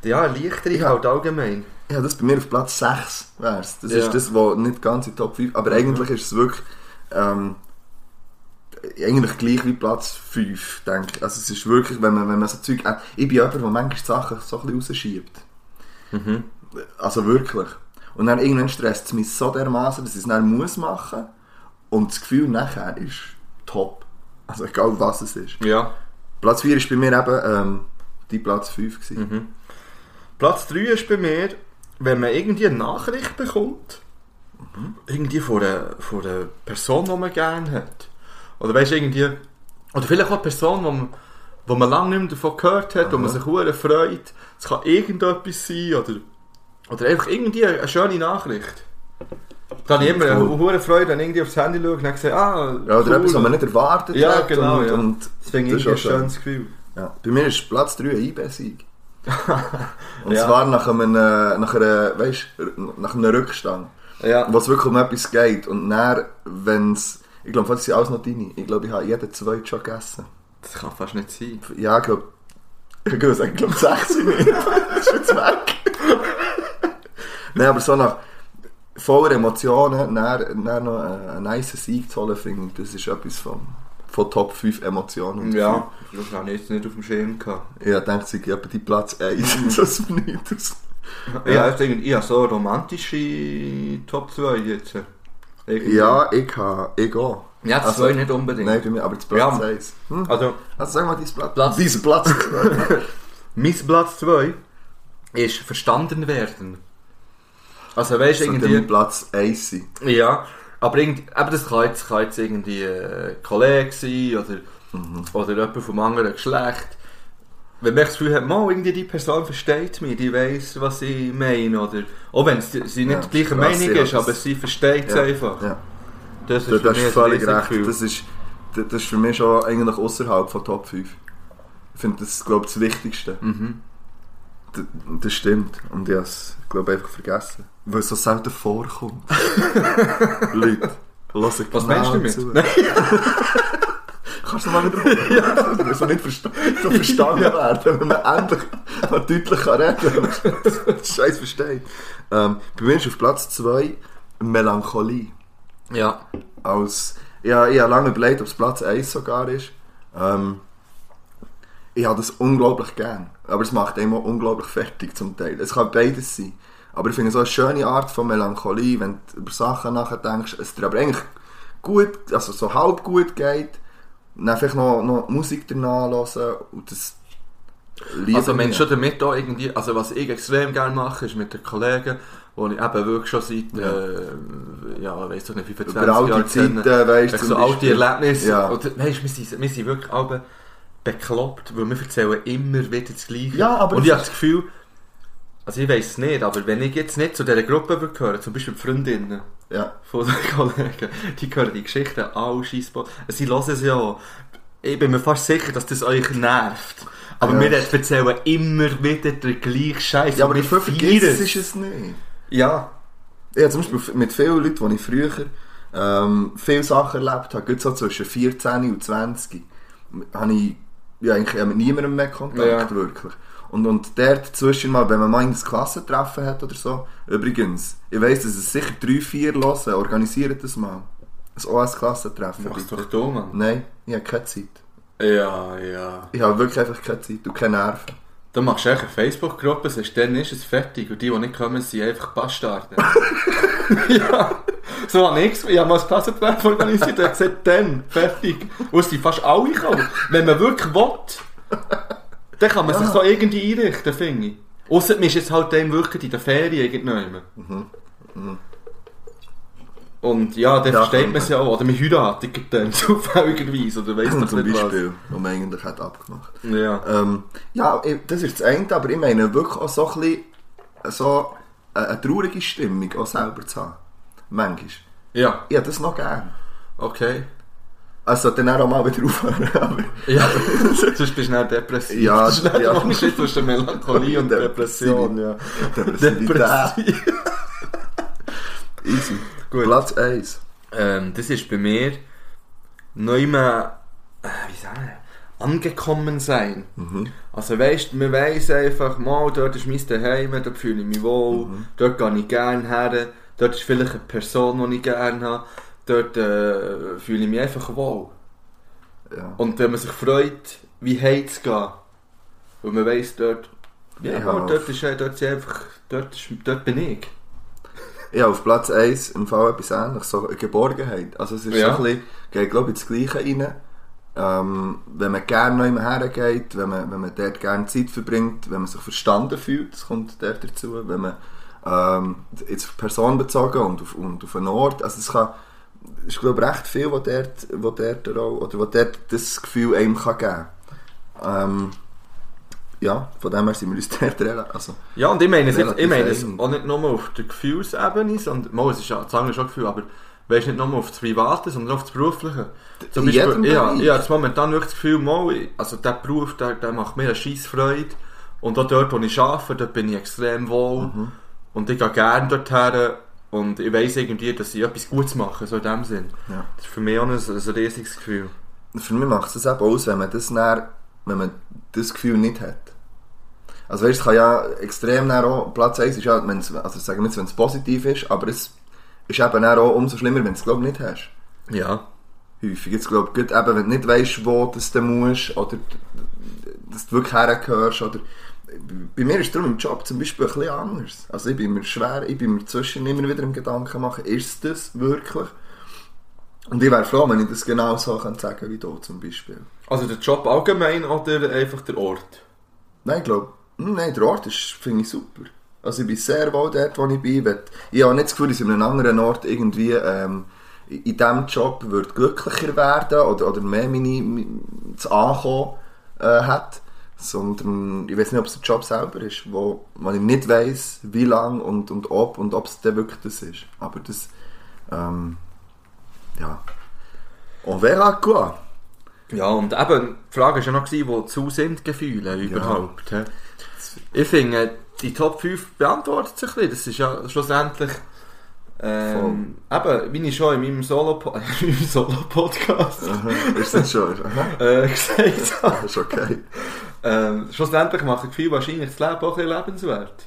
Speaker 2: ja, Erleichterung
Speaker 3: Ja.
Speaker 2: halt allgemein.
Speaker 3: Ja, das bei mir auf Platz 6 wär's. Das
Speaker 2: Ja.
Speaker 3: ist das, was nicht ganz in die Top 5... Aber eigentlich ist es wirklich... Ähm, eigentlich gleich wie Platz 5, denke ich. Also es ist wirklich, wenn man, wenn man so Zeug... Äh, ich bin jemand, der manchmal die Sachen so ein bisschen rausschiebt. Also wirklich. Und dann irgendwann stresst es mich so dermaßen, dass ich es dann muss machen. Und das Gefühl nachher ist top. Also egal was es ist.
Speaker 2: Ja.
Speaker 3: Platz 4 ist bei mir eben ähm, die Platz 5 gewesen.
Speaker 2: Platz 3 ist bei mir, wenn man irgendwie eine Nachricht bekommt, irgendwie von einer, von einer Person, die man gerne hat. Oder weißt irgendwie, oder vielleicht auch eine Person, die man, wo man lange nicht mehr davon gehört hat, wo man sich sehr freut. Es kann irgendetwas sein oder, oder einfach irgendwie eine eine schöne Nachricht. Da habe ich immer eine
Speaker 3: Cool.
Speaker 2: hohe Freude, wenn ich irgendwie aufs Handy schaue und dann sehe, ah,
Speaker 3: Ja, oder
Speaker 2: cool.
Speaker 3: etwas, was man nicht erwartet
Speaker 2: Ja,
Speaker 3: hat.
Speaker 2: genau,
Speaker 3: und,
Speaker 2: ja.
Speaker 3: und
Speaker 2: Das finde
Speaker 3: das ist
Speaker 2: ich irgendwie ein
Speaker 3: auch schön.
Speaker 2: schönes Gefühl.
Speaker 3: Ja. Bei mir ist Platz 3 ein IB-Sieg. und
Speaker 2: Ja.
Speaker 3: zwar nach einem, äh, nach, einer, weißt, nach einem Rückstand.
Speaker 2: Ja.
Speaker 3: wo es wirklich um etwas geht. Und dann, wenn es. Ich glaube, das sind alles noch deine. Ich glaube, ich habe jeden zweiten schon gegessen.
Speaker 2: Das kann fast nicht sein.
Speaker 3: Ja, ich glaube... Ich würde sagen, ich glaube, 16 nicht. das ist jetzt weg. Nein, aber so nach... Voller Emotionen, dann, dann noch einen, einen nice Sieg zu holen, finde ich, das ist etwas von, von Top 5 Emotionen. und
Speaker 2: Ja, das habe ich jetzt nicht auf dem Schirm gehabt.
Speaker 3: Ja, denkt sich etwa die Platz
Speaker 2: Mhm.
Speaker 3: 1, das ist nicht aus.
Speaker 2: Ja, ich, denke, ich habe so romantische Top 2 jetzt. Irgendwie. Also,
Speaker 3: Ja, ich kann, ich auch.
Speaker 2: Ja, das soll ich nicht unbedingt.
Speaker 3: Nein, bei mir, aber das Platz
Speaker 2: Ja.
Speaker 3: 1. Hm?
Speaker 2: Also,
Speaker 3: Also sag mal dein Platz.
Speaker 2: Platz.
Speaker 3: Dein Platz.
Speaker 2: mein Platz 2 ist verstanden werden. Also, weißt du,
Speaker 3: Sollte mein
Speaker 2: irgendwie.
Speaker 3: Platz 1 sein.
Speaker 2: Ja, aber, irgend, aber das kann jetzt, kann jetzt irgendwie äh, ein Kollege sein oder,
Speaker 3: Mhm.
Speaker 2: oder jemand vom anderen Geschlecht. Wenn man das Gefühl hat, mal irgendwie die Person versteht mich, die weiß, was ich meine. Oder, auch wenn es die- sie nicht
Speaker 3: Ja,
Speaker 2: die gleiche
Speaker 3: krass,
Speaker 2: Meinung
Speaker 3: ja,
Speaker 2: ist,
Speaker 3: das-
Speaker 2: aber sie versteht es
Speaker 3: Ja,
Speaker 2: einfach.
Speaker 3: ja.
Speaker 2: Das ist,
Speaker 3: Du,
Speaker 2: für
Speaker 3: das ist
Speaker 2: mich ein
Speaker 3: völlig recht.
Speaker 2: Riesengefühl.
Speaker 3: Das ist, das ist für mich schon eigentlich außerhalb von Top 5. Ich finde das, glaube ich, das Wichtigste.
Speaker 2: Mhm.
Speaker 3: D das stimmt. Und ich habe es, glaube ich, einfach vergessen. Weil es so selten vorkommt. Leute, lass ich genau
Speaker 2: Was meinst du damit?
Speaker 3: Kannst du mal wieder ja. Das soll nicht versta so verstanden werden, wenn man endlich mal deutlich kann reden kann. Das Scheiß versteht. Ähm, bei mir ist auf Platz 2 Melancholie.
Speaker 2: Ja,
Speaker 3: Als, ja, ich habe lange überlegt, ob es Platz 1 sogar ist. Ähm, ich habe das unglaublich gern. Aber es macht immer unglaublich fertig zum Teil. Es kann beides sein. Aber ich finde so eine schöne Art von Melancholie, wenn du über Sachen nachdenkst, es dir aber eigentlich gut, also so halb gut geht, dann vielleicht noch, noch Musik danach hören und das liebe
Speaker 2: also man
Speaker 3: ich.
Speaker 2: schon damit auch irgendwie, also was ich extrem gerne mache, ist mit den Kollegen, wo ich eben wirklich schon seit, ja, äh, ja weiss doch nicht, 25
Speaker 3: über alte
Speaker 2: Jahren
Speaker 3: Zeiten,
Speaker 2: kenne.
Speaker 3: weißt du,
Speaker 2: Weißt, so alte Erlebnisse.
Speaker 3: Ja.
Speaker 2: Oder, weißt, wir, sind, wir sind wirklich alle bekloppt, weil wir erzählen immer wieder das Gleiche.
Speaker 3: Ja, aber
Speaker 2: und
Speaker 3: es
Speaker 2: ich habe das Gefühl, also ich weiß es nicht, aber wenn ich jetzt nicht zu dieser Gruppe würde gehören, zum Beispiel die Freundinnen
Speaker 3: Ja.
Speaker 2: von den Kollegen, die hören die Geschichten alle scheissbar. Sie hören es ja auch. Ich bin mir fast sicher, dass das euch nervt. Aber
Speaker 3: Ja.
Speaker 2: wir erzählen immer wieder den gleichen Scheiß.
Speaker 3: ja, aber
Speaker 2: wir
Speaker 3: dafür
Speaker 2: feiern
Speaker 3: vergisst ist es nicht.
Speaker 2: Ja,
Speaker 3: Ja, zum Beispiel mit vielen Leuten, die ich früher ähm, viele Sachen erlebt habe, gerade so zwischen 14 und 20, habe ich ja, eigentlich mit niemandem mehr Kontakt,
Speaker 2: Ja.
Speaker 3: wirklich. Und, und dort zwischen mal, wenn man mal ein Klassentreffen hat oder so, übrigens, ich weiss, dass es sicher drei, vier hören, organisiert das mal. Ein OS-Klassentreffen.
Speaker 2: mach's
Speaker 3: bitte.
Speaker 2: doch du, Mann.
Speaker 3: Nein, ich habe keine Zeit.
Speaker 2: Ja, ja.
Speaker 3: Ich habe wirklich einfach keine Zeit und keine Nerven.
Speaker 2: Dann machst du eigentlich eine Facebook-Gruppe, sagst, dann ist es fertig. Und die, die nicht kommen, sind einfach Bastarden. ja. So habe ich es. Ich habe mal ein Klassentreffen organisiert und habe gesagt, dann, fertig. Und es sind fast alle gekommen. Wenn man wirklich will, dann kann man sich so irgendwie einrichten, finde ich. Ausser man ist jetzt halt dann wirklich in der Ferien irgendwann. Und ja, dann
Speaker 3: Mhm. Ja,
Speaker 2: versteht
Speaker 3: kann
Speaker 2: man es ja auch. Oder man heiratet dann zufälligerweise. Oder weiss doch
Speaker 3: Zum
Speaker 2: nicht was.
Speaker 3: Beispiel, was man eigentlich hat abgemacht
Speaker 2: Ja.
Speaker 3: Ähm, ja, ich- das ist das eine, aber ich meine wirklich auch so ein bisschen äh, so eine, eine traurige Stimmung auch selber zu haben. Manchmal.
Speaker 2: Ja,
Speaker 3: Ich hätte das noch gern.
Speaker 2: okay.
Speaker 3: Also dann auch mal wieder aufhören. aber-
Speaker 2: Ja, sonst bist du nicht depressiv.
Speaker 3: Ja,
Speaker 2: das ist nicht
Speaker 3: ja.
Speaker 2: der Unterschied zwischen Melancholie und Depression. Ja.
Speaker 3: Depressivität. Easy.
Speaker 2: Gut.
Speaker 3: Platz 1.
Speaker 2: Ähm, das ist bei mir noch immer, äh, wie sagen wir, angekommen sein.
Speaker 3: Mhm.
Speaker 2: Also weißt, man weiss einfach, mal, dort ist mein Daheim, dort fühle ich mich wohl,
Speaker 3: Mhm.
Speaker 2: dort gehe ich gerne her, dort ist vielleicht eine Person, die ich gerne habe, dort äh, fühle ich mich einfach wohl.
Speaker 3: Ja.
Speaker 2: Und wenn man sich freut, wie heiz es geht. Und man weiss dort, ja,
Speaker 3: Ja.
Speaker 2: aber dort ist er, dort, ist einfach, dort, ist, dort bin ich.
Speaker 3: Ja, auf Platz 1 im Fall etwas ähnliches, so eine Geborgenheit. Also es ist
Speaker 2: Ja.
Speaker 3: so ein bisschen, geht glaube ich ins Gleiche rein. Ähm, wenn man gerne noch immer hergeht, wenn man, wenn man dort gerne Zeit verbringt, wenn man sich verstanden fühlt, das kommt dort dazu, wenn man ähm, jetzt auf die Person bezogen und auf, und auf einen Ort, also es kann, ich glaube recht viel, was dort, was dort auch, oder was dort das Gefühl einem kann geben kann. Ähm, ja, von dem her sind wir uns dort rela- also
Speaker 2: Ja, und ich meine, es, jetzt-
Speaker 3: Relativ
Speaker 2: ich meine es
Speaker 3: eigen.
Speaker 2: auch nicht nur auf der Gefühlsebene, sondern, mal, es ist ja, das andere ist auch Gefühl, aber weißt nicht nur auf das Private, sondern auch auf das Berufliche. Zum
Speaker 3: In jedem
Speaker 2: Beispiel, ich, habe-
Speaker 3: Bereich.
Speaker 2: ich habe jetzt momentan wirklich das Gefühl, mal, ich- also der Beruf, der, der macht mir eine scheisse Freude.
Speaker 3: Mhm.
Speaker 2: Und auch dort, wo ich arbeite, dort bin ich extrem wohl. Und ich gehe gerne dorthin. Und ich weiss irgendwie, dass ich etwas Gutes mache, so in dem Sinn.
Speaker 3: Ja.
Speaker 2: Das ist für mich auch ein, ein riesiges Gefühl.
Speaker 3: Für mich macht es eben aus, wenn man das näher, wenn man das Gefühl nicht hat. Also weißt, es kann ja extrem näher auch, Platz 1 ist ja, wenn es, also sagen wir jetzt, wenn es positiv ist, aber es ist eben näher auch umso schlimmer, wenn du es glaube ich nicht hast.
Speaker 2: Ja.
Speaker 3: Häufig. Jetzt glaube ich, gut, eben, wenn du nicht weißt, wo das du musst, oder dass du wirklich hergehörst, oder bei mir ist darum im Job zum Beispiel ein bisschen anders. Also ich bin mir schwer, ich bin mir zwischen immer wieder im Gedanken machen, ist es das wirklich? Und ich wäre froh, wenn ich das genau so kann sagen wie du zum Beispiel.
Speaker 2: Also der Job allgemein oder einfach der Ort?
Speaker 3: Nein, ich glaube, nein, der Ort ist, finde ich super. Also ich bin sehr wohl dort, wo ich bin. Wenn- Ich habe nicht das Gefühl, dass ich an einem anderen Ort irgendwie ähm, in diesem Job würde glücklicher werden oder, oder mehr meine, meine, das Ankommen äh, hat. Sondern ich weiß nicht, ob es der Job selber ist, wo, wo ich nicht weiß, wie lang und, und ob und ob es dann wirklich das ist. Aber das, ähm, ja. On verra quoi.
Speaker 2: Ja, und eben, die Frage war ja noch, gewesen, wo zu sind Gefühle überhaupt. hä? Ich finde, die Top 5 beantwortet sich ein bisschen. Das ist ja schlussendlich. Ähm, eben, wie ich schon in meinem Solo- in meinem Solo-Podcast
Speaker 3: ist das schon? Aha,
Speaker 2: äh, gesagt habe.
Speaker 3: ist okay.
Speaker 2: Ähm, schlussendlich machen Gefühle wahrscheinlich das Leben auch ein bisschen lebenswert.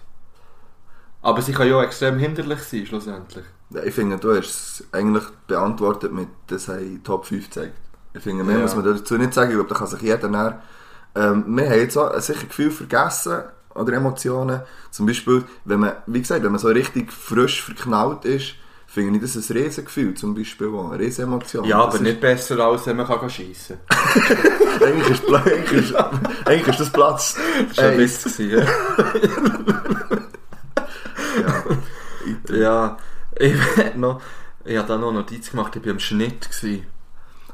Speaker 2: Aber sie können ja auch extrem hinderlich sein, schlussendlich.
Speaker 3: Ja, ich finde, du hast es eigentlich beantwortet mit, das haben Top 5 gezeigt. Ich finde, mehr
Speaker 2: Ja.
Speaker 3: muss man dazu nicht sagen, ich glaube, da kann sich jeder näher. Ähm, wir haben jetzt auch sicher Gefühl vergessen oder Emotionen. Zum Beispiel, wenn man, wie gesagt, wenn man so richtig frisch verknallt ist, finde ich das ein Riesengefühl, zum Beispiel auch, eine Riesenemotion.
Speaker 2: Ja,
Speaker 3: Das
Speaker 2: aber
Speaker 3: ist-
Speaker 2: nicht besser, als wenn man kann schiessen kann.
Speaker 3: Eigentlich ist, eigentlich ist, eigentlich ist das Platz. Äh,
Speaker 2: Das war ein
Speaker 3: eins.
Speaker 2: Witz. gewesen, ja.
Speaker 3: Ja.
Speaker 2: Ja, ich hab noch, ich habe da noch eine Notiz gemacht, ich war am Schnitt. Gewesen.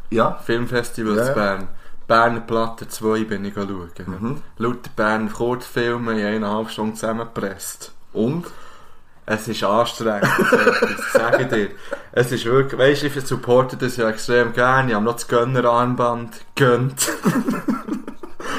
Speaker 3: ja,
Speaker 2: Filmfestival
Speaker 3: Ja.
Speaker 2: in Bern. Berner Platte 2 bin ich schauen. Mhm. Lauter Berner Kurzfilme in eineinhalb Stunden zusammengepresst.
Speaker 3: und?
Speaker 2: Es ist anstrengend, so etwas, sage ich dir. Es ist wirklich, weißt du, ich supporte das ja extrem gerne. Ich habe noch das Gönnerarmband gönnt.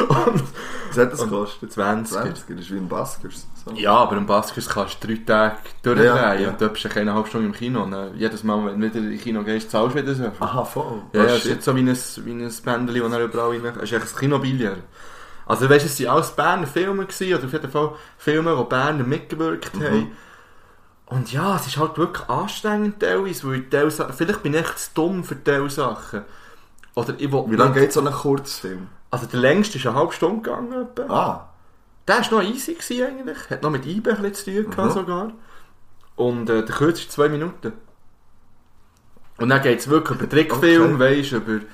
Speaker 3: Was hat das gekostet?
Speaker 2: 20.
Speaker 3: 20, das ist wie ein Baskers. So.
Speaker 2: Ja, aber im Baskers kannst du drei Tage durchdrehen
Speaker 3: Ja, ja.
Speaker 2: und du bist eine halbe Stunde im Kino. Und dann jedes Mal, wenn du wieder in Kino gehst, zahlst du wieder so.
Speaker 3: Aha, voll.
Speaker 2: Ja,
Speaker 3: Oh,
Speaker 2: ja, es ist
Speaker 3: shit.
Speaker 2: jetzt so wie ein, wie ein Bändchen, das er überall rein... Es ist eigentlich ein Kinobillier. Also weißt du, es waren alles Berner Filme gewesen, oder auf jeden Fall Filme, wo Berner mitgewirkt
Speaker 3: Mhm.
Speaker 2: haben. Und ja, es ist halt wirklich anstrengend teilweise, weil teils, vielleicht bin ich echt zu dumm für diese Sachen. Oder ich will
Speaker 3: Wie lange
Speaker 2: nicht-
Speaker 3: geht so ein Kurzfilm?
Speaker 2: Also der längste ist eine halbe Stunde gegangen. etwa.
Speaker 3: Ah,
Speaker 2: Der war noch easy gewesen, eigentlich, hat noch mit Eiben ein bisschen zu tun gehabt
Speaker 3: Mhm.
Speaker 2: sogar. Und äh, der kürzeste zwei Minuten. Und dann geht es wirklich über Trickfilm,
Speaker 3: Okay.
Speaker 2: weißt du, über,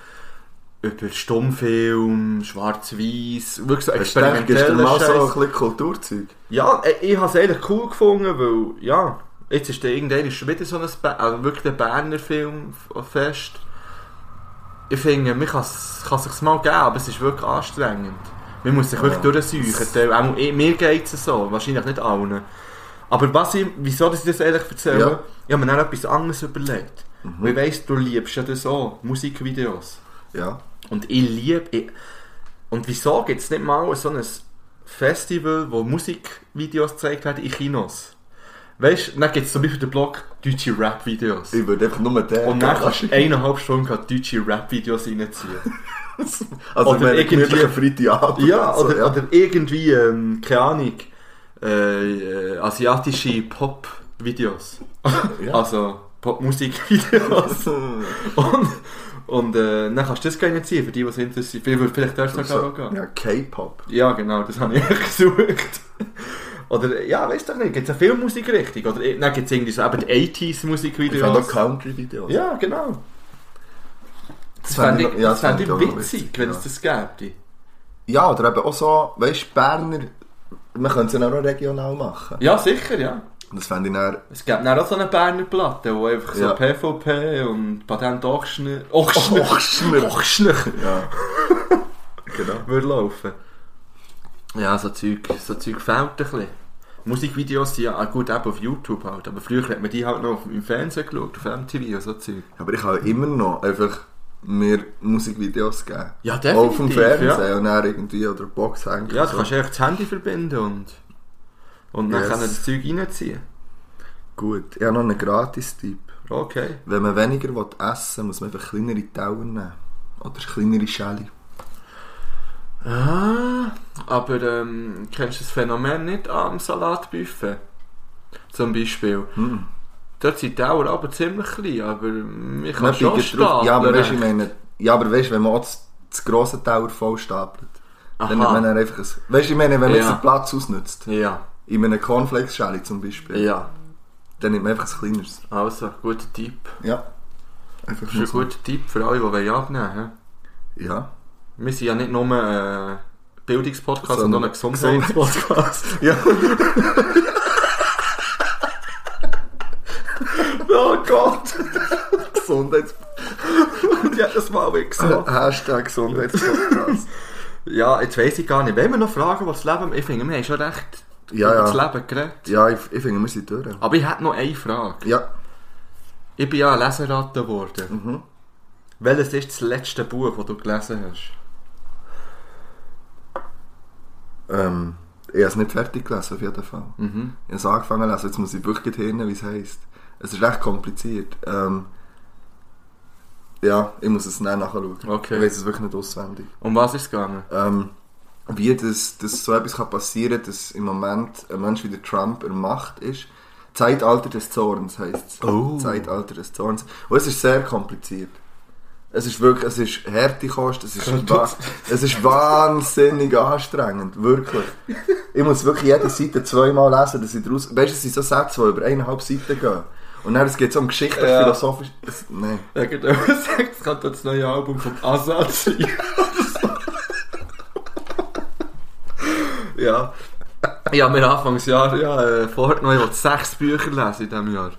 Speaker 2: über Stummfilm, schwarz-weiß, wirklich
Speaker 3: hast
Speaker 2: so
Speaker 3: du gedacht, gibst du
Speaker 2: experimentelle
Speaker 3: mal so ein
Speaker 2: Scheiß.
Speaker 3: bisschen Kulturzeug?
Speaker 2: Ja, äh, ich habe es eigentlich cool gefunden, weil, ja, jetzt ist da irgendwann schon wieder so ein, Ba- also wirklich ein Berner Film f- äh, fest. Ich finde, man kann es sich mal geben, aber es ist wirklich anstrengend. Man muss sich
Speaker 3: Ja.
Speaker 2: wirklich durchsuchen. Teil- auch Mir geht es so, wahrscheinlich nicht allen. Aber was ich, wieso dass ich das eigentlich erzähle,
Speaker 3: Ja. Mhm.
Speaker 2: ich habe mir dann etwas anderes überlegt. Weil ich weiss, du liebst ja das auch, Musikvideos.
Speaker 3: Ja.
Speaker 2: Und ich liebe. Ich, und wieso gibt es nicht mal so ein Festival, wo Musikvideos gezeigt werden in Kinos? Weißt du, dann gibt es zum Beispiel den Blog deutsche Rap-Videos.
Speaker 3: Ich würde einfach nur den...
Speaker 2: Und dann kannst du eineinhalb Stunden gerade deutsche Rap-Videos reinziehen.
Speaker 3: Also
Speaker 2: oder
Speaker 3: wenn ich
Speaker 2: irgendwie-
Speaker 3: gemütlichen Freitagabend...
Speaker 2: ja,
Speaker 3: so,
Speaker 2: oder,
Speaker 3: ja.
Speaker 2: oder irgendwie, ähm, keine Ahnung, äh, äh, asiatische Pop-Videos.
Speaker 3: Ja.
Speaker 2: Also Popmusik-Videos. Und, und äh, dann kannst du das gerne ziehen, für die, die es interessiert. Vielleicht vielleicht darfst du sogar auch gehen.
Speaker 3: So, ja, K-Pop.
Speaker 2: Ja, genau, das habe ich gesucht. Oder, ja, weißt du nicht, gibt es eine Filmmusikrichtung? Oder eh, dann gibt es irgendwie so eben die 80s
Speaker 3: Ich fand auch
Speaker 2: Musikvideos.
Speaker 3: Country-Videos.
Speaker 2: Ja, genau. Das
Speaker 3: fänd
Speaker 2: fände ich,
Speaker 3: ich- ja, das
Speaker 2: das fänd ich
Speaker 3: fänd ich auch noch
Speaker 2: witzig,
Speaker 3: witzig,
Speaker 2: wenn
Speaker 3: ja.
Speaker 2: es das gäbe.
Speaker 3: ja, oder eben auch so, weißt du, Berner... Man könnte es ja auch regional machen.
Speaker 2: Ja, sicher, ja.
Speaker 3: Das fände ich dann...
Speaker 2: Es gäbe dann auch so eine Berner Platte, wo einfach so
Speaker 3: Ja.
Speaker 2: PvP und Patent Ochschner... Ochschner...
Speaker 3: Ochschner.
Speaker 2: Ochschner...
Speaker 3: Ja. genau.
Speaker 2: würde laufen. Ja, so Zeug, so Zeug fehlt ein bisschen. Musikvideos sind ja auch gut eben auf YouTube halt, aber früher hat man die halt noch im Fernsehen geschaut, auf MTV und so Zeug.
Speaker 3: Aber ich habe immer noch einfach mir Musikvideos gegeben.
Speaker 2: Ja,
Speaker 3: Auch auf dem
Speaker 2: definitiv,
Speaker 3: Fernsehen und dann irgendwie oder Box hängen.
Speaker 2: Ja, du kannst einfach das Handy verbinden und, und dann
Speaker 3: Yes.
Speaker 2: kann er das Zeug reinziehen.
Speaker 3: Gut, ich habe noch einen Gratis-Tipp.
Speaker 2: Okay.
Speaker 3: Wenn man weniger will essen muss man einfach kleinere Teller nehmen. Oder kleinere Schelle.
Speaker 2: Ah, aber ähm, kennst du das Phänomen nicht am Salatbuffet? Zum Beispiel.
Speaker 3: Mhm.
Speaker 2: Dort sind die Dauer aber ziemlich klein, aber ich kann
Speaker 3: Man
Speaker 2: schon
Speaker 3: biegt drauf.
Speaker 2: stapeln.
Speaker 3: Ja, aber weißt, ich meine, ja, aber weißt, wenn man auch das, das grosse Teller voll stapelt, dann
Speaker 2: Aha.
Speaker 3: hat man dann einfach ein, weißt, ich meine, wenn man
Speaker 2: Ja.
Speaker 3: jetzt den Platz ausnützt,
Speaker 2: Ja,
Speaker 3: in einer Cornflakes-Schelle zum Beispiel,
Speaker 2: ja.
Speaker 3: dann nimmt man einfach ein kleineres.
Speaker 2: Also, guter Tipp.
Speaker 3: Ja. Einfach
Speaker 2: Das ist ein guter Tipp für alle, die wollen abnehmen wollen.
Speaker 3: Ja.
Speaker 2: Wir sind ja nicht nur ein Bildungspodcast,
Speaker 3: Sondern
Speaker 2: sondern ein Gesundheitspodcast.
Speaker 3: Ja.
Speaker 2: oh Gott!
Speaker 3: Gesundheits...
Speaker 2: Die hat das mal weggesagt.
Speaker 3: Hashtag Gesundheitspodcast.
Speaker 2: Ja, jetzt weiss ich gar nicht. Wenn wir noch fragen, was das Leben... Ich finde, wir haben schon recht
Speaker 3: Ja,
Speaker 2: über das
Speaker 3: ja.
Speaker 2: Leben geredet.
Speaker 3: Ja, ich, ich finde, wir sind durch.
Speaker 2: Aber ich hätte noch eine Frage.
Speaker 3: Ja.
Speaker 2: Ich bin ja eine Leseratte geworden.
Speaker 3: Mhm.
Speaker 2: Welches ist das letzte Buch, das du gelesen hast?
Speaker 3: Ähm, ich habe es nicht fertig gelesen, auf jeden Fall. Ich habe es angefangen zu lesen, jetzt muss ich wirklich hin, wie es heisst. Es ist recht kompliziert. Ähm, ja, ich muss es dann nachschauen.
Speaker 2: Okay.
Speaker 3: Ich weiß es wirklich nicht auswendig.
Speaker 2: Um was ist es gegangen?
Speaker 3: Ähm, wie das, das so etwas kann passieren kann, dass im Moment ein Mensch wie der Trump in Macht ist. Zeitalter des Zorns heisst es.
Speaker 2: Oh.
Speaker 3: Zeitalter des Zorns. Und es ist sehr kompliziert. Es ist wirklich, es ist harte Kost, es ist, wa- es ist wahnsinnig anstrengend, wirklich. Ich muss wirklich jede Seite zweimal lesen, dass ich daraus, weißt du, es sind so Sätze, die über eineinhalb Seiten gehen. Und dann, es geht so um geschichtlich,
Speaker 2: Ja.
Speaker 3: philosophisch, es, nein.
Speaker 2: Wegen dem Sex kann das neue Album von Azad sein. ja. Ja, mir Anfangsjahr, ja, äh, vorher noch, ich wollte sechs Bücher lesen in diesem Jahr.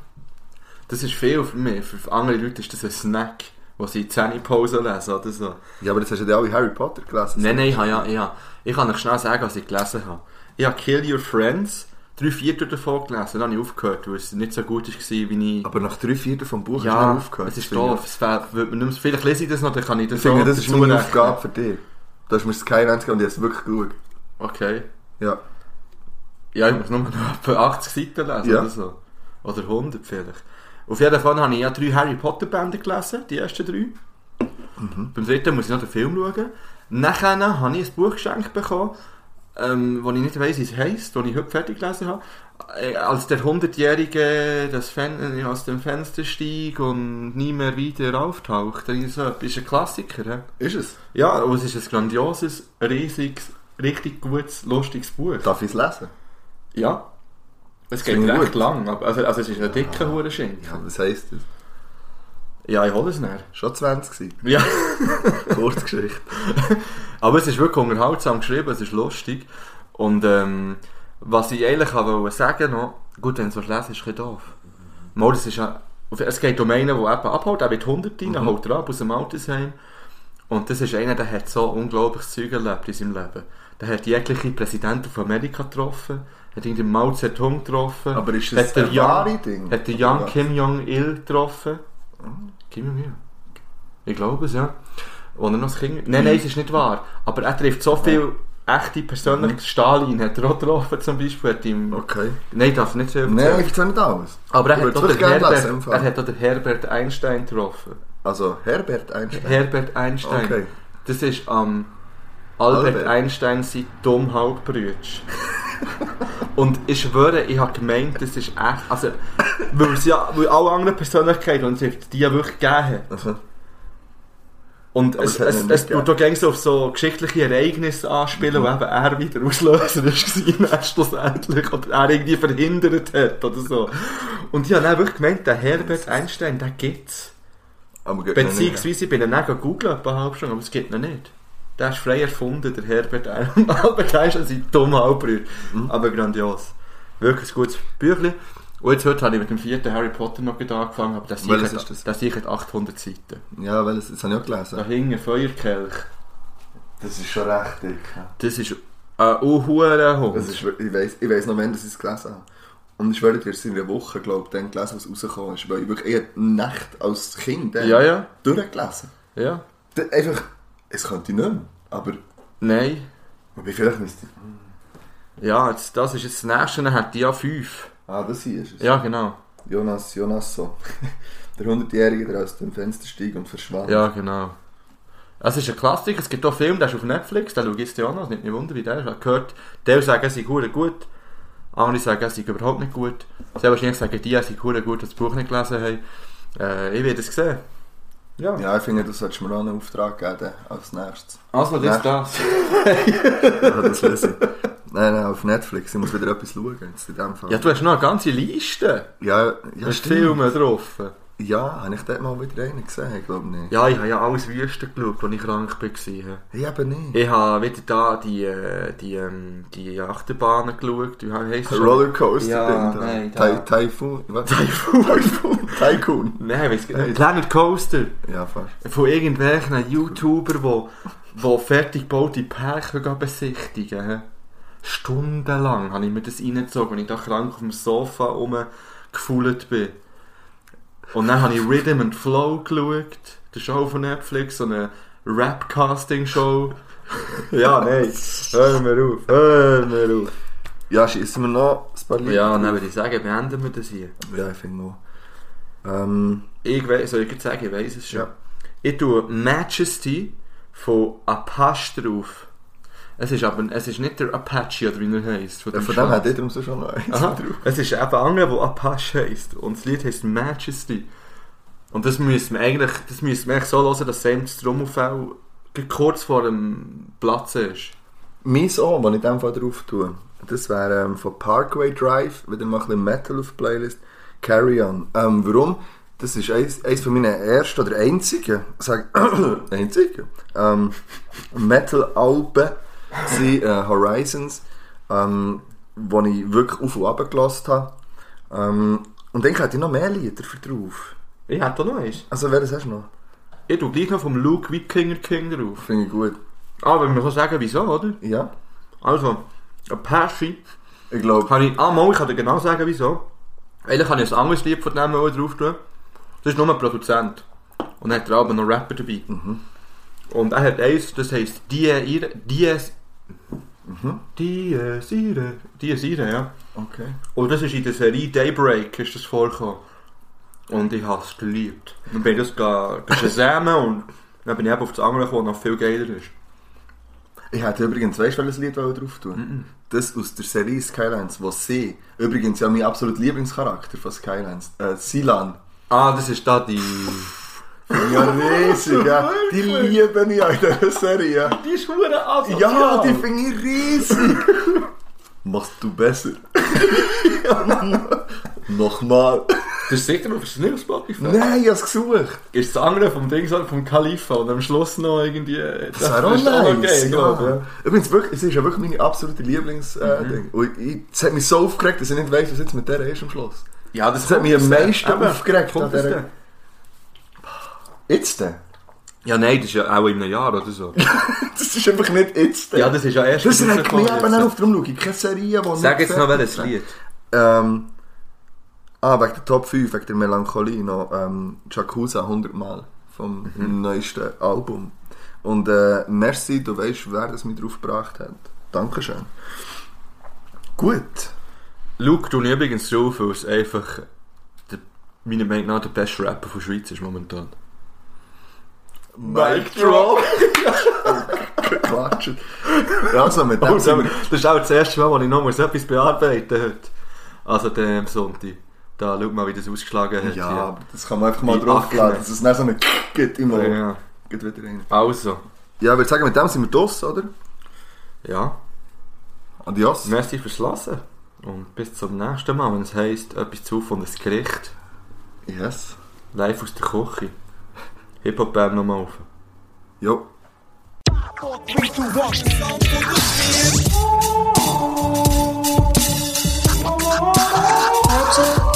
Speaker 2: Das ist viel für mich. Für andere Leute ist das ein Snack, wo sie 10 Pause lesen oder so.
Speaker 3: Ja, aber jetzt hast du ja alle Harry Potter gelesen.
Speaker 2: Nein, nein, ich habe ja, ich habe, ich kann euch schnell sagen, was ich gelesen habe. Ich habe Kill Your Friends, drei Viertel davon gelesen, dann habe ich aufgehört, weil es nicht so gut war, wie ich...
Speaker 3: Aber nach drei Vierteln vom Buch hast du
Speaker 2: ja,
Speaker 3: dann aufgehört.
Speaker 2: es ist
Speaker 3: finde ich.
Speaker 2: doof, es fehlt, wird mir nicht mehr, vielleicht lese ich das noch, dann kann ich das
Speaker 3: Ich finde, das ist
Speaker 2: dazu
Speaker 3: meine
Speaker 2: rechnen.
Speaker 3: Aufgabe für dich. Du hast mir das kein einziges und ich habe es wirklich geschaut.
Speaker 2: Okay.
Speaker 3: Ja.
Speaker 2: Ja, ich muss nur noch etwa 80 Seiten lesen
Speaker 3: Ja.
Speaker 2: oder so. Oder 100 vielleicht. Auf jeden Fall habe ich ja drei Harry Potter Bände gelesen, die ersten drei.
Speaker 3: Mhm.
Speaker 2: Beim dritten muss ich noch den Film schauen. Nachher habe ich ein Buch geschenkt bekommen, ähm, wo ich nicht weiss, wie es heisst, das ich heute fertig gelesen habe. Äh, Als der 100-Jährige das Fen äh, aus dem Fenster stieg und nie mehr wieder auftaucht. Das ist so etwas- ist ein Klassiker. He?
Speaker 3: Ist es?
Speaker 2: Ja, aber es ist ein grandioses, riesiges, richtig gutes, lustiges Buch.
Speaker 3: Darf ich es lesen?
Speaker 2: Ja. Es
Speaker 3: Finde
Speaker 2: geht
Speaker 3: ich
Speaker 2: recht
Speaker 3: gut. Ah.
Speaker 2: lang, aber- also, also es ist ein dicker Hurenschinken.
Speaker 3: Ja, was heisst das?
Speaker 2: Ja, ich hole es nicht.
Speaker 3: Schon 20 Seiten.
Speaker 2: Ja.
Speaker 3: Kurzgeschichte.
Speaker 2: Aber es ist wirklich unterhaltsam geschrieben, es ist lustig. Und ähm, was ich eigentlich auch wollte sagen noch, gut, wenn du es lesen, ist es ein bisschen doof. Mal, das ist ja, es geht um einen, der eben abhaut, er wird 100 rein,
Speaker 3: Mhm.
Speaker 2: haut er ab aus dem Altersheim. Und das ist einer, der hat so unglaubliches Zeug erlebt in seinem Leben. Der hat jegliche Präsidenten von Amerika getroffen, hat irgendwie Mao Zedong getroffen.
Speaker 3: Aber ist
Speaker 2: hat
Speaker 3: das
Speaker 2: der
Speaker 3: ein
Speaker 2: Young-
Speaker 3: wahres Ding?
Speaker 2: Hat der Young
Speaker 3: Oder?
Speaker 2: Kim Jong-il getroffen? Kim Jong-il? Ich glaube es, ja. Wo er noch das Kind... Nein, nein, es ist nicht wahr. Aber er trifft so viel echte
Speaker 3: Mhm.
Speaker 2: Persönlichkeiten. Stalin hat er auch getroffen zum Beispiel. Hat ihm...
Speaker 3: Okay.
Speaker 2: Nein, ich darf nicht so viel
Speaker 3: Nein,
Speaker 2: erzählen.
Speaker 3: ich erzähle nicht alles.
Speaker 2: Aber er
Speaker 3: Ich
Speaker 2: hat,
Speaker 3: würde es
Speaker 2: auch den
Speaker 3: wirklich gerne
Speaker 2: Herbert,
Speaker 3: lesen, im Fall.
Speaker 2: er hat auch den Herbert Einstein getroffen.
Speaker 3: Also, Herbert Einstein.
Speaker 2: Herbert Einstein.
Speaker 3: Okay.
Speaker 2: Das ist am Albert,
Speaker 3: Albert.
Speaker 2: Einstein sein dumm Halbbrütsch. und ich schwöre, ich habe gemeint, das ist echt. Also, weil, es ja, weil alle anderen Persönlichkeiten und es die ja wirklich gegeben hat.
Speaker 3: Also,
Speaker 2: Und
Speaker 3: Aber es
Speaker 2: es,
Speaker 3: hat
Speaker 2: es,
Speaker 3: ihn
Speaker 2: es
Speaker 3: nicht Mhm.
Speaker 2: tut auch gerne so auf so geschichtliche Ereignisse anspielen, wo eben er wieder Auslöser war, dann schlussendlich, oder er irgendwie verhindert hat oder so. Und ich habe dann wirklich gemeint, der Herbert Einstein, den gibt's.
Speaker 3: aber geht noch nicht.
Speaker 2: Beziehungsweise ich bin dann auch googeln, etwa eine halbe Stunde, aber es gibt noch nicht. Der ist frei erfunden, der Herbert Ein- Albert Einstein, sein dummer Halbbrüder.
Speaker 3: Mhm.
Speaker 2: Aber grandios. Wirklich ein gutes Büchlein. Und jetzt heute habe ich mit dem vierten Harry Potter noch gerade angefangen, aber das
Speaker 3: Welches
Speaker 2: sicher hat,
Speaker 3: ist das?
Speaker 2: das sicher hat 800 Seiten.
Speaker 3: Ja, weil es, das habe ich auch
Speaker 2: Da
Speaker 3: gelesen.
Speaker 2: hinten Feuerkelch.
Speaker 3: Das ist schon recht dick.
Speaker 2: Das ist ein Uhurenhund.
Speaker 3: Das ist, wirklich- ich, weiss, ich weiss noch, wann ich es gelesen habe. Und ich schwöre, dir, es in einer Woche, glaube ich, dann gelesen, was rausgekommen ist. Weil ich wirklich eher Nacht als Kind dann
Speaker 2: Ja, ja.
Speaker 3: durchgelesen
Speaker 2: Ja.
Speaker 3: Da- Einfach, es könnte ich nicht mehr. Aber,
Speaker 2: Nein.
Speaker 3: aber vielleicht müsste ich...
Speaker 2: Ja, jetzt, das ist jetzt das nächste, dann hat die ja fünf.
Speaker 3: Ah, das hier ist es.
Speaker 2: Ja, genau.
Speaker 3: Jonas Jonasso. Der 100-Jährige, der aus dem Fenster stieg und verschwand.
Speaker 2: Ja, genau. Es ist ein Klassiker, es gibt auch einen Film, der ist auf Netflix, den schaue ich jetzt auch noch, es nimmt mich Wunder, wie der ist. Ich habe gehört, die sagen, er sei verdammt gut, andere sagen, er sei überhaupt nicht gut. Sehr wahrscheinlich sagen die, er sei verdammt gut, dass das Buch nicht gelesen haben. Äh, ich werde es sehen. Ja.
Speaker 3: Ja, ich finde, du solltest mir auch einen Auftrag geben dann als nächstes.
Speaker 2: Also, das ist
Speaker 3: Ja.
Speaker 2: das.
Speaker 3: Ja, das lese ich. Nein, nein, auf Netflix. Ich muss wieder etwas schauen, jetzt in dem Fall.
Speaker 2: Ja, du hast noch eine ganze Liste
Speaker 3: ja, ja
Speaker 2: mit
Speaker 3: stimmt.
Speaker 2: Filmen drauf.
Speaker 3: Ja, habe ich dort mal wieder einen gesehen? Ich glaube nicht.
Speaker 2: Ja, ich habe ja alles Wüste geschaut, als ich krank war.
Speaker 3: Ich eben nicht.
Speaker 2: Ich habe wieder da die, äh, die, ähm, die Achterbahnen geschaut. Wie heisst das? Ja,
Speaker 3: Rollercoaster-Ding
Speaker 2: nein,
Speaker 3: da.
Speaker 2: da.
Speaker 3: Tai Typhoon. Was? Typhoon. Tycoon.
Speaker 2: Nein, weiss ich
Speaker 3: Nein.
Speaker 2: nicht. Planet Coaster.
Speaker 3: Ja, fast.
Speaker 2: Von irgendwelchen YouTubern, die wo fertig gebaute Parks gehen besichtigen. hä? Stundenlang habe ich mir das reingezogen, wenn ich da krank auf dem Sofa rumgefühlt bin. Und dann habe ich Rhythm and Flow geschaut. Das ist auch von Netflix, so eine Rap-Casting-Show. ja, nein. Hör mir auf, hör mir auf.
Speaker 3: Ja, schießen wir noch ein paar Leute.
Speaker 2: Ja, dann würde ich sagen, beenden wir das hier.
Speaker 3: Ja, ich finde auch. Ähm,
Speaker 2: Ich weiß, soll ich jetzt sagen, ich weiß es schon.
Speaker 3: Ja.
Speaker 2: Ich tue Majesty von Apache drauf. Es ist aber es ist nicht der Apache, oder wie er heisst.
Speaker 3: ja, von dem
Speaker 2: Schwanz.
Speaker 3: hat ich darum so schon noch eins.
Speaker 2: Aha, es ist eben ein anderer, der Apache heisst. Und das Lied heisst Majesty. Und das müssen wir eigentlich, das müssen wir eigentlich so hören, dass Sam das Trommelfell kurz vor dem Platz ist.
Speaker 3: Mein Song, den ich in dem Fall drauf tue, das wäre ähm, von Parkway Drive, wieder mal ein bisschen Metal auf die Playlist, Carry On. Ähm, warum? Das ist eins, eins von meinen ersten oder einzigen, sag, einzigen, ähm, Metal-Alben sind äh, Horizons, ähm, wo ich wirklich auf und runter gelassen habe. Ähm, und dann hätte ich noch mehr Lieder für drauf.
Speaker 2: Ich hätte da noch eins.
Speaker 3: Also, wer das hast du noch?
Speaker 2: Ich tue gleich noch vom Luke Wikinger King drauf.
Speaker 3: Finde ich gut.
Speaker 2: Ah, wenn wir so sagen, wieso, oder?
Speaker 3: Ja?
Speaker 2: Also, Apache.
Speaker 3: Ich glaube,
Speaker 2: Kann ich, ah, mal, ich kann dir genau sagen, wieso. Eigentlich kann ich ein anderes Lied von dem auch drauf tun. Das ist nur ein Produzent. Und dann hat er aber noch Rapper dabei.
Speaker 3: mhm.
Speaker 2: Und er hat eins, das heisst Die, mhm. Ire, Dies. Dies, Ire. Dies, Ire, ja.
Speaker 3: okay.
Speaker 2: Und das ist in der Serie Daybreak ist das vorgekommen. Und ich habe es geliebt. Dann bin ich das zusammen und dann bin ich eben auf das andere gekommen, das noch viel geiler ist.
Speaker 3: Ich hätte übrigens, weißt du, welches Lied wollte ich drauf tun? Das aus der Serie Skylands, wo sie, übrigens ja mein absolut Lieblingscharakter von Skylands, äh, Silan.
Speaker 2: Ah, das ist da die...
Speaker 3: Ja, riesig, ja. Die lieben ich in dieser Serie.
Speaker 2: Die ist verdammt asozial.
Speaker 3: Ja, die finde ich riesig. Machst du besser. Nochmal.
Speaker 2: Das ist sicher auf Snill Spotify.
Speaker 3: Nein, ich habe es gesucht.
Speaker 2: Ist das andere vom Ding, vom Kalifa und am Schluss noch irgendwie. Das,
Speaker 3: Das wäre auch
Speaker 2: ist noch
Speaker 3: nice.
Speaker 2: geil, glaub ich, Mhm.
Speaker 3: ja. Übrigens, wirklich, es ist ja wirklich meine absolute Lieblingsding. Äh, Ding. Und ich- Es hat mich so aufgeregt, dass ich nicht weiss, was jetzt mit der ist am Schluss.
Speaker 2: Ja, das, äh,
Speaker 3: Das hat mich am meisten
Speaker 2: Eben,
Speaker 3: aufgeregt.
Speaker 2: kommt
Speaker 3: an
Speaker 2: das
Speaker 3: dieser-
Speaker 2: denn?
Speaker 3: Jetzt denn?
Speaker 2: Ja, nein, das ist ja auch in einem Jahr oder so.
Speaker 3: Das ist einfach nicht jetzt denn.
Speaker 2: ja, das ist ja erst.
Speaker 3: das regt mich
Speaker 2: rausgekommen
Speaker 3: eben
Speaker 2: jetzt.
Speaker 3: auch auf. Darum schaue ich keine Serie, die
Speaker 2: Sag
Speaker 3: nicht
Speaker 2: jetzt noch welches
Speaker 3: fertig ist.
Speaker 2: Lied.
Speaker 3: Ähm, ah, wegen der Top 5, wegen der Melancholie noch. Ähm, Jacuzza 100 Mal vom
Speaker 2: Mhm.
Speaker 3: neuesten Album. Und äh, merci, du weißt, wer das mich drauf gebracht hat. Dankeschön. Gut.
Speaker 2: Luke, du nimmst übrigens drauf, weil es einfach. Der, meiner Meinung nach der beste Rapper von Schweiz ist momentan.
Speaker 3: Mic Drop. Klatscht. Ja, also mit dem
Speaker 2: Das
Speaker 3: sind wir
Speaker 2: ist auch das erste Mal, wo ich noch muss etwas bearbeiten heute. Also, dem Sonntag. Da schau mal, wie das ausgeschlagen hat.
Speaker 3: Ja,
Speaker 2: hier.
Speaker 3: aber das kann man einfach mal
Speaker 2: Die
Speaker 3: draufladen,
Speaker 2: Akne.
Speaker 3: dass es nicht so eine gibt immer. Ja.
Speaker 2: ja.
Speaker 3: Geht wieder rein.
Speaker 2: Also,
Speaker 3: Ja, ich würde sagen, mit dem sind wir draussen, oder?
Speaker 2: ja.
Speaker 3: Adios.
Speaker 2: Merci fürs Lassen und bis zum nächsten Mal, wenn es heisst, etwas zu von das Gericht,
Speaker 3: Yes.
Speaker 2: live aus der Küche. Hip-Hop-Band nochmal auf.
Speaker 3: Jo.
Speaker 1: Magic.